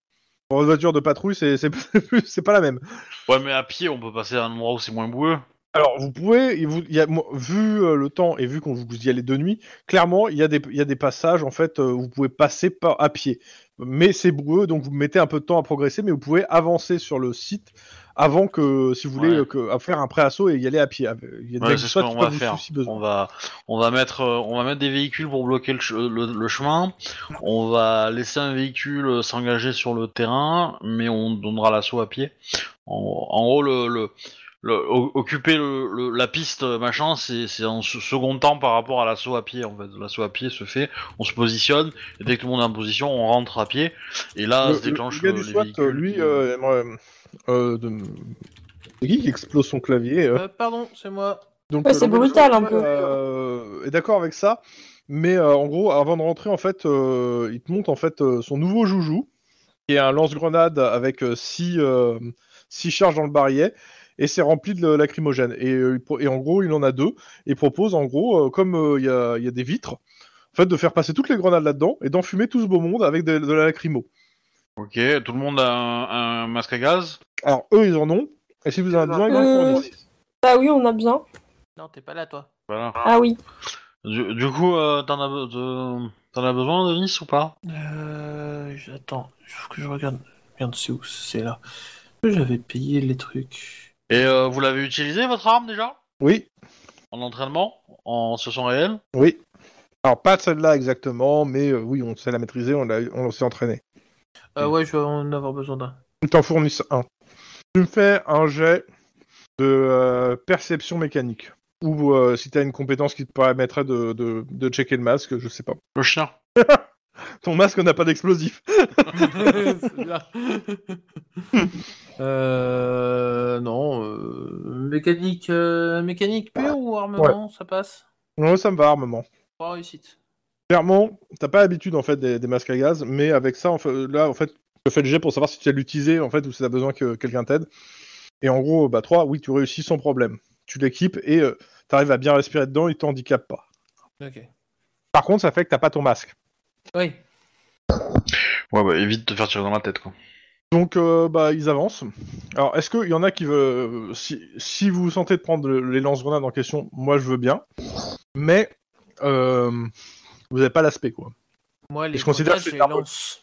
[SPEAKER 1] Pour une voiture de patrouille, c'est c'est [LAUGHS] plus- c'est pas la même.
[SPEAKER 2] Ouais, mais à pied, on peut passer à un endroit où c'est moins boueux.
[SPEAKER 1] Alors, vous pouvez, il vous- il y a, moi, vu euh, le temps et vu qu'on vous vous y allez de nuit, clairement, il y, a des- il y a des passages en fait euh, où vous pouvez passer par, à pied. Mais c'est boueux, donc vous mettez un peu de temps à progresser, mais vous pouvez avancer sur le site avant que, si vous voulez,
[SPEAKER 2] Ouais.
[SPEAKER 1] euh, que, à faire un pré-assaut et y aller à pied. Ah, Il y a des
[SPEAKER 2] Ouais, c'est ce
[SPEAKER 1] experts qui
[SPEAKER 2] qu'on
[SPEAKER 1] peuvent
[SPEAKER 2] va
[SPEAKER 1] vous
[SPEAKER 2] faire.
[SPEAKER 1] soucier besoin.
[SPEAKER 2] On va, on va mettre, euh, on va mettre des véhicules pour bloquer le, che- euh, le- le chemin. On va laisser un véhicule euh, s'engager sur le terrain, mais on donnera l'assaut à pied. En, en gros, le, le- le- o- occuper le- le- la piste euh, machin, c'est c'est en se- second temps par rapport à l'assaut à pied. En fait, l'assaut à pied se fait, on se positionne, et dès que tout le monde est en position, on rentre à pied. Et là,
[SPEAKER 1] Le-
[SPEAKER 2] se déclenche
[SPEAKER 1] le,
[SPEAKER 2] le,
[SPEAKER 1] gars du
[SPEAKER 2] les
[SPEAKER 1] SWAT,
[SPEAKER 2] véhicules
[SPEAKER 1] lui,
[SPEAKER 2] qui-
[SPEAKER 1] euh, aimerait, euh, de... c'est qui qui explose son clavier euh.
[SPEAKER 5] Euh, pardon, c'est moi.
[SPEAKER 1] Donc,
[SPEAKER 3] Ouais,
[SPEAKER 1] euh,
[SPEAKER 3] c'est
[SPEAKER 1] le gars du
[SPEAKER 3] brutal un peu.
[SPEAKER 1] euh, est d'accord avec ça, mais euh, en gros, avant de rentrer, en fait, euh, il te montre en fait euh, son nouveau joujou, qui est un lance-grenade avec euh, 6 charges dans le barillet, et c'est rempli de lacrymogène. Et, euh, il pro- et en gros, il en a deux, et propose en gros, euh, comme euh, il y a- il y, a des vitres, en fait, de faire passer toutes les grenades là-dedans et d'enfumer tout ce beau monde avec de, de la lacrymo.
[SPEAKER 2] Ok, tout le monde a un, un masque à gaz.
[SPEAKER 1] Alors, eux, ils en ont, et si vous en avez besoin, ils en
[SPEAKER 3] Euh,
[SPEAKER 1] ont.
[SPEAKER 3] Bah oui, on a besoin.
[SPEAKER 5] Non, t'es pas là, toi.
[SPEAKER 2] Voilà.
[SPEAKER 3] Ah oui.
[SPEAKER 2] Du, du coup, euh, t'en as, be- de- t'en as besoin, Denis, ou pas
[SPEAKER 5] Euh. J'attends. Il faut que je regarde. Merde, c'est où C'est là. J'avais payé les trucs.
[SPEAKER 2] Et euh, vous l'avez utilisé, votre arme, déjà
[SPEAKER 1] Oui,
[SPEAKER 2] En entraînement En se sent réel
[SPEAKER 1] Oui. Alors, pas celle-là exactement, mais euh, oui, on sait la maîtriser, on, l'a- on s'est entraîné.
[SPEAKER 5] Euh, ouais, je vais en avoir besoin d'un.
[SPEAKER 1] Ils t'en fournissent un. Tu me fais un jet de euh, perception mécanique. Ou euh, si t'as une compétence qui te permettrait de, de- de checker le masque, je sais pas.
[SPEAKER 2] Le chien.
[SPEAKER 1] Ton masque n'a pas d'explosif.
[SPEAKER 5] [LAUGHS]
[SPEAKER 1] [LAUGHS]
[SPEAKER 5] C'est bien. [LAUGHS] euh. Non. euh, Mécanique. euh, Mécanique pure ou armement Ça passe
[SPEAKER 1] Non, ça me va, armement.
[SPEAKER 5] Trois réussites.
[SPEAKER 1] Clairement, t'as pas l'habitude en fait des, des masques à gaz, mais avec ça, en fait, là, en fait, je fais le jet pour savoir si tu as l'utiliser en fait ou si t'as besoin que quelqu'un t'aide. Et en gros, bah 3, oui, tu réussis sans problème. Tu l'équipes et tu t'arrives à bien respirer dedans, il t'handicape pas.
[SPEAKER 5] Ok.
[SPEAKER 1] Par contre, ça fait que t'as pas ton masque.
[SPEAKER 5] Oui.
[SPEAKER 2] Ouais, bah évite de te faire tirer dans la tête, quoi.
[SPEAKER 1] Donc, euh, bah, ils avancent. Alors, est-ce qu'il y en a qui veulent. Si, si vous vous sentez de prendre le- les lance-grenades en question, moi je veux bien. Mais. euh, vous n'avez pas l'aspect, quoi.
[SPEAKER 5] Moi, les
[SPEAKER 1] je considère
[SPEAKER 5] pointages,
[SPEAKER 1] que c'est
[SPEAKER 5] je les
[SPEAKER 1] nerveux.
[SPEAKER 5] lance.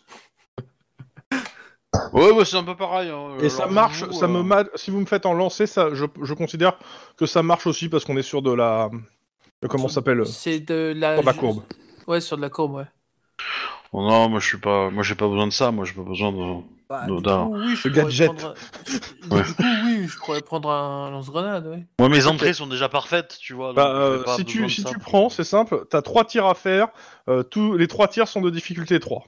[SPEAKER 2] Ouais, bah c'est un peu pareil. hein,
[SPEAKER 1] Et
[SPEAKER 2] euh,
[SPEAKER 1] ça
[SPEAKER 2] alors,
[SPEAKER 1] marche,
[SPEAKER 2] vous,
[SPEAKER 1] ça
[SPEAKER 2] euh,
[SPEAKER 1] me ma- si vous me faites en lancer, ça, je, je considère que ça marche aussi parce qu'on est sur de la. de Comment ça s'appelle euh,
[SPEAKER 5] C'est de la.
[SPEAKER 1] Sur la courbe.
[SPEAKER 5] Ouais, sur de la courbe, ouais.
[SPEAKER 2] Bon, Oh non, moi je suis pas, moi j'ai pas besoin de ça, moi j'ai pas besoin de.
[SPEAKER 5] Bah,
[SPEAKER 2] Non,
[SPEAKER 5] du
[SPEAKER 2] non.
[SPEAKER 5] coup, oui, je
[SPEAKER 1] Le
[SPEAKER 5] pourrais
[SPEAKER 1] gadget.
[SPEAKER 5] prendre
[SPEAKER 2] [LAUGHS]
[SPEAKER 5] un-
[SPEAKER 2] Ouais.
[SPEAKER 5] Du coup, oui, je pourrais prendre un lance-grenade, ouais.
[SPEAKER 2] Moi mes entrées sont déjà parfaites, tu vois. donc
[SPEAKER 1] Bah,
[SPEAKER 2] j'ai
[SPEAKER 1] euh,
[SPEAKER 2] pas
[SPEAKER 1] si
[SPEAKER 2] besoin
[SPEAKER 1] tu,
[SPEAKER 2] de
[SPEAKER 1] si
[SPEAKER 2] ça.
[SPEAKER 1] tu prends, c'est simple, t'as trois tirs à faire, euh, tous, les trois tirs sont de difficulté 3.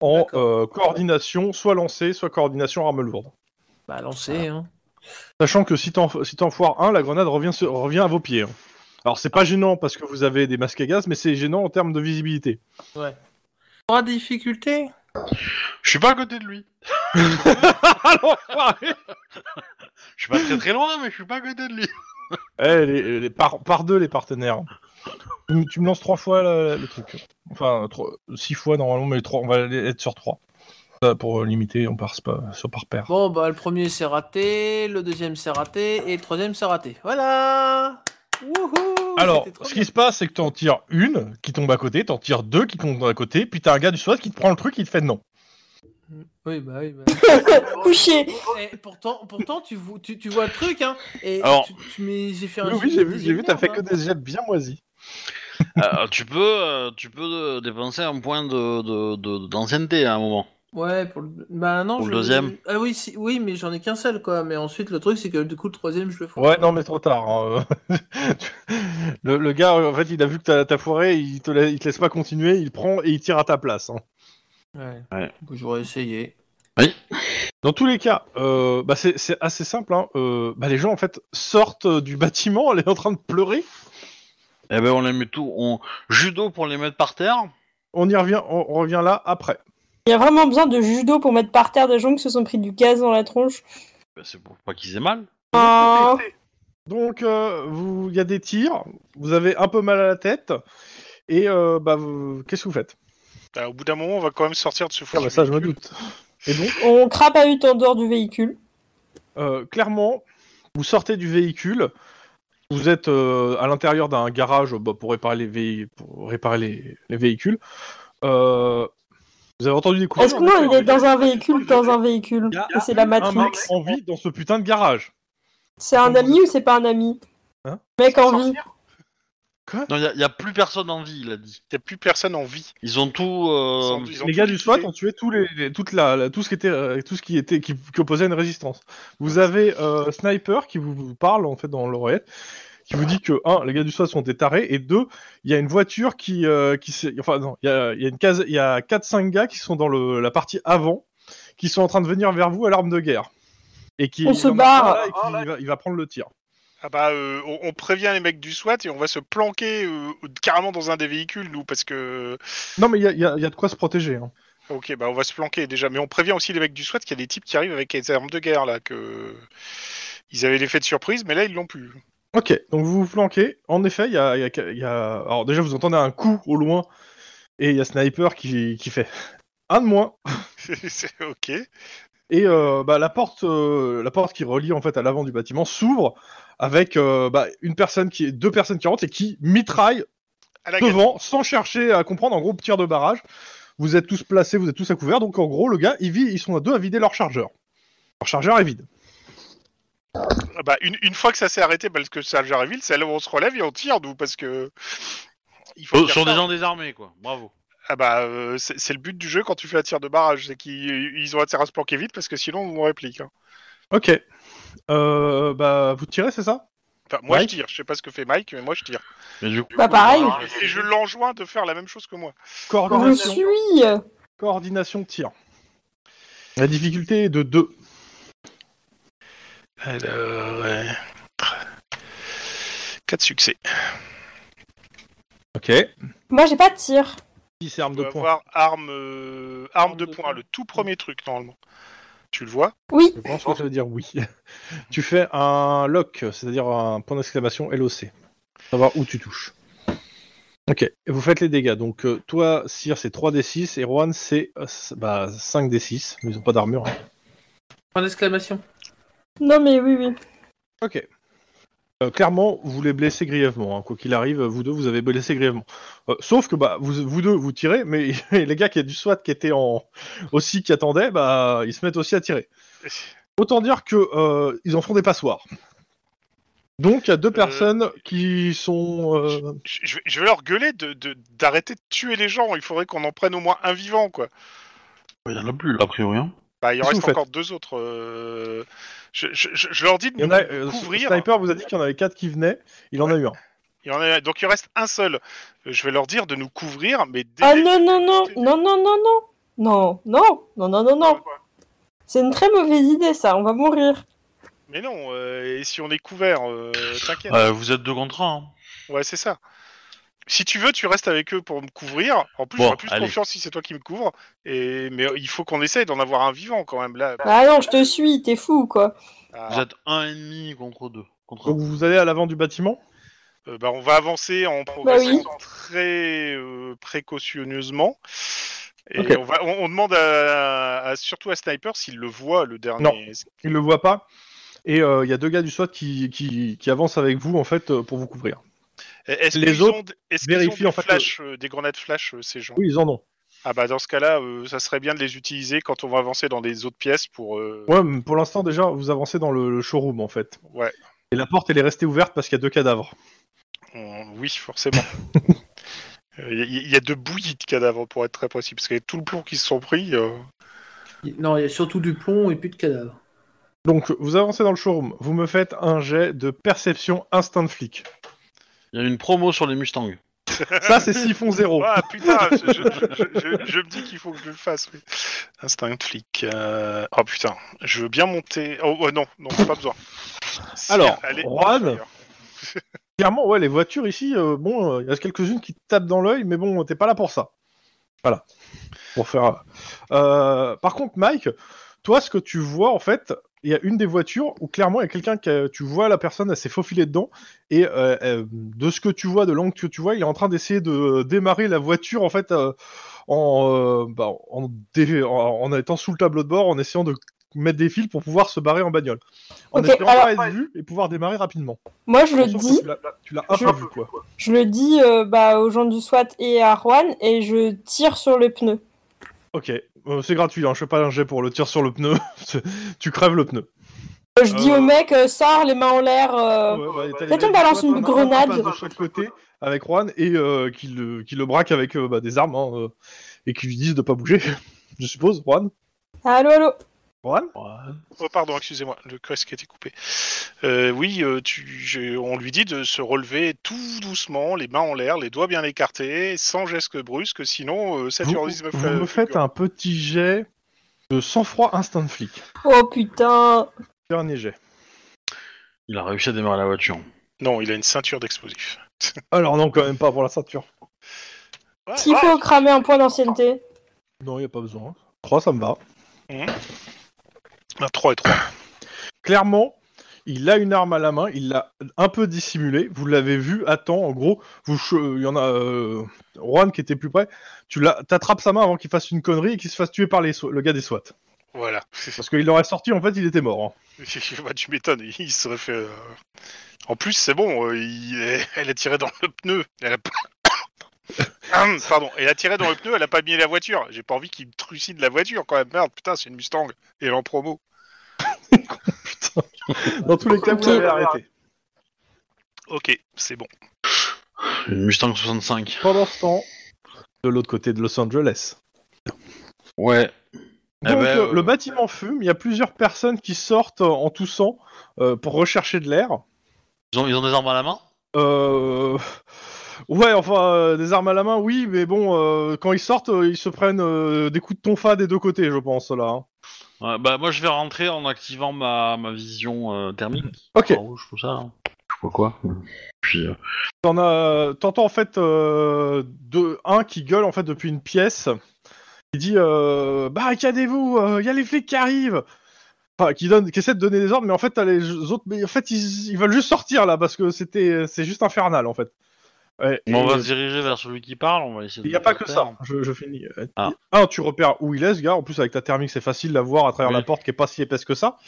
[SPEAKER 1] En
[SPEAKER 5] D'accord.
[SPEAKER 1] euh, coordination, soit lancé, soit coordination arme lourde.
[SPEAKER 5] Bah, lancer,
[SPEAKER 2] Ah.
[SPEAKER 5] hein.
[SPEAKER 1] Sachant que si t'en si t'en foires un, la grenade revient, sur- revient à vos pieds. hein. Alors c'est pas gênant parce que vous avez des masques à gaz, mais c'est gênant en termes de visibilité.
[SPEAKER 5] Trois difficultés
[SPEAKER 2] Je suis pas à côté
[SPEAKER 1] [LAUGHS]
[SPEAKER 2] de lui. [LAUGHS] Je suis pas très très loin, mais je suis pas à côté de lui.
[SPEAKER 1] Eh, les, les- par, par deux les partenaires. Tu, me- tu me lances trois fois la- le truc. Enfin, trois- six fois normalement, mais trois, on va être sur trois. Ça, Pour euh, limiter, on part pas sur par paire.
[SPEAKER 5] Bon, bah, le premier c'est raté, le deuxième c'est raté, et le troisième c'est raté. Voilà Wouhou
[SPEAKER 1] Alors,
[SPEAKER 5] C'était trop
[SPEAKER 1] ce
[SPEAKER 5] bien.
[SPEAKER 1] qui se passe, c'est que t'en tires une qui tombe à côté, t'en tires deux qui tombent à côté, puis t'as un gars du SWAT qui te prend le truc, il te fait non.
[SPEAKER 5] Oui, bah,
[SPEAKER 1] [LAUGHS]
[SPEAKER 5] oui, bah.
[SPEAKER 3] Couché.
[SPEAKER 5] Et pourtant, pourtant tu, vois, tu, tu vois le truc, hein. Et
[SPEAKER 2] Alors-
[SPEAKER 5] tu, tu- mais j'ai fait un.
[SPEAKER 1] Oui,
[SPEAKER 5] jet
[SPEAKER 1] j'ai
[SPEAKER 5] de
[SPEAKER 1] vu, j'ai vu, t'as fait que
[SPEAKER 5] merde, hein.
[SPEAKER 1] des jets bien moisis.
[SPEAKER 2] Euh, tu peux, euh, tu peux euh, dépenser un point de de- de- d'ancienneté à un moment.
[SPEAKER 5] Ouais, pour le. Bah, non,
[SPEAKER 2] Pour
[SPEAKER 5] je
[SPEAKER 2] le deuxième.
[SPEAKER 5] Ah oui, si- oui mais j'en ai qu'un seul, quoi. Mais ensuite, le truc c'est que du coup, le troisième, je le fous.
[SPEAKER 1] Ouais, non, mais trop tard. hein. [LAUGHS] le, le gars, en fait, il a vu que t'as, t'as foiré, il te, la- il te laisse pas continuer, il prend et il tire à ta place. hein.
[SPEAKER 5] Ouais.
[SPEAKER 2] Ouais.
[SPEAKER 5] Du coup, J'aurais essayé.
[SPEAKER 1] Dans tous les cas, euh, bah, c'est, c'est assez simple. hein, euh, bah, les gens, en fait, sortent euh, du bâtiment, [LAUGHS] elle est en train de pleurer.
[SPEAKER 2] Eh ben on les met tout, on judo pour les mettre par terre.
[SPEAKER 1] On y revient, on, on revient là après.
[SPEAKER 3] Il y a vraiment besoin de judo pour mettre par terre des gens qui se sont pris du gaz dans la tronche.
[SPEAKER 2] Bah, c'est pour pas qu'ils aient mal.
[SPEAKER 3] Ah.
[SPEAKER 1] Donc, euh, vous- il y a des tirs, vous avez un peu mal à la tête, et euh, bah, vous- qu'est-ce que vous faites
[SPEAKER 4] Bah, au bout d'un moment, on va quand même sortir de ce fou.
[SPEAKER 1] Ah, bah, Ça, je me doute. Et donc,
[SPEAKER 3] On crape à huit en dehors du véhicule.
[SPEAKER 1] Euh, clairement, vous sortez du véhicule, vous êtes euh, à l'intérieur d'un garage bah, pour réparer les, véhi- pour réparer les, les véhicules. Euh, vous avez entendu des coups de
[SPEAKER 3] Est-ce que non, il est dans un véhicule, dans un véhicule Et c'est la
[SPEAKER 1] Un mec
[SPEAKER 3] Matrix.
[SPEAKER 1] en vie dans ce putain de garage.
[SPEAKER 3] C'est un ami ou c'est pas un ami
[SPEAKER 1] Hein
[SPEAKER 3] Mec en vie.
[SPEAKER 2] Non, il y, a plus personne en vie, il a dit.
[SPEAKER 4] Il n'y a plus personne en vie.
[SPEAKER 2] Ils ont tout. euh,
[SPEAKER 4] Ils ont- ils ont
[SPEAKER 1] Les
[SPEAKER 4] tout
[SPEAKER 1] gars du SWAT
[SPEAKER 4] liquidé.
[SPEAKER 1] ont tué tous les, les- toute la, la- tout ce qui était, euh, tout ce qui était, qui, qui opposait à une résistance. Vous avez euh, Sniper qui vous, vous parle en fait dans l'oreillette, qui vous dit que un, les gars du SWAT sont des tarés et deux, il y a une voiture qui, euh, qui s'est- enfin non, il y a, il y a une case, il y a quatre cinq gars qui sont dans le, la partie avant, qui sont en train de venir vers vous à l'arme de guerre et qui
[SPEAKER 3] On se
[SPEAKER 1] il y en a
[SPEAKER 3] barre.
[SPEAKER 1] un là et qui va, il va prendre le tir.
[SPEAKER 4] Ah bah, euh, on, on prévient les mecs du SWAT et on va se planquer euh, carrément dans un des véhicules, nous, parce que.
[SPEAKER 1] Non mais il y a, il y a- il y a de quoi se protéger. hein.
[SPEAKER 4] Ok, bah on va se planquer déjà. Mais on prévient aussi les mecs du SWAT qu'il y a des types qui arrivent avec des armes de guerre, là, que. Ils avaient l'effet de surprise, mais là, ils l'ont plus. [LAUGHS]
[SPEAKER 1] Ok, donc vous vous flanquez. En effet, il y a, il y a- il y a- Alors déjà, vous entendez un coup au loin, et il y a Sniper qui, qui fait un de moins.
[SPEAKER 4] C'est- ok.
[SPEAKER 1] Et euh, bah, la, porte, euh, la porte qui relie en fait à l'avant du bâtiment s'ouvre avec euh, bah, une personne qui, deux personnes qui rentrent et qui mitraillent
[SPEAKER 4] À la
[SPEAKER 1] devant sans chercher à comprendre. En gros, tir de barrage. Vous êtes tous placés, vous êtes tous à couvert. Donc en gros, le gars, il vit, ils sont à deux à vider leur chargeur. Leur chargeur est vide.
[SPEAKER 4] Ah bah, une, une fois que ça s'est arrêté, parce que ça Jarville, c'est là où on se relève et on tire, nous, parce que. Il
[SPEAKER 2] euh,
[SPEAKER 4] faire
[SPEAKER 2] sont
[SPEAKER 4] ça.
[SPEAKER 2] des gens désarmés, quoi. Bravo.
[SPEAKER 4] Ah bah, euh, c'est c'est le but du jeu quand tu fais un tir de barrage, c'est qu'ils ils ont intérêt à se planquer vite parce que sinon on réplique. hein.
[SPEAKER 1] Ok. Euh, bah, vous tirez, c'est ça
[SPEAKER 4] Enfin, moi
[SPEAKER 1] Mike
[SPEAKER 4] je tire, je sais pas ce que fait Mike, mais moi je tire.
[SPEAKER 2] Mais du coup,
[SPEAKER 3] Bah pareil.
[SPEAKER 1] Ah,
[SPEAKER 4] Et je l'enjoins de faire la même chose que moi.
[SPEAKER 3] On le
[SPEAKER 1] Coordination.
[SPEAKER 3] suit.
[SPEAKER 1] Coordination tir. La difficulté est de 2.
[SPEAKER 4] Alors, ouais. 4 succès.
[SPEAKER 1] Ok.
[SPEAKER 3] Moi, j'ai pas de tir.
[SPEAKER 1] Si c'est arme
[SPEAKER 4] On
[SPEAKER 1] de
[SPEAKER 4] va
[SPEAKER 1] poing.
[SPEAKER 4] avoir arme, euh, arme de poing, le tout premier truc normalement. Tu le vois
[SPEAKER 3] Oui.
[SPEAKER 1] Je pense que ça veut dire oui. [LAUGHS] tu fais un lock, c'est-à-dire un point d'exclamation LOC. Pour Savoir où tu touches. Ok. Et vous faites les dégâts. Donc euh, toi, Sir, c'est 3d6 et Juan, c'est euh, c- bah, 5d6. Mais ils ont pas d'armure. hein.
[SPEAKER 5] Point d'exclamation.
[SPEAKER 3] Non, mais oui, oui.
[SPEAKER 1] Ok. Euh, clairement, vous les blessez grièvement. hein. Quoi qu'il arrive, vous deux, vous avez blessé grièvement. Euh, sauf que bah, vous, vous deux, vous tirez, mais [LAUGHS] les gars qui étaient du SWAT, qui étaient en... aussi, qui attendaient, bah, ils se mettent aussi à tirer. Autant dire que euh, ils en font des passoires. Donc il y a deux personnes qui sont. euh,
[SPEAKER 4] Je, je vais- je vais leur gueuler de- de- d'arrêter de, tuer les gens. Il faudrait qu'on en prenne au moins un vivant, quoi.
[SPEAKER 2] Il y en a plus, là, a priori. hein.
[SPEAKER 4] Bah, il
[SPEAKER 1] Qu'est-ce
[SPEAKER 4] en
[SPEAKER 1] que
[SPEAKER 4] reste
[SPEAKER 1] vous faites
[SPEAKER 4] encore deux autres. euh, Je, je- je- je leur dis de
[SPEAKER 1] Il y en a,
[SPEAKER 4] nous
[SPEAKER 1] euh,
[SPEAKER 4] couvrir.
[SPEAKER 1] Sniper vous a dit qu'il y en avait quatre qui venaient, il en a eu un.
[SPEAKER 4] Il y en a- Donc il en reste un seul. Euh, Je vais leur dire de nous couvrir, mais dès
[SPEAKER 3] Ah non, non, non, non, non, non, non, non, non, non, non, non, non. C'est une très mauvaise idée, ça. On va mourir.
[SPEAKER 4] Mais non, euh, et si on est couvert,
[SPEAKER 1] [LAUGHS]
[SPEAKER 4] euh, t'inquiète.
[SPEAKER 2] Euh, vous êtes deux contre un. hein.
[SPEAKER 4] Ouais, c'est ça. Si tu veux, tu restes avec eux pour me couvrir. En plus,
[SPEAKER 2] Bon,
[SPEAKER 4] j'aurai plus
[SPEAKER 2] allez.
[SPEAKER 4] confiance si c'est toi qui me couvre. Et... Mais il faut qu'on essaye d'en avoir un vivant quand même.
[SPEAKER 1] Bah,
[SPEAKER 4] Là,
[SPEAKER 3] Ah non, je te suis. T'es fou, quoi.
[SPEAKER 4] Ah,
[SPEAKER 2] Vous êtes un et demi contre deux. Contre un.
[SPEAKER 1] Donc vous allez à l'avant du bâtiment.
[SPEAKER 4] euh, bah, on va avancer en progressant
[SPEAKER 3] oui.
[SPEAKER 4] très euh, précautionneusement. Et
[SPEAKER 1] Ok.
[SPEAKER 4] on, va, on, on demande à, à- surtout à Sniper s'il le voit le dernier.
[SPEAKER 1] Non. Il le voit pas. Et euh, il y a deux gars du SWAT qui, qui, qui avancent avec vous en fait euh, pour vous couvrir.
[SPEAKER 4] Est-ce
[SPEAKER 1] Les
[SPEAKER 4] qu'ils
[SPEAKER 1] autres
[SPEAKER 4] ont, est-ce qu'ils ont
[SPEAKER 1] vérifient,
[SPEAKER 4] des,
[SPEAKER 1] en fait,
[SPEAKER 4] flash, euh, des grenades flash, euh, ces gens
[SPEAKER 1] Oui, ils en ont.
[SPEAKER 4] Ah bah dans ce cas-là, euh, ça serait bien de les utiliser quand on va avancer dans les autres pièces pour... euh,
[SPEAKER 1] Ouais, mais pour l'instant déjà vous avancez dans le, le showroom en fait.
[SPEAKER 4] Ouais.
[SPEAKER 1] Et la porte elle est restée ouverte parce qu'il y a deux cadavres.
[SPEAKER 4] on- Euh, Oui,
[SPEAKER 1] [LAUGHS]
[SPEAKER 4] forcément. Il y, y a de bouillies de cadavres pour être très précis, parce que tout le plomb qui se sont pris... euh,
[SPEAKER 5] Non, il y a surtout du plomb et plus de cadavres.
[SPEAKER 1] Donc vous avancez dans le showroom. Vous me faites un jet de perception instinct de flic.
[SPEAKER 2] Il y a une promo sur les Mustangs.
[SPEAKER 1] Ça c'est siphon zéro.
[SPEAKER 4] Ah putain, je, je- je- je- je me dis qu'il faut que je le fasse. oui. Instinct de flic. euh, Oh putain, je veux bien monter... Oh, oh, non, non, pas besoin. Si,
[SPEAKER 1] Alors,
[SPEAKER 4] allez,
[SPEAKER 1] Juan,
[SPEAKER 4] d'ailleurs.
[SPEAKER 1] Clairement ouais les voitures ici euh, bon euh, il y a quelques-unes qui te tapent dans l'œil mais bon t'es pas là pour ça. Voilà. Pour faire. euh, par contre Mike toi ce que tu vois en fait il y a une des voitures où clairement il y a quelqu'un que tu vois la personne elle s'est faufilée dedans et euh, euh, de ce que tu vois de l'angle que tu vois il est en train d'essayer de euh, démarrer la voiture en fait euh, en, euh, bah, en, dé- en- en étant sous le tableau de bord en essayant de mettre des fils pour pouvoir se barrer en bagnole en
[SPEAKER 3] Ok,
[SPEAKER 1] espérant
[SPEAKER 3] alors-
[SPEAKER 1] pas être vu et pouvoir démarrer rapidement
[SPEAKER 3] Moi, je le
[SPEAKER 1] Sauf que
[SPEAKER 3] dis.
[SPEAKER 1] tu l'as- bah, tu l'as un
[SPEAKER 3] Je-
[SPEAKER 1] peu vu quoi
[SPEAKER 3] Je le dis euh, bah, aux gens du SWAT et à Juan et je tire sur le pneu.
[SPEAKER 1] ok euh, c'est gratuit hein, je fais pas un jet pour le tir sur le pneu [LAUGHS] tu crèves le pneu
[SPEAKER 3] Je dis
[SPEAKER 1] Euh.
[SPEAKER 3] au mec, euh, sors les mains en l'air. euh.
[SPEAKER 1] Ouais, bah, t'as les
[SPEAKER 3] Peut-être on
[SPEAKER 1] mecs
[SPEAKER 3] balance
[SPEAKER 1] qui
[SPEAKER 3] une
[SPEAKER 1] passent
[SPEAKER 3] grenade.
[SPEAKER 1] de chaque côté avec Juan et euh, qui, le, qui le braque avec euh, bah, des armes hein, euh, et qui lui disent de pas bouger, [LAUGHS] je suppose, Juan.
[SPEAKER 3] Allô, allô.
[SPEAKER 1] Juan
[SPEAKER 4] Oh pardon, excusez-moi, le casque a été coupé. Euh, oui, euh, tu, je- on lui dit de se relever tout doucement, les mains en l'air, les doigts bien écartés, sans geste brusque, sinon euh, ça
[SPEAKER 1] vous,
[SPEAKER 4] dure 19
[SPEAKER 1] vous
[SPEAKER 4] fois-
[SPEAKER 1] me faites un petit jet de sang-froid instant flic.
[SPEAKER 3] Oh putain.
[SPEAKER 1] Dernier jet.
[SPEAKER 2] Il a réussi à démarrer la voiture.
[SPEAKER 4] Non, il a une ceinture d'explosif.
[SPEAKER 1] Alors non, quand même pas pour la ceinture.
[SPEAKER 4] Ouais,
[SPEAKER 3] S'il
[SPEAKER 4] ouais.
[SPEAKER 3] faut cramer un point d'ancienneté.
[SPEAKER 1] Non, y a pas besoin. 3, ça me va.
[SPEAKER 4] Un 3 et 3.
[SPEAKER 1] Clairement, il a une arme à la main, il l'a un peu dissimulée, vous l'avez vu à temps, en gros, vous che- il y en a euh, Juan qui était plus près, tu l'as- t'attrapes sa main avant qu'il fasse une connerie et qu'il se fasse tuer par les, so- le gars des SWAT.
[SPEAKER 4] Voilà. [LAUGHS]
[SPEAKER 1] Parce qu'il l'aurait sorti, en fait, il était mort. hein.
[SPEAKER 4] bah, tu m'étonnes, il se serait fait... euh, En plus, c'est bon, euh, il est- elle a tiré dans le pneu. Elle a pas... [COUGHS] Hum, Pardon, elle a tiré dans le pneu, elle a pas mis la voiture. J'ai pas envie qu'il me trucide la voiture quand même. Merde, putain, c'est une Mustang. Et elle est en promo.
[SPEAKER 1] Dans tous les cas, vous
[SPEAKER 3] Ok.
[SPEAKER 1] l'avez arrêté.
[SPEAKER 4] Ok, c'est bon.
[SPEAKER 2] Une Mustang 65.
[SPEAKER 1] Pendant ce temps, de l'autre côté de Los Angeles.
[SPEAKER 2] Ouais. Eh
[SPEAKER 1] Donc,
[SPEAKER 2] ben,
[SPEAKER 1] euh,
[SPEAKER 2] euh,
[SPEAKER 1] le bâtiment fume, il y a plusieurs personnes qui sortent euh, en toussant euh, pour rechercher de l'air.
[SPEAKER 2] Ils ont, ils ont des armes à la main
[SPEAKER 1] Euh... Ouais, enfin, euh, des armes à la main, oui, mais bon, euh, quand ils sortent, euh, ils se prennent euh, des coups de tonfa des deux côtés, je pense, là. hein.
[SPEAKER 2] Ouais, Bah, moi, je vais rentrer en activant ma, ma vision euh, thermique.
[SPEAKER 1] Ok.
[SPEAKER 2] En rouge, tout ça. hein. Je sais pas quoi. Puis, euh,
[SPEAKER 1] T'en as- T'entends, en fait, euh, deux- un qui gueule, en fait, depuis une pièce. Il dit, euh, barricadez-vous, il y a les flics qui arrivent Enfin, qui, donne, qui essaie de donner des ordres, mais en fait, t'as les autres... Mais en fait, ils, ils veulent juste sortir, là, parce que c'était, c'est juste infernal, en fait. Ouais,
[SPEAKER 2] on va
[SPEAKER 1] et-
[SPEAKER 2] se diriger vers celui qui parle. On va essayer de
[SPEAKER 1] Il n'y a
[SPEAKER 2] le
[SPEAKER 1] pas que
[SPEAKER 2] faire.
[SPEAKER 1] ça. Je, je finis. Euh,
[SPEAKER 2] Ah.
[SPEAKER 1] Un, tu repères où il est, ce gars. En plus, avec ta thermique, c'est facile de voir à travers
[SPEAKER 2] Oui.
[SPEAKER 1] la porte qui est pas si épaisse que ça.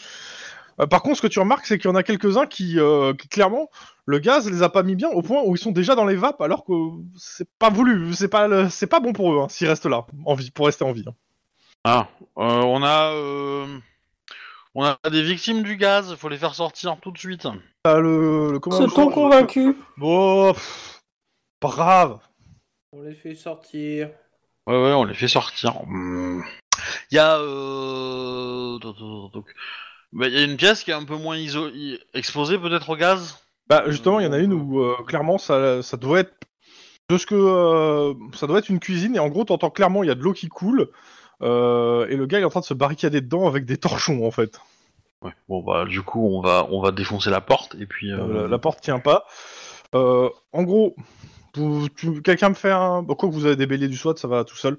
[SPEAKER 1] Euh, par contre, ce que tu remarques, c'est qu'il y en a quelques-uns qui, euh, qui, clairement, le gaz les a pas mis bien au point où ils sont déjà dans les vapes, alors que c'est pas voulu, c'est pas, le- c'est pas bon pour eux hein, s'ils restent là, en vie, pour rester en vie. hein.
[SPEAKER 2] Ah, euh, on a. euh, On a des victimes du gaz, il faut les faire sortir tout de suite.
[SPEAKER 1] Ah, le, le comment-
[SPEAKER 3] Ce ton convaincu.
[SPEAKER 1] Bon, pff, pas grave.
[SPEAKER 5] On les fait sortir.
[SPEAKER 2] Ouais, ouais, on les fait sortir. Hmm. Il y a. euh, toc, toc, toc. Bah, Il y a une pièce qui est un peu moins iso... i- exposée peut-être au gaz.
[SPEAKER 1] Bah justement, il y en a une où euh, clairement ça, ça doit être de ce que euh, ça doit être une cuisine et en gros t'entends clairement il y a de l'eau qui coule euh, et le gars il est en train de se barricader dedans avec des torchons en fait.
[SPEAKER 2] Ouais. Bon bah du coup on va on va défoncer la porte et puis.
[SPEAKER 1] Euh,
[SPEAKER 2] euh,
[SPEAKER 1] la, la porte tient pas. Euh, en gros, vous- tu- quelqu'un me fait un. Bon, quoi que vous avez des béliers du SWAT, ça va tout seul.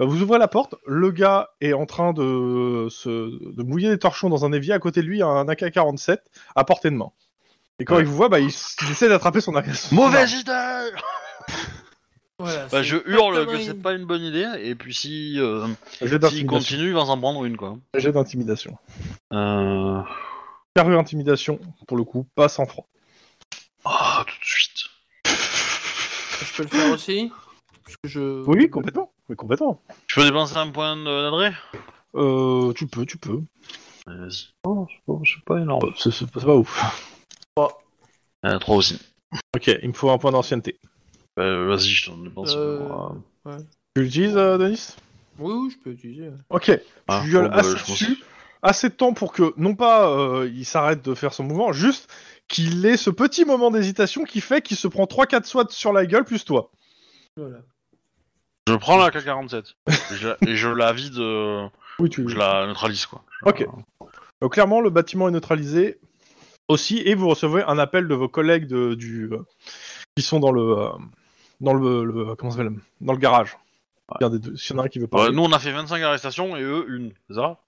[SPEAKER 1] Euh, vous ouvrez la porte, le gars est en train de, se, de mouiller des torchons dans un évier. À côté de lui, il y a un AK-47 à portée de main. Et quand
[SPEAKER 2] Ouais.
[SPEAKER 1] il vous voit, bah, il, s- il essaie d'attraper son AK. son arme.
[SPEAKER 2] Mauvaise idée Bah, je hurle que c'est
[SPEAKER 5] c'est
[SPEAKER 2] pas une bonne idée, et puis si, euh,
[SPEAKER 1] Jet
[SPEAKER 2] s'il
[SPEAKER 1] d'intimidation.
[SPEAKER 2] continue, il va s'en prendre une, quoi.
[SPEAKER 1] Jet d'intimidation.
[SPEAKER 2] Euh...
[SPEAKER 1] Carrure intimidation, pour le coup, pas sans froid.
[SPEAKER 2] Ah, tout de suite.
[SPEAKER 5] Je peux le faire aussi Parce que je...
[SPEAKER 1] Oui, complètement. Oui, complètement.
[SPEAKER 2] Je peux dépenser un point de- d'adresse
[SPEAKER 1] Euh, tu peux, tu peux.
[SPEAKER 2] Euh, Vas-y. Oh, c'est pas- c'est pas énorme.
[SPEAKER 1] Euh, C'est c'est pas c'est pas ouf.
[SPEAKER 5] Trois.
[SPEAKER 2] Euh, 3 aussi.
[SPEAKER 1] Ok, il me faut un point d'ancienneté.
[SPEAKER 2] Euh, Vas-y, je t'en dépense.
[SPEAKER 5] Euh,
[SPEAKER 2] pour, euh,
[SPEAKER 1] Tu l'utilises, euh, Denis
[SPEAKER 5] Oui, oui, je peux utiliser. ouais.
[SPEAKER 1] Ok,
[SPEAKER 2] hein.
[SPEAKER 1] tu gueules
[SPEAKER 2] Bon, bah,
[SPEAKER 1] assez
[SPEAKER 2] je pense-
[SPEAKER 1] dessus, assez de temps pour que, non pas euh, il s'arrête de faire son mouvement, juste qu'il ait ce petit moment d'hésitation qui fait qu'il se prend 3-4 swats sur la gueule plus toi.
[SPEAKER 5] Voilà.
[SPEAKER 2] Je prends la K47 et, je, et je la vide, euh,
[SPEAKER 1] Oui, tu...
[SPEAKER 2] je la neutralise [LAUGHS] quoi.
[SPEAKER 1] Ok. Donc, Euh, clairement, le bâtiment est neutralisé aussi, et vous recevez un appel de vos collègues de, du, euh, qui sont dans le, euh, dans le, le- comment ça s'appelle dans le garage. Bien des deux, S'il y en a un qui veut
[SPEAKER 2] Euh,
[SPEAKER 1] parler.
[SPEAKER 2] nous on a fait 25 arrestations et eux une, c'est ça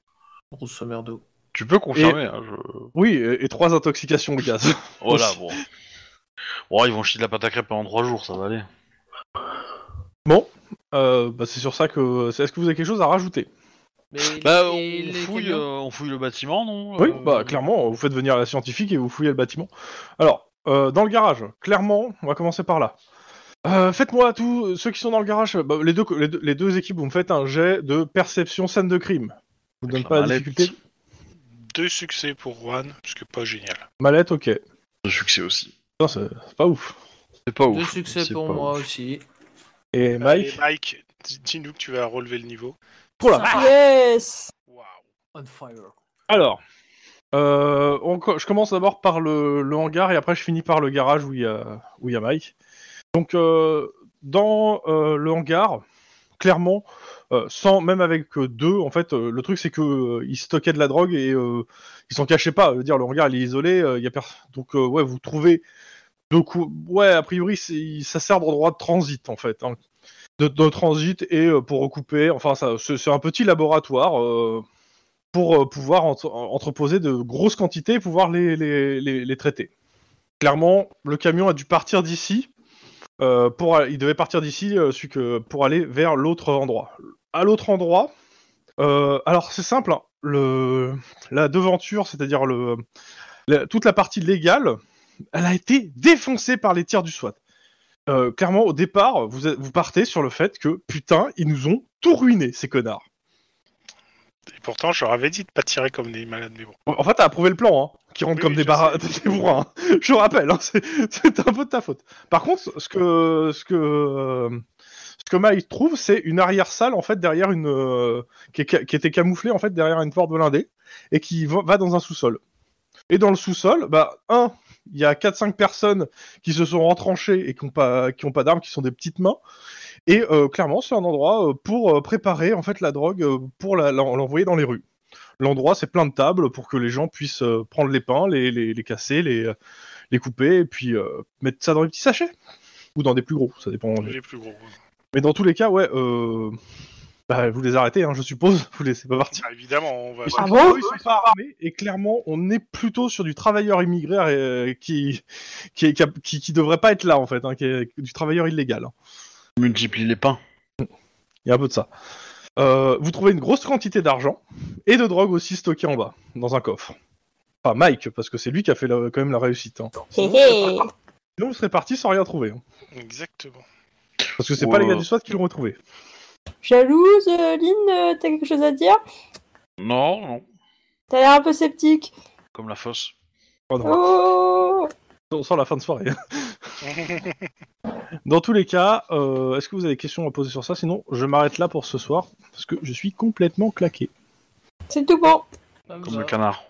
[SPEAKER 5] Grosse merdo.
[SPEAKER 2] Tu peux confirmer. hein, je-
[SPEAKER 1] Oui, et, et trois intoxications de gaz.
[SPEAKER 2] Voilà, bon. Oh, ils vont chier de la pâte à crêpes pendant 3 jours, ça va aller.
[SPEAKER 1] Euh, bah, c'est sur ça que. c'est- Est-ce que vous avez quelque chose à rajouter
[SPEAKER 5] Mais
[SPEAKER 2] Bah, on,
[SPEAKER 5] et les
[SPEAKER 2] fouille,
[SPEAKER 5] camions
[SPEAKER 2] euh, on fouille le bâtiment, non
[SPEAKER 1] Oui,
[SPEAKER 2] Euh,
[SPEAKER 1] bah clairement, vous faites venir la scientifique et vous fouillez le bâtiment. Alors, euh, dans le garage, clairement, on va commencer par là. Euh, Faites-moi tous ceux qui sont dans le garage, bah, les, deux, les, deux, les deux équipes, vous me faites un jet de perception scène de crime. Je vous donne
[SPEAKER 2] la
[SPEAKER 1] pas la
[SPEAKER 2] mallette.
[SPEAKER 1] difficulté.
[SPEAKER 4] Deux succès pour Juan, parce que pas génial.
[SPEAKER 1] Mallette, ok.
[SPEAKER 2] De succès aussi.
[SPEAKER 1] Non, c'est c'est pas ouf.
[SPEAKER 2] C'est pas ouf.
[SPEAKER 5] Deux succès
[SPEAKER 2] C'est
[SPEAKER 5] pour
[SPEAKER 2] Oh, pas
[SPEAKER 5] moi
[SPEAKER 2] ouf.
[SPEAKER 5] aussi.
[SPEAKER 1] Et
[SPEAKER 4] Allez,
[SPEAKER 1] Mike,
[SPEAKER 4] Mike, dis- dis-nous que tu vas relever le niveau.
[SPEAKER 1] pour la
[SPEAKER 5] Ça va.
[SPEAKER 3] Yes.
[SPEAKER 4] Waouh.
[SPEAKER 5] On fire.
[SPEAKER 1] Alors, euh, on co- je commence d'abord par le, le hangar et après je finis par le garage où il y a, où il y a Mike. Donc, euh, dans euh, le hangar, clairement, euh, sans même avec euh, deux, en fait, euh, le truc c'est que euh, ils stockaient de la drogue et euh, ils s'en cachaient pas. Je veux dire, le hangar il est isolé, euh, il y a pers- donc euh, ouais, vous trouvez deux coups. Ouais, a priori, c'est- ça sert d'endroit de transit en fait. hein. De, de transit et euh, pour recouper, enfin, ça- c'est c'est un petit laboratoire. euh, pour euh, pouvoir ent- entreposer de grosses quantités et pouvoir les, les- les- les traiter. Clairement, le camion a dû partir d'ici. euh, pour, a- il devait partir d'ici euh, celui que- pour aller vers l'autre endroit. À l'autre endroit, euh, alors c'est simple, hein, le, la devanture, c'est-à-dire le, la- toute la partie légale, elle a été défoncée par les tirs du SWAT. Euh, clairement, au départ, vous, êtes- vous partez sur le fait que putain, ils nous ont tout ruiné, ces connards.
[SPEAKER 4] Et pourtant, je leur avais dit de pas tirer comme des malades, mais bon.
[SPEAKER 1] En fait, t'as approuvé le plan, hein, qui rentre
[SPEAKER 4] Oui,
[SPEAKER 1] comme
[SPEAKER 4] oui,
[SPEAKER 1] des
[SPEAKER 4] je
[SPEAKER 1] barras,
[SPEAKER 4] sais.
[SPEAKER 1] [LAUGHS] des bourrins. hein. Je rappelle, hein, c'est c'est un peu de ta faute. Par contre, ce que ce que ce que Mike trouve, c'est une arrière-salle en fait derrière une euh, qui, est ca- qui était camouflée en fait derrière une porte blindée et qui va, va dans un sous-sol. Et dans le sous-sol, bah un, il y a 4-5 personnes qui se sont retranchées et qui ont pas qui ont pas d'armes, qui sont des petites mains. Et euh, clairement, c'est un endroit euh, pour euh, préparer en fait la drogue euh, pour la- l'en- l'envoyer dans les rues. L'endroit, c'est plein de tables pour que les gens puissent euh, prendre les pains, les, les, les casser, les, euh, les couper, et puis euh, mettre ça dans des petits sachets. Ou dans des plus gros, ça dépend.
[SPEAKER 4] Les plus gros.
[SPEAKER 1] Mais dans tous les cas, ouais, euh, bah, vous les arrêtez, hein, je suppose. [LAUGHS] Vous laissez pas partir.
[SPEAKER 4] Ah, évidemment, on va.
[SPEAKER 3] Ah bon
[SPEAKER 1] Eux, ils sont pas armés, et clairement, on est plutôt sur du travailleur immigré euh, qui, qui, qui, a- qui- qui devrait pas être là, en fait, hein, qui est du travailleur illégal. hein.
[SPEAKER 2] Multiplie les pains.
[SPEAKER 1] Il y a un peu de ça. Euh, vous trouvez une grosse quantité d'argent et de drogue aussi stockée en bas, dans un coffre. Enfin, Mike, parce que c'est lui qui a fait la- quand même la réussite. hein.
[SPEAKER 3] Hé hé.
[SPEAKER 1] Sinon, vous serez parti sans rien trouver. hein.
[SPEAKER 4] Exactement.
[SPEAKER 1] Parce que c'est
[SPEAKER 2] Ouais.
[SPEAKER 1] pas les gars du SWAT qui l'ont retrouvé.
[SPEAKER 3] Jalouse, euh, Lynn, euh, t'as quelque chose à dire
[SPEAKER 2] Non, non.
[SPEAKER 3] T'as l'air un peu sceptique.
[SPEAKER 2] comme la fosse.
[SPEAKER 1] Pas drôle.
[SPEAKER 3] Oh
[SPEAKER 1] On sent la fin de soirée. hein. [LAUGHS] Dans tous les cas, euh, est-ce que vous avez des questions à poser sur ça Sinon, je m'arrête là pour ce soir, parce que je suis complètement claqué.
[SPEAKER 3] C'est tout bon.
[SPEAKER 2] Comme le canard.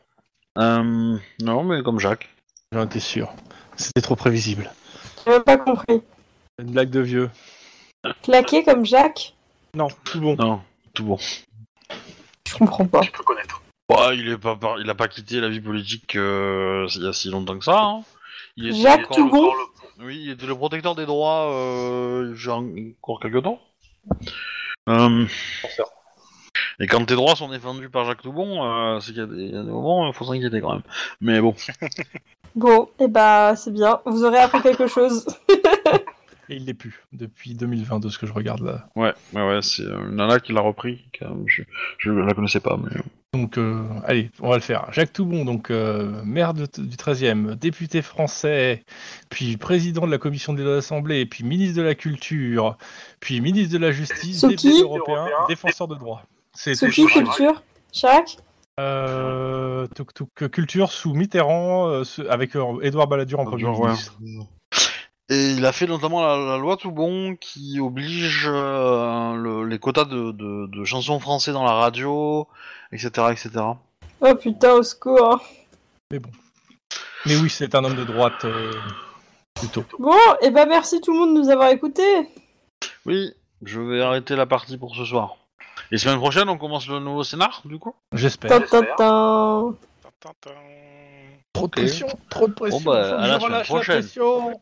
[SPEAKER 2] Euh, non, mais comme Jacques.
[SPEAKER 1] J'en étais sûr. C'était trop prévisible.
[SPEAKER 3] J'ai même pas compris.
[SPEAKER 1] Une blague de vieux.
[SPEAKER 3] Claqué comme Jacques
[SPEAKER 1] Non, tout bon.
[SPEAKER 2] Non, tout bon.
[SPEAKER 3] Je comprends pas.
[SPEAKER 6] Je peux connaître.
[SPEAKER 2] Bah, il, est pas, par- il a pas quitté la vie politique euh, il y a si longtemps que ça. hein. Il est-
[SPEAKER 3] Jacques
[SPEAKER 2] encore-
[SPEAKER 3] Toubon
[SPEAKER 6] Dans le-
[SPEAKER 2] Oui, il était le protecteur des droits euh, j'ai en- encore quelques temps. Euh, et quand tes droits sont défendus par Jacques Toubon, euh, c'est qu'il y, a des- il y a des moments il faut s'inquiéter quand même. Mais bon,
[SPEAKER 3] Bon, et bah c'est bien. Vous aurez appris quelque chose.
[SPEAKER 1] Et il l'est plus, depuis 2020, de ce que je regarde là.
[SPEAKER 2] ouais, ouais, ouais, c'est euh, une nana qui l'a repris. quand même, Je, je la connaissais pas, mais
[SPEAKER 1] Donc, euh, allez, on va le faire. Jacques Toubon, donc euh, maire de- du 13e, député français, puis président de la commission des lois de l'Assemblée, puis ministre de la Culture, puis ministre de la Justice,
[SPEAKER 3] Sophie
[SPEAKER 1] député européen,
[SPEAKER 6] Européen,
[SPEAKER 1] défenseur de droit. C'est
[SPEAKER 3] Sophie, culture. Jacques
[SPEAKER 1] euh, tuk, tuk, culture sous Mitterrand, euh, ce- avec euh, Édouard Balladur en premier
[SPEAKER 2] Balladur, ouais.
[SPEAKER 1] ministre.
[SPEAKER 2] Et il a fait notamment la, la loi Toubon qui oblige euh, le- les quotas de, de- de chansons françaises dans la radio, etc. etc.
[SPEAKER 3] Oh putain, au secours.
[SPEAKER 1] Mais oui, c'est un homme de droite, euh, plutôt.
[SPEAKER 3] Bon, et bah merci tout le monde de nous avoir écoutés.
[SPEAKER 2] Oui, je vais arrêter la partie pour ce soir. Et semaine prochaine, on commence le nouveau scénar, du coup
[SPEAKER 1] Ben, J'espère.
[SPEAKER 3] Tin, tin, tin.
[SPEAKER 4] Tintin.
[SPEAKER 1] Trop de
[SPEAKER 2] pression,
[SPEAKER 1] trop de
[SPEAKER 2] pression, bah, faut que à je la semaine relâche la prochaine.
[SPEAKER 1] pression.